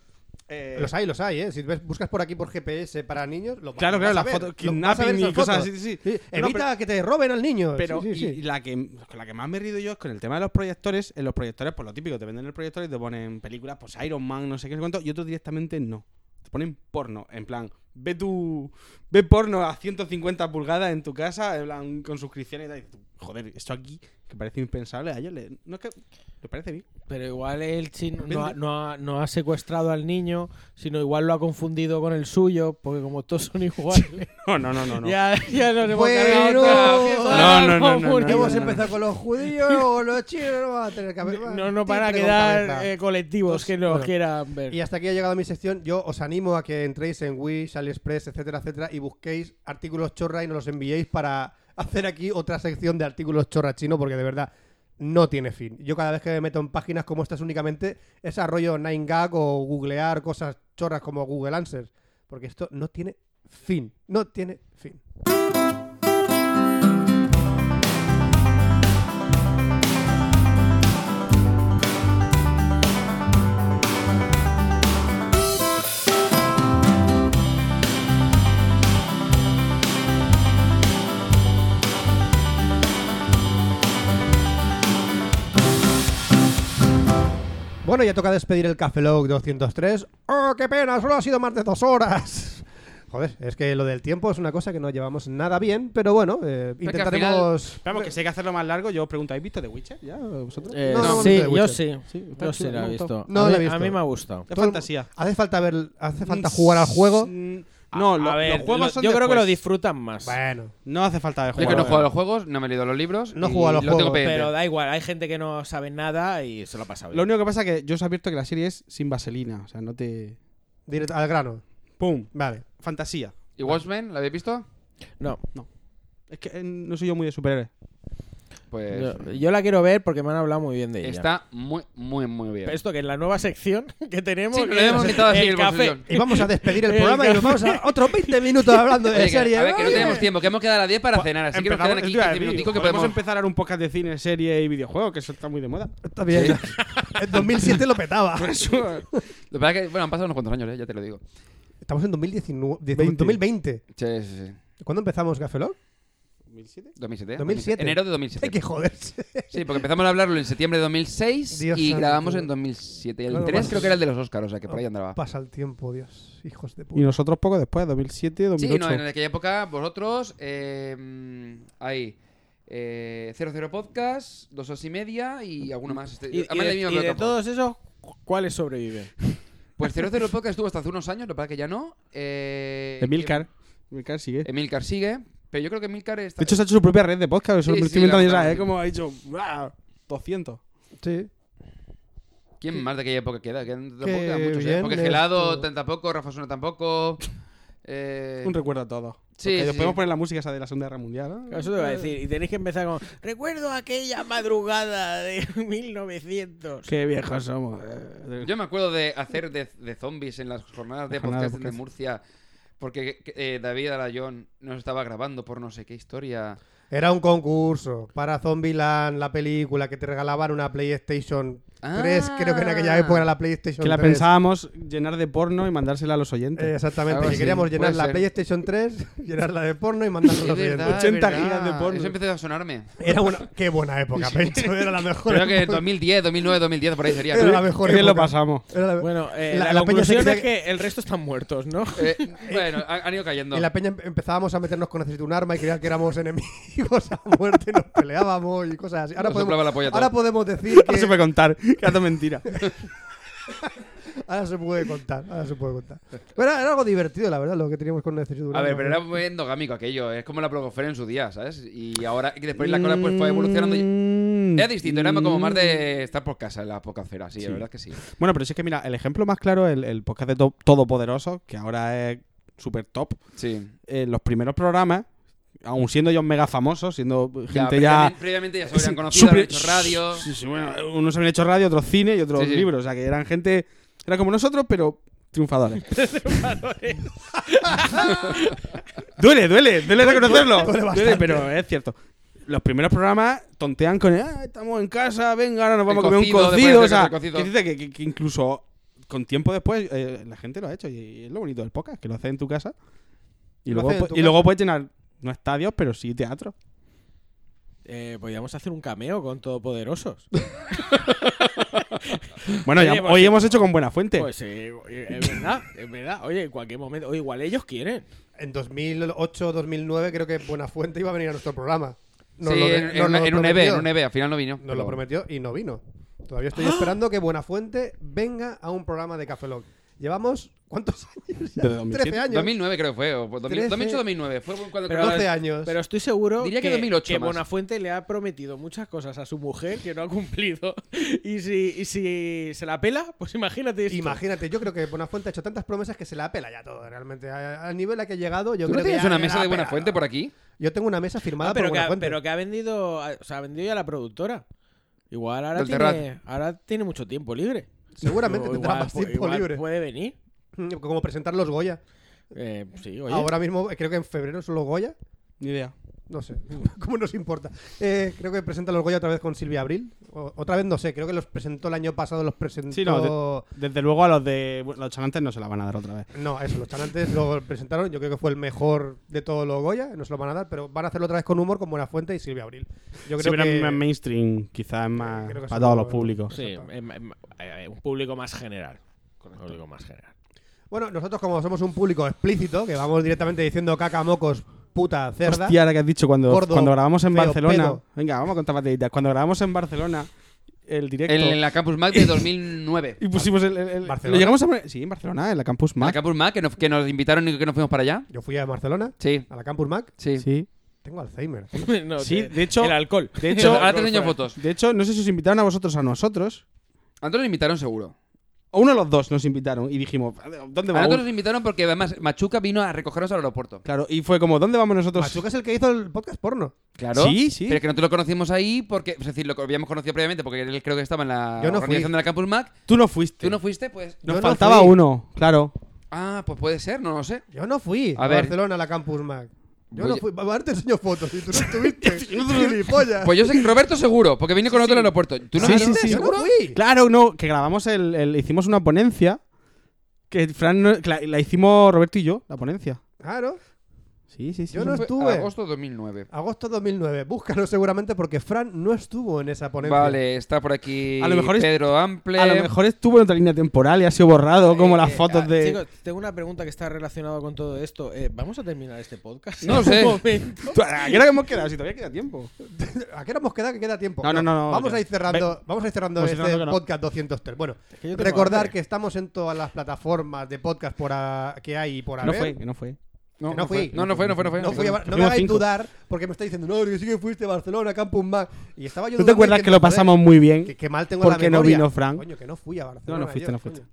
eh,
Los hay, los hay, ¿eh? Si ves- buscas por aquí por GPS para niños, lo
Claro,
vas
claro,
a
las
ver.
fotos,
Lo- vas a ver
kidnapping
esas
y cosas
fotos.
así, sí, sí. No,
Evita que te roben al niño.
Pero
Sí, sí,
y-
sí.
y la que con la que más me he rido yo es con el tema de los proyectores, en los proyectores, pues lo típico, te venden el proyector y te ponen películas, pues Iron Man, no sé qué no sé cuánto, y otros directamente no. Te ponen porno, en plan, ve tu ve porno a 150 pulgadas en tu casa, en plan, con suscripciones y tal. Y tú, joder, esto aquí que parece impensable a ellos le- no es que les parece bien.
Pero igual el chino
Vende.
no ha, no ha- no ha secuestrado al niño, sino igual lo ha confundido con el suyo, porque como todos son iguales,
No, no, no, no, no.
ya, ya nos hemos
Bueno.
cargado otra vez.
No, no, no, no, no,
Hemos-
Hemos empezado con los judíos o los chinos, no va a tener que haber.
No, no para
Tigre con
quedar
cabeza.
eh, colectivos que nos
Bueno.
quieran ver.
Y hasta aquí ha llegado mi sección. Yo os animo a que entréis en Wish, AliExpress, etcétera, etcétera, y busquéis artículos chorra y nos los enviéis para hacer aquí otra sección de artículos chorra chino, porque de verdad no tiene fin. Yo cada vez que me meto en páginas como estas únicamente es a rollo 9gag o googlear cosas chorras como Google Answers, porque esto no tiene fin. No tiene fin. Bueno, ya toca despedir el Café Lock 203. ¡Oh, qué pena! Solo ha sido más de dos horas. Joder, es que lo del tiempo es una cosa que no llevamos nada bien, pero bueno, eh,
que al final-
intentaremos...
Vamos, que si hay que hacerlo más largo, yo os pregunto, ¿habéis visto The Witcher ya vosotros?
Eh,
No, no,
sí,
no, no,
yo
Witcher.
sí.
está
Yo sí
chulo,
la
me
he
ha
visto.
gustado.
No la
a, mí,
he visto.
a mí me ha gustado.
De fantasía.
Hace falta ver, hace falta jugar al juego.
Mm, No, lo-
a ver,
los juegos
lo-
son
yo creo que lo
después.
disfrutan más.
Bueno,
No hace falta de
Yo
jugar.
que no juego a los juegos, no me he leído los libros.
No
y
juego a los
lo tengo
juegos.
pendiente.
Pero da igual, hay gente que no sabe nada y se lo pasa bien.
Lo único que pasa es que yo os advierto que la serie es sin vaselina. O sea, no te.
directo al grano.
¡Pum!
Vale.
Fantasía.
¿Y Watchmen? ¿La habéis visto?
No,
Es que eh, no soy yo muy de superhéroes.
Pues
yo, yo la quiero ver porque me han hablado muy bien de ella.
está muy, muy, muy bien.
Esto que es la nueva sección que tenemos.
Sí, que
que
lo hemos
es
quitado así, el
café.
bolsillón.
Y vamos a despedir el programa y nos vamos a otros 20 minutos hablando de
Oye, que-
serie.
a ver, que no
Oye.
tenemos tiempo, que hemos quedado a las 10 para cenar, así que nos quedan
Empezamos-
aquí
Esto iba a
15
decir,
minutitos que
podemos
podemos...
empezar ahora un podcast de cine, serie y videojuegos, que eso está muy de moda.
Está bien. En 2007 lo petaba.
Lo que pasa es que, bueno, han pasado unos cuantos años, eh, ya te lo digo.
Estamos en 2019,
20.
2020.
Sí, sí, sí.
¿Cuándo empezamos Café Lock?
2007.
2007.
Enero de
Hay
2007.
que joderse.
Sí, porque empezamos a hablarlo en septiembre de 2006
Dios
y
santo.
grabamos en 2007. Y el
Claro,
3
pues-
creo que era el de los Oscars, o sea que por ahí andaba.
Pasa el tiempo, Dios. Hijos de
Y
puta.
nosotros poco después, 2007,
Sí,
2008.
no, en aquella época vosotros, eh, mm, ahí, eh, 00 Podcast, dos horas y media y alguno más. Este-
Y, y
además
de,
del mismo
y de
programa.
todos esos, cu- ¿cuáles sobreviven?
Pues 00 Podcast estuvo hasta hace unos años, lo que pasa que ya no. Eh, em,
Emilcar. Emilcar sigue.
Emilcar sigue, pero yo creo que Emilcar está...
De hecho, se ha hecho su propia red de podcast.
Sí,
Eso me
sí,
estoy inventando
la
yo,
verdad.
¿sabes? Como ha dicho, ¡buah! 200.
Sí.
¿Quién más de aquella época queda? Quedan
Qué
tampoco, quedan muchos, ¿eh?
bien
Porque
esto.
Gelado tan- tampoco, Rafa Suna tampoco. Eh,
Un recuerdo a todos.
Sí,
Porque
sí.
podemos poner la música esa de la Segunda Guerra Mundial. ¿no?
Eso te voy a decir. Y tenéis que empezar con. Recuerdo aquella madrugada de 1900.
Qué viejos somos. eh.
Yo me acuerdo de hacer de, de zombies en las jornadas de
La jornada de
podcasting de Murcia. Porque eh, David Arayón nos estaba grabando por no sé qué historia.
Era un concurso para Zombieland, la película que te regalaban una PlayStation 3.
Ah.
Creo que en aquella época era la PlayStation
Que la
3.
pensábamos llenar de porno y mandársela a los oyentes.
Eh, Exactamente,
Algo
que
así,
queríamos
puede
llenar la
ser.
PlayStation 3, llenarla de porno y mandarla a los
Es verdad,
oyentes.
es
80
verdad.
gigas de porno.
Eso empezó a sonarme.
Era una... Qué buena época, Pencho, era la mejor.
Creo que
época.
2010, 2009, 2010, por ahí sería.
Era la
¿no?
mejor
Qué bien lo
época.
pasamos.
Era la-
Bueno, eh,
La-
la,
la peña se
conclusión
creía
es que el resto están muertos, ¿no?
Eh, bueno, han han ido cayendo.
En la peña em- empezábamos a meternos con necesito un arma y creían que éramos enemigos a muerte, nos peleábamos y cosas así. Ahora,
Nos soplaba
podemos,
la polla
ahora
todo.
podemos decir
No se
que,
Pues
puede contar. Que hace mentira.
ahora se puede contar, ahora se puede contar. Pero era, era algo divertido, la verdad, lo que teníamos con Necesidad
A ver, pero era muy endogámico aquello. Es como la blogosfera en su día, ¿sabes? Y ahora, y después la cosa pues,
Mm.
fue evolucionando. y- Era distinto, era como más de estar por casa en la podcastfera, sí, la verdad es que sí.
Bueno, pero sí que mira, el ejemplo más claro es el, el podcast de To- Todopoderoso, que ahora es súper top.
Sí.
Eh, los primeros programas, aún siendo ellos mega famosos, siendo
Ya,
gente ya.
previamente- Previamente ya se
Sí,
habían conocido,
súper-
habían hecho radio.
Sí, sí, bueno, unos habían hecho radio, otros cine y otros
Sí, sí.
libros. O sea, que eran gente. Era como nosotros, pero triunfadores. duele, duele, duele reconocerlo.
Duele
Duele,
bastante.
pero es cierto. Los primeros programas tontean con el, "Ah, estamos en casa, venga, ahora nos vamos
El
a comer
cocido,
un
después
cocido.
de
O sea,
hacer el cocido.
que dice que, que- que incluso con tiempo después eh, la gente lo ha hecho. Y, y es lo bonito del podcast, que lo haces en tu casa. Y,
Lo
luego,
haces en
pu-
tu
y
casa.
luego puedes llenar, no estadios, pero sí teatro.
Eh, podríamos hacer un cameo con Todopoderosos.
Bueno, ya-
Oye, pues
hoy
sí.
hemos hecho con buena fuente.
Pues eh, es verdad, es verdad. Oye, en cualquier momento. O igual ellos quieren.
En 2008, 2009, creo que Buenafuente iba a venir a nuestro programa. Nos
sí,
lo-
en,
nos
en
lo
una- en un EVE,
prometió.
en un ¡Ah! EVE, al final no vino.
Nos lo prometió y no vino. Todavía estoy esperando que Buenafuente venga a un programa de Café Lock. Llevamos, ¿cuántos años? ya?
Desde 2007.
13 años.
2009 creo que fue, o 2000
Trece.
2008-2009, fue cuando...
Pero-
12 años.
Pero estoy seguro
Diría que 2008 más.
Bonafuente le ha prometido muchas cosas a su mujer que no ha cumplido. Y si, y si se la pela, pues imagínate. esto.
Imagínate, yo creo que Buenafuente ha hecho tantas promesas que se la pela ya todo, realmente. A- Al nivel a que ha llegado, yo
¿Tú no
creo que
tienes
ya-
una
ya
mesa
la
de
ha
buena
pelado.
fuente por aquí?
Yo tengo una mesa firmada
Ah, pero,
por
que ha,
Buenafuente.
pero que ha vendido. O sea, ha vendido ya la productora. Igual ahora
Del
tiene, ahora tiene mucho tiempo libre.
Seguramente
O
tendrá
igual
más
pu-
tiempo
igual
libre.
Puede venir.
Mm, Como presentar los Goya.
Eh, sí, oye.
Ahora mismo, eh, creo que en febrero son los Goya.
Ni idea.
No sé, ¿cómo nos importa? Eh, creo que presenta los Goya otra vez con Silvia Abril. O- otra vez no sé, creo que los presentó el año pasado, los presentó...
Sí, no, de- desde luego a los de los chanantes no se la van a dar otra vez.
No, eso, los chanantes lo presentaron, yo creo que fue el mejor de todos los Goya, no se lo van a dar, pero van a hacerlo otra vez con humor con Buenafuente y Silvia Abril. Yo
Sí,
creo
pero es más
que...
mainstream, quizás es más
creo que
para
son
todos los
los-
públicos.
Sí, em- em- eh, un público más general. Un público más general.
Bueno, nosotros como somos un público explícito, que vamos directamente diciendo caca, mocos, puta, cerda...
Hostia, ahora que has dicho, cuando,
Gordo,
cuando grabamos en
feo,
Barcelona.
pedo.
Venga, vamos a contar batallitas. Cuando grabamos en Barcelona, el directo.
En, en la Campus Mac de 2009.
y pusimos el. el- el-
Barcelona.
lo llegamos a poner- Sí, en Barcelona, en la Campus
En la
Mac.
Campus Mac, que nos, que nos invitaron y que nos fuimos para allá.
Yo fui a Barcelona,
Sí,
a la Campus Mac,
sí.
Sí.
tengo Alzheimer.
No,
Sí,
te-
de hecho-
El alcohol.
De hecho,
Ahora te enseño fotos.
de hecho, no sé si os invitaron a vosotros o a nosotros.
A nosotros nos invitaron seguro.
O uno de los dos nos invitaron y dijimos, ¿dónde
A nosotros
vamos?
nos invitaron porque además Machuca vino a recogernos al aeropuerto.
Claro, y fue como, ¿dónde vamos nosotros?
Machuca es el que hizo el podcast porno.
Claro.
Sí, sí.
Pero es que nosotros lo conocimos ahí porque, es decir, lo habíamos conocido previamente porque él creo que estaba en la
Yo no fui.
organización de la Campus Mac.
Tú no fuiste.
¿Tú no fuiste? Pues.
Nos
Yo no
faltaba
fui.
uno, claro.
Ah, pues puede ser, no lo sé.
Yo no fui
A
a,
ver.
Barcelona a la Campus Mac. Yo
Voy
no
a-
fui. Ahora te enseño fotos y tú no estuviste. ¡Gilipollas!
Pues yo sé que Roberto seguro, porque vino con nosotros al aeropuerto. ¿Tú no
Sí,
viniste?
sí, sí.
Yo no fui.
Claro, no, que grabamos el, el- hicimos una ponencia que Fran no- que la, la hicimos Roberto y yo, la ponencia.
Claro.
Sí, sí, sí.
Yo no
Fue
estuve.
Agosto 2009.
Agosto 2009. Búscalo seguramente porque Fran no estuvo en esa ponencia.
Vale, está por aquí
A lo mejor es-
Pedro Ample.
A lo mejor estuvo en otra línea temporal y ha sido borrado como las fotos
Ah,
de
Chicos, tengo una pregunta que está relacionada con todo esto. Eh, ¿Vamos a terminar este podcast?
No
en
sé.
un momento?
Tú, ah, ¿A qué hora hemos quedado? Si todavía queda tiempo.
¿A qué hora hemos quedado que queda tiempo?
No, no, no, no,
vamos,
ya.
a ir cerrando, vamos a ir cerrando
Vamos a
este
ir cerrando que no.
podcast 203. Bueno,
que yo tengo
recordar
hambre.
que estamos en todas las plataformas de podcast por a- que hay y por
No
haber.
fue, que no fue.
que no fui.
No, no fue, no fue, no fue.
No, fui a Bar- no me
Fuimos
hagáis
cinco.
dudar porque me está diciendo, no, que sí que fuiste a Barcelona, Campus Mac. Y estaba yo
¿Tú te
dudando
acuerdas
diciendo,
que lo
"Joder,
pasamos muy bien?
Que, que mal tengo la
Porque ¿Mm? no
memoria.
vino Frank.
Coño, que no fui a Barcelona.
No, no fuiste,
ayer,
no fuiste.
coño.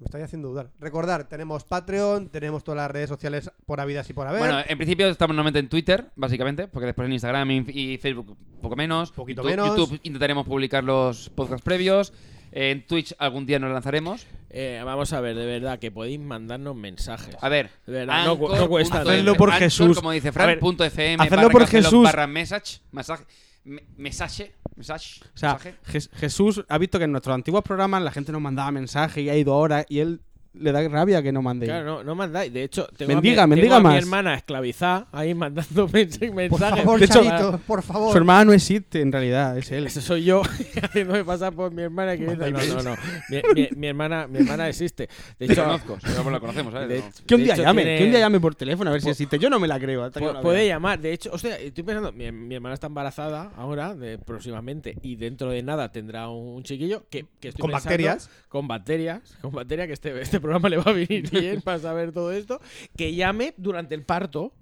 Me estáis haciendo dudar. Recordar, tenemos Patreon, tenemos todas las redes sociales por habidas y por haber.
eh,
Bueno, en principio estamos normalmente en Twitter, básicamente, porque después en Instagram y- y Facebook un poco menos.
Poquito
YouTube,
menos.
YouTube intentaremos publicar los podcasts previos. En Twitch algún día nos lanzaremos.
Eh, vamos a ver, de verdad, que podéis mandarnos mensajes.
A ver,
De verdad, no cu- no
Anchor
cuesta
punto
nada.
Hazlo por
Anchor,
Jesús.
Como dice
A
Fran,
ver,
punto FM
hazlo
barra
por
Café Lock
Jesús.
barra message, masaje, me- mensaje, mensaje,
O sea,
mensaje.
Je- Jesús ha visto que en nuestros antiguos programas la gente nos mandaba mensajes y ha ido horas y él le da rabia que no mandéis.
Claro, no, no mandáis. De hecho, tengo,
Mendiga,
a, mi,
mendiga
tengo a mi
más.
hermana esclavizada ahí mandando mens- mensajes.
Por favor,
de hecho,
Charito, por favor.
eh, Su hermana no existe, en realidad, es él.
Ese soy yo haciéndome pasar por mi hermana que viene- No, no, no. Mi, mi- mi hermana, mi hermana existe. De
Te
hecho,
conozco, seguro la conocemos, ¿sabes?
de-
No.
Que un
de
día
hecho
llame,
tiene-
que un día llame por teléfono a ver si existe. Yo no me la creo. hasta que
Pu-
no la
puede
vea.
llamar, de hecho, hostia, estoy pensando, mi, mi hermana está embarazada ahora, de- próximamente, y dentro de nada tendrá un, un chiquillo que, que estoy
Con
pensando-
bacterias.
Con bacterias, con bacterias, que este, este programa le va a venir bien para saber todo esto, que llame durante el parto.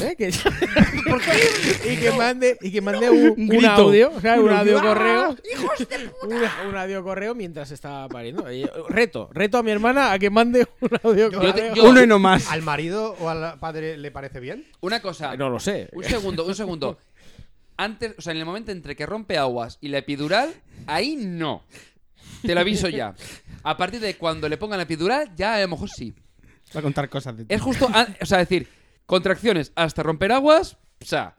¿eh? Que llame- y que mande y que mande un, un
grito.
audio o sea, un
Un
audio
grito.
correo Una- un, audio correo mientras está pariendo Eh, reto reto a mi hermana a que mande un audio
Yo te-
correo
yo-
Uno y no más.
¿Al marido o al padre le parece bien?
Una cosa.
no lo sé
Un segundo, un segundo. Antes, o sea, en el momento entre que rompe aguas y la epidural, ahí no. Te lo aviso ya. A partir de cuando le pongan la epidural, ya a lo mejor sí.
Va a contar cosas de ti.
Es justo, a- o sea, decir, contracciones hasta romper aguas, o sea,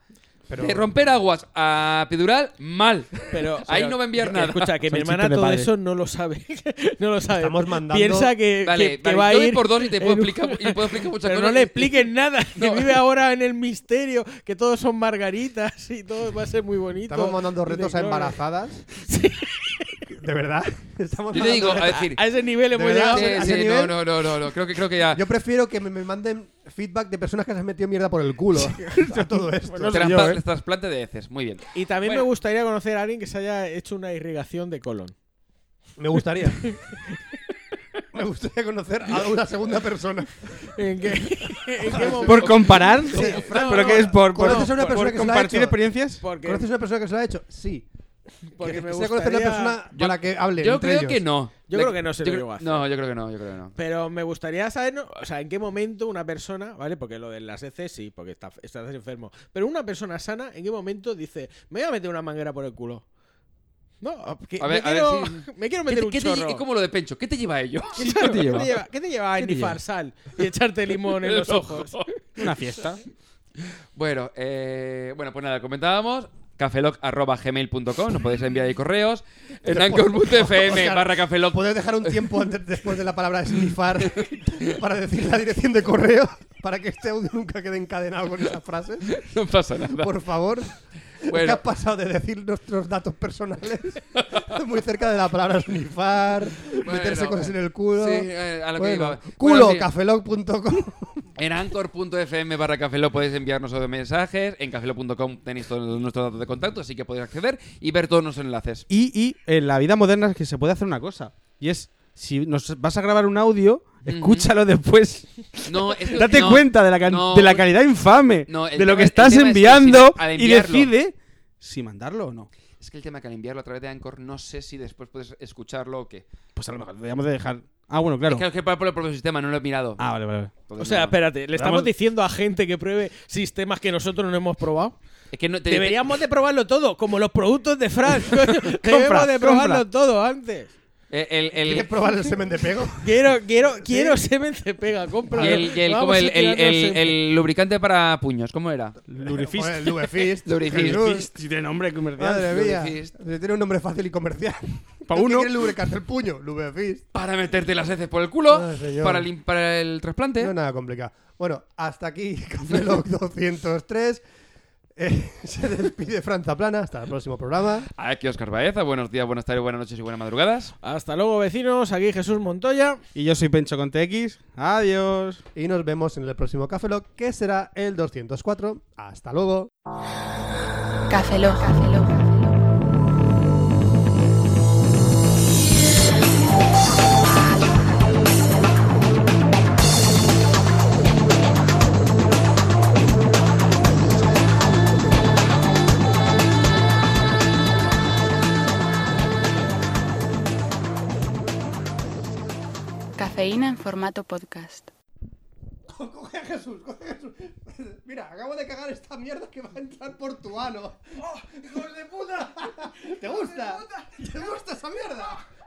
Pero-
de romper aguas a epidural, mal.
Pero
ahí
pero,
no va a enviar
eh,
nada.
Escucha, que
Son
mi hermana
chistes de
todo
padre.
eso no lo sabe. no lo sabe.
Estamos mandando-
Piensa que,
Vale,
que- que
vale,
va a
yo doy
ir.
por dos y te puedo
en un-
explicar- y puedo explicar muchas
Pero
cosas.
No le expliquen nada. Que
No.
vive ahora en el misterio, que todos son margaritas y todo va a ser muy bonito.
Estamos mandando retos a
Y de-
embarazadas. De verdad. Estamos
Yo te digo, a
mandando-
decir,
A ese nivel hemos
De verdad,
llegado.
sí,
a ese
sí, no,
nivel-
no, no, no, no, creo que, creo que
"Ah".
ya.
Yo prefiero que me- me manden feedback de personas que se han metido mierda por el culo. a todo esto.
Trampa-
¿eh?
¿eh?
Trasplante de heces, muy bien.
Y también
Bueno.
me gustaría conocer a alguien que se haya hecho una irrigación de colon.
Me gustaría. me gustaría conocer a una segunda persona.
¿En qué, en qué momento?
¿Por comparar?
Fran,
¿Pero
no,
qué es? ¿Por, por,
¿conoces a una
por-
persona
por
que se la ha
compartir
hecho?
experiencias?
Porque,
¿Conoces a una persona que se lo ha hecho? Sí.
porque me
Quisiera conocer a una
gustaría-
persona
Yo-
para que hable.
Yo creo que no.
Yo
Le-
creo que no se
yo
lo
creo-
llegó a hacer.
No, yo creo que no, yo creo que no.
Pero me gustaría saber, ¿no? o sea, en qué momento una persona, ¿vale? Porque lo de las heces sí, porque está- estás enfermo. Pero una persona sana, ¿en qué momento dice, me voy a meter una manguera por el culo? No, ah, que-
A ver,
me,
a ver,
quiero,
sí.
me quiero
¿Qué
meter
te-
un
qué te-
chorro.
es como lo de Pencho, ¿qué te lleva a ello?
¿Qué, te lleva? ¿Qué te lleva? a enifar sal y echarte limón en los ojos?
Una fiesta.
Bueno, eh, bueno, pues nada, comentábamos cafelog.gmail.com, nos podéis enviar ahí correos en anchor.fm
Oscar,
barra cafelog.
¿Puedes dejar un tiempo antes, después de la palabra snifar para decir la dirección de correo? Para que este audio nunca quede encadenado con esas frases.
No pasa nada.
Por favor. ¿Qué
Bueno.
has pasado de decir nuestros datos personales? Muy cerca de la palabra snifar, meterse
Bueno,
cosas en el culo.
sí, eh, a lo que iba. Bueno,
Culo,
sí.
cafelog.com.
En anchor.fm barra cafelog podéis enviarnos los mensajes, en cafelog.com tenéis todos nuestros datos de contacto, así que podéis acceder y ver todos nuestros enlaces.
Y, y en la vida moderna es que se puede hacer una cosa. Y es, si nos vas a grabar un audio, escúchalo después.
No, es que-
Date
no,
cuenta de la, can-
no,
de la calidad infame,
no, el
de lo
tema-
que
el
estás
tema es que
enviando
si- al
y
enviarlo-
decide si mandarlo o no.
Es que el tema que al enviarlo a través de Anchor no sé si después puedes escucharlo o qué.
Pues a lo mejor deberíamos de dejar... Ah, bueno, claro.
Es que es que para por el propio sistema, no lo he mirado.
Ah, vale, vale. vale.
Entonces,
O sea,
no.
espérate, ¿le estamos
Vamos-
diciendo a gente que pruebe sistemas que nosotros no hemos probado?
Es que no, te-
Deberíamos de probarlo todo, como los productos de Fran. coño. Debemos de
compra.
probarlo todo antes.
eh, el- el-
¿Quieres probar el semen de pego?
Quiero, quiero, quiero semen de pega, compra.
Y el, y el- como el, el- el- el lubricante para puños, ¿cómo era?
Lurifist.
Joder, El Lubefist.
Lurifist.
Jesús.
Si tiene nombre comercial.
Madre mía.
Lubefist.
Se Tiene un nombre fácil y comercial.
Pa'
¿Tú qué
uno.
quieres lubricarte el puño? Lubefist.
Para meterte las heces por el culo,
Ay, señor.
para, lim- para el trasplante.
No es nada complicado. Bueno, hasta aquí Café Lock 203. Eh, se despide Franza Plana. Hasta el próximo programa.
Aquí Oscar Baeza, buenos días, buenas tardes, buenas noches y buenas madrugadas.
Hasta luego, vecinos. Aquí Jesús Montoya.
Y yo soy Pencho con TX. Adiós.
Y nos vemos en el próximo Café Lock, que será el 204. Hasta luego.
Cafeló, Cafeló. Cafeína en formato podcast.
Coge a Jesús, coge a Jesús. Mira, acabo de cagar esta mierda que va a entrar por tu ano. ¡Hijos de puta! ¿Te gusta? ¿Te gusta esa mierda?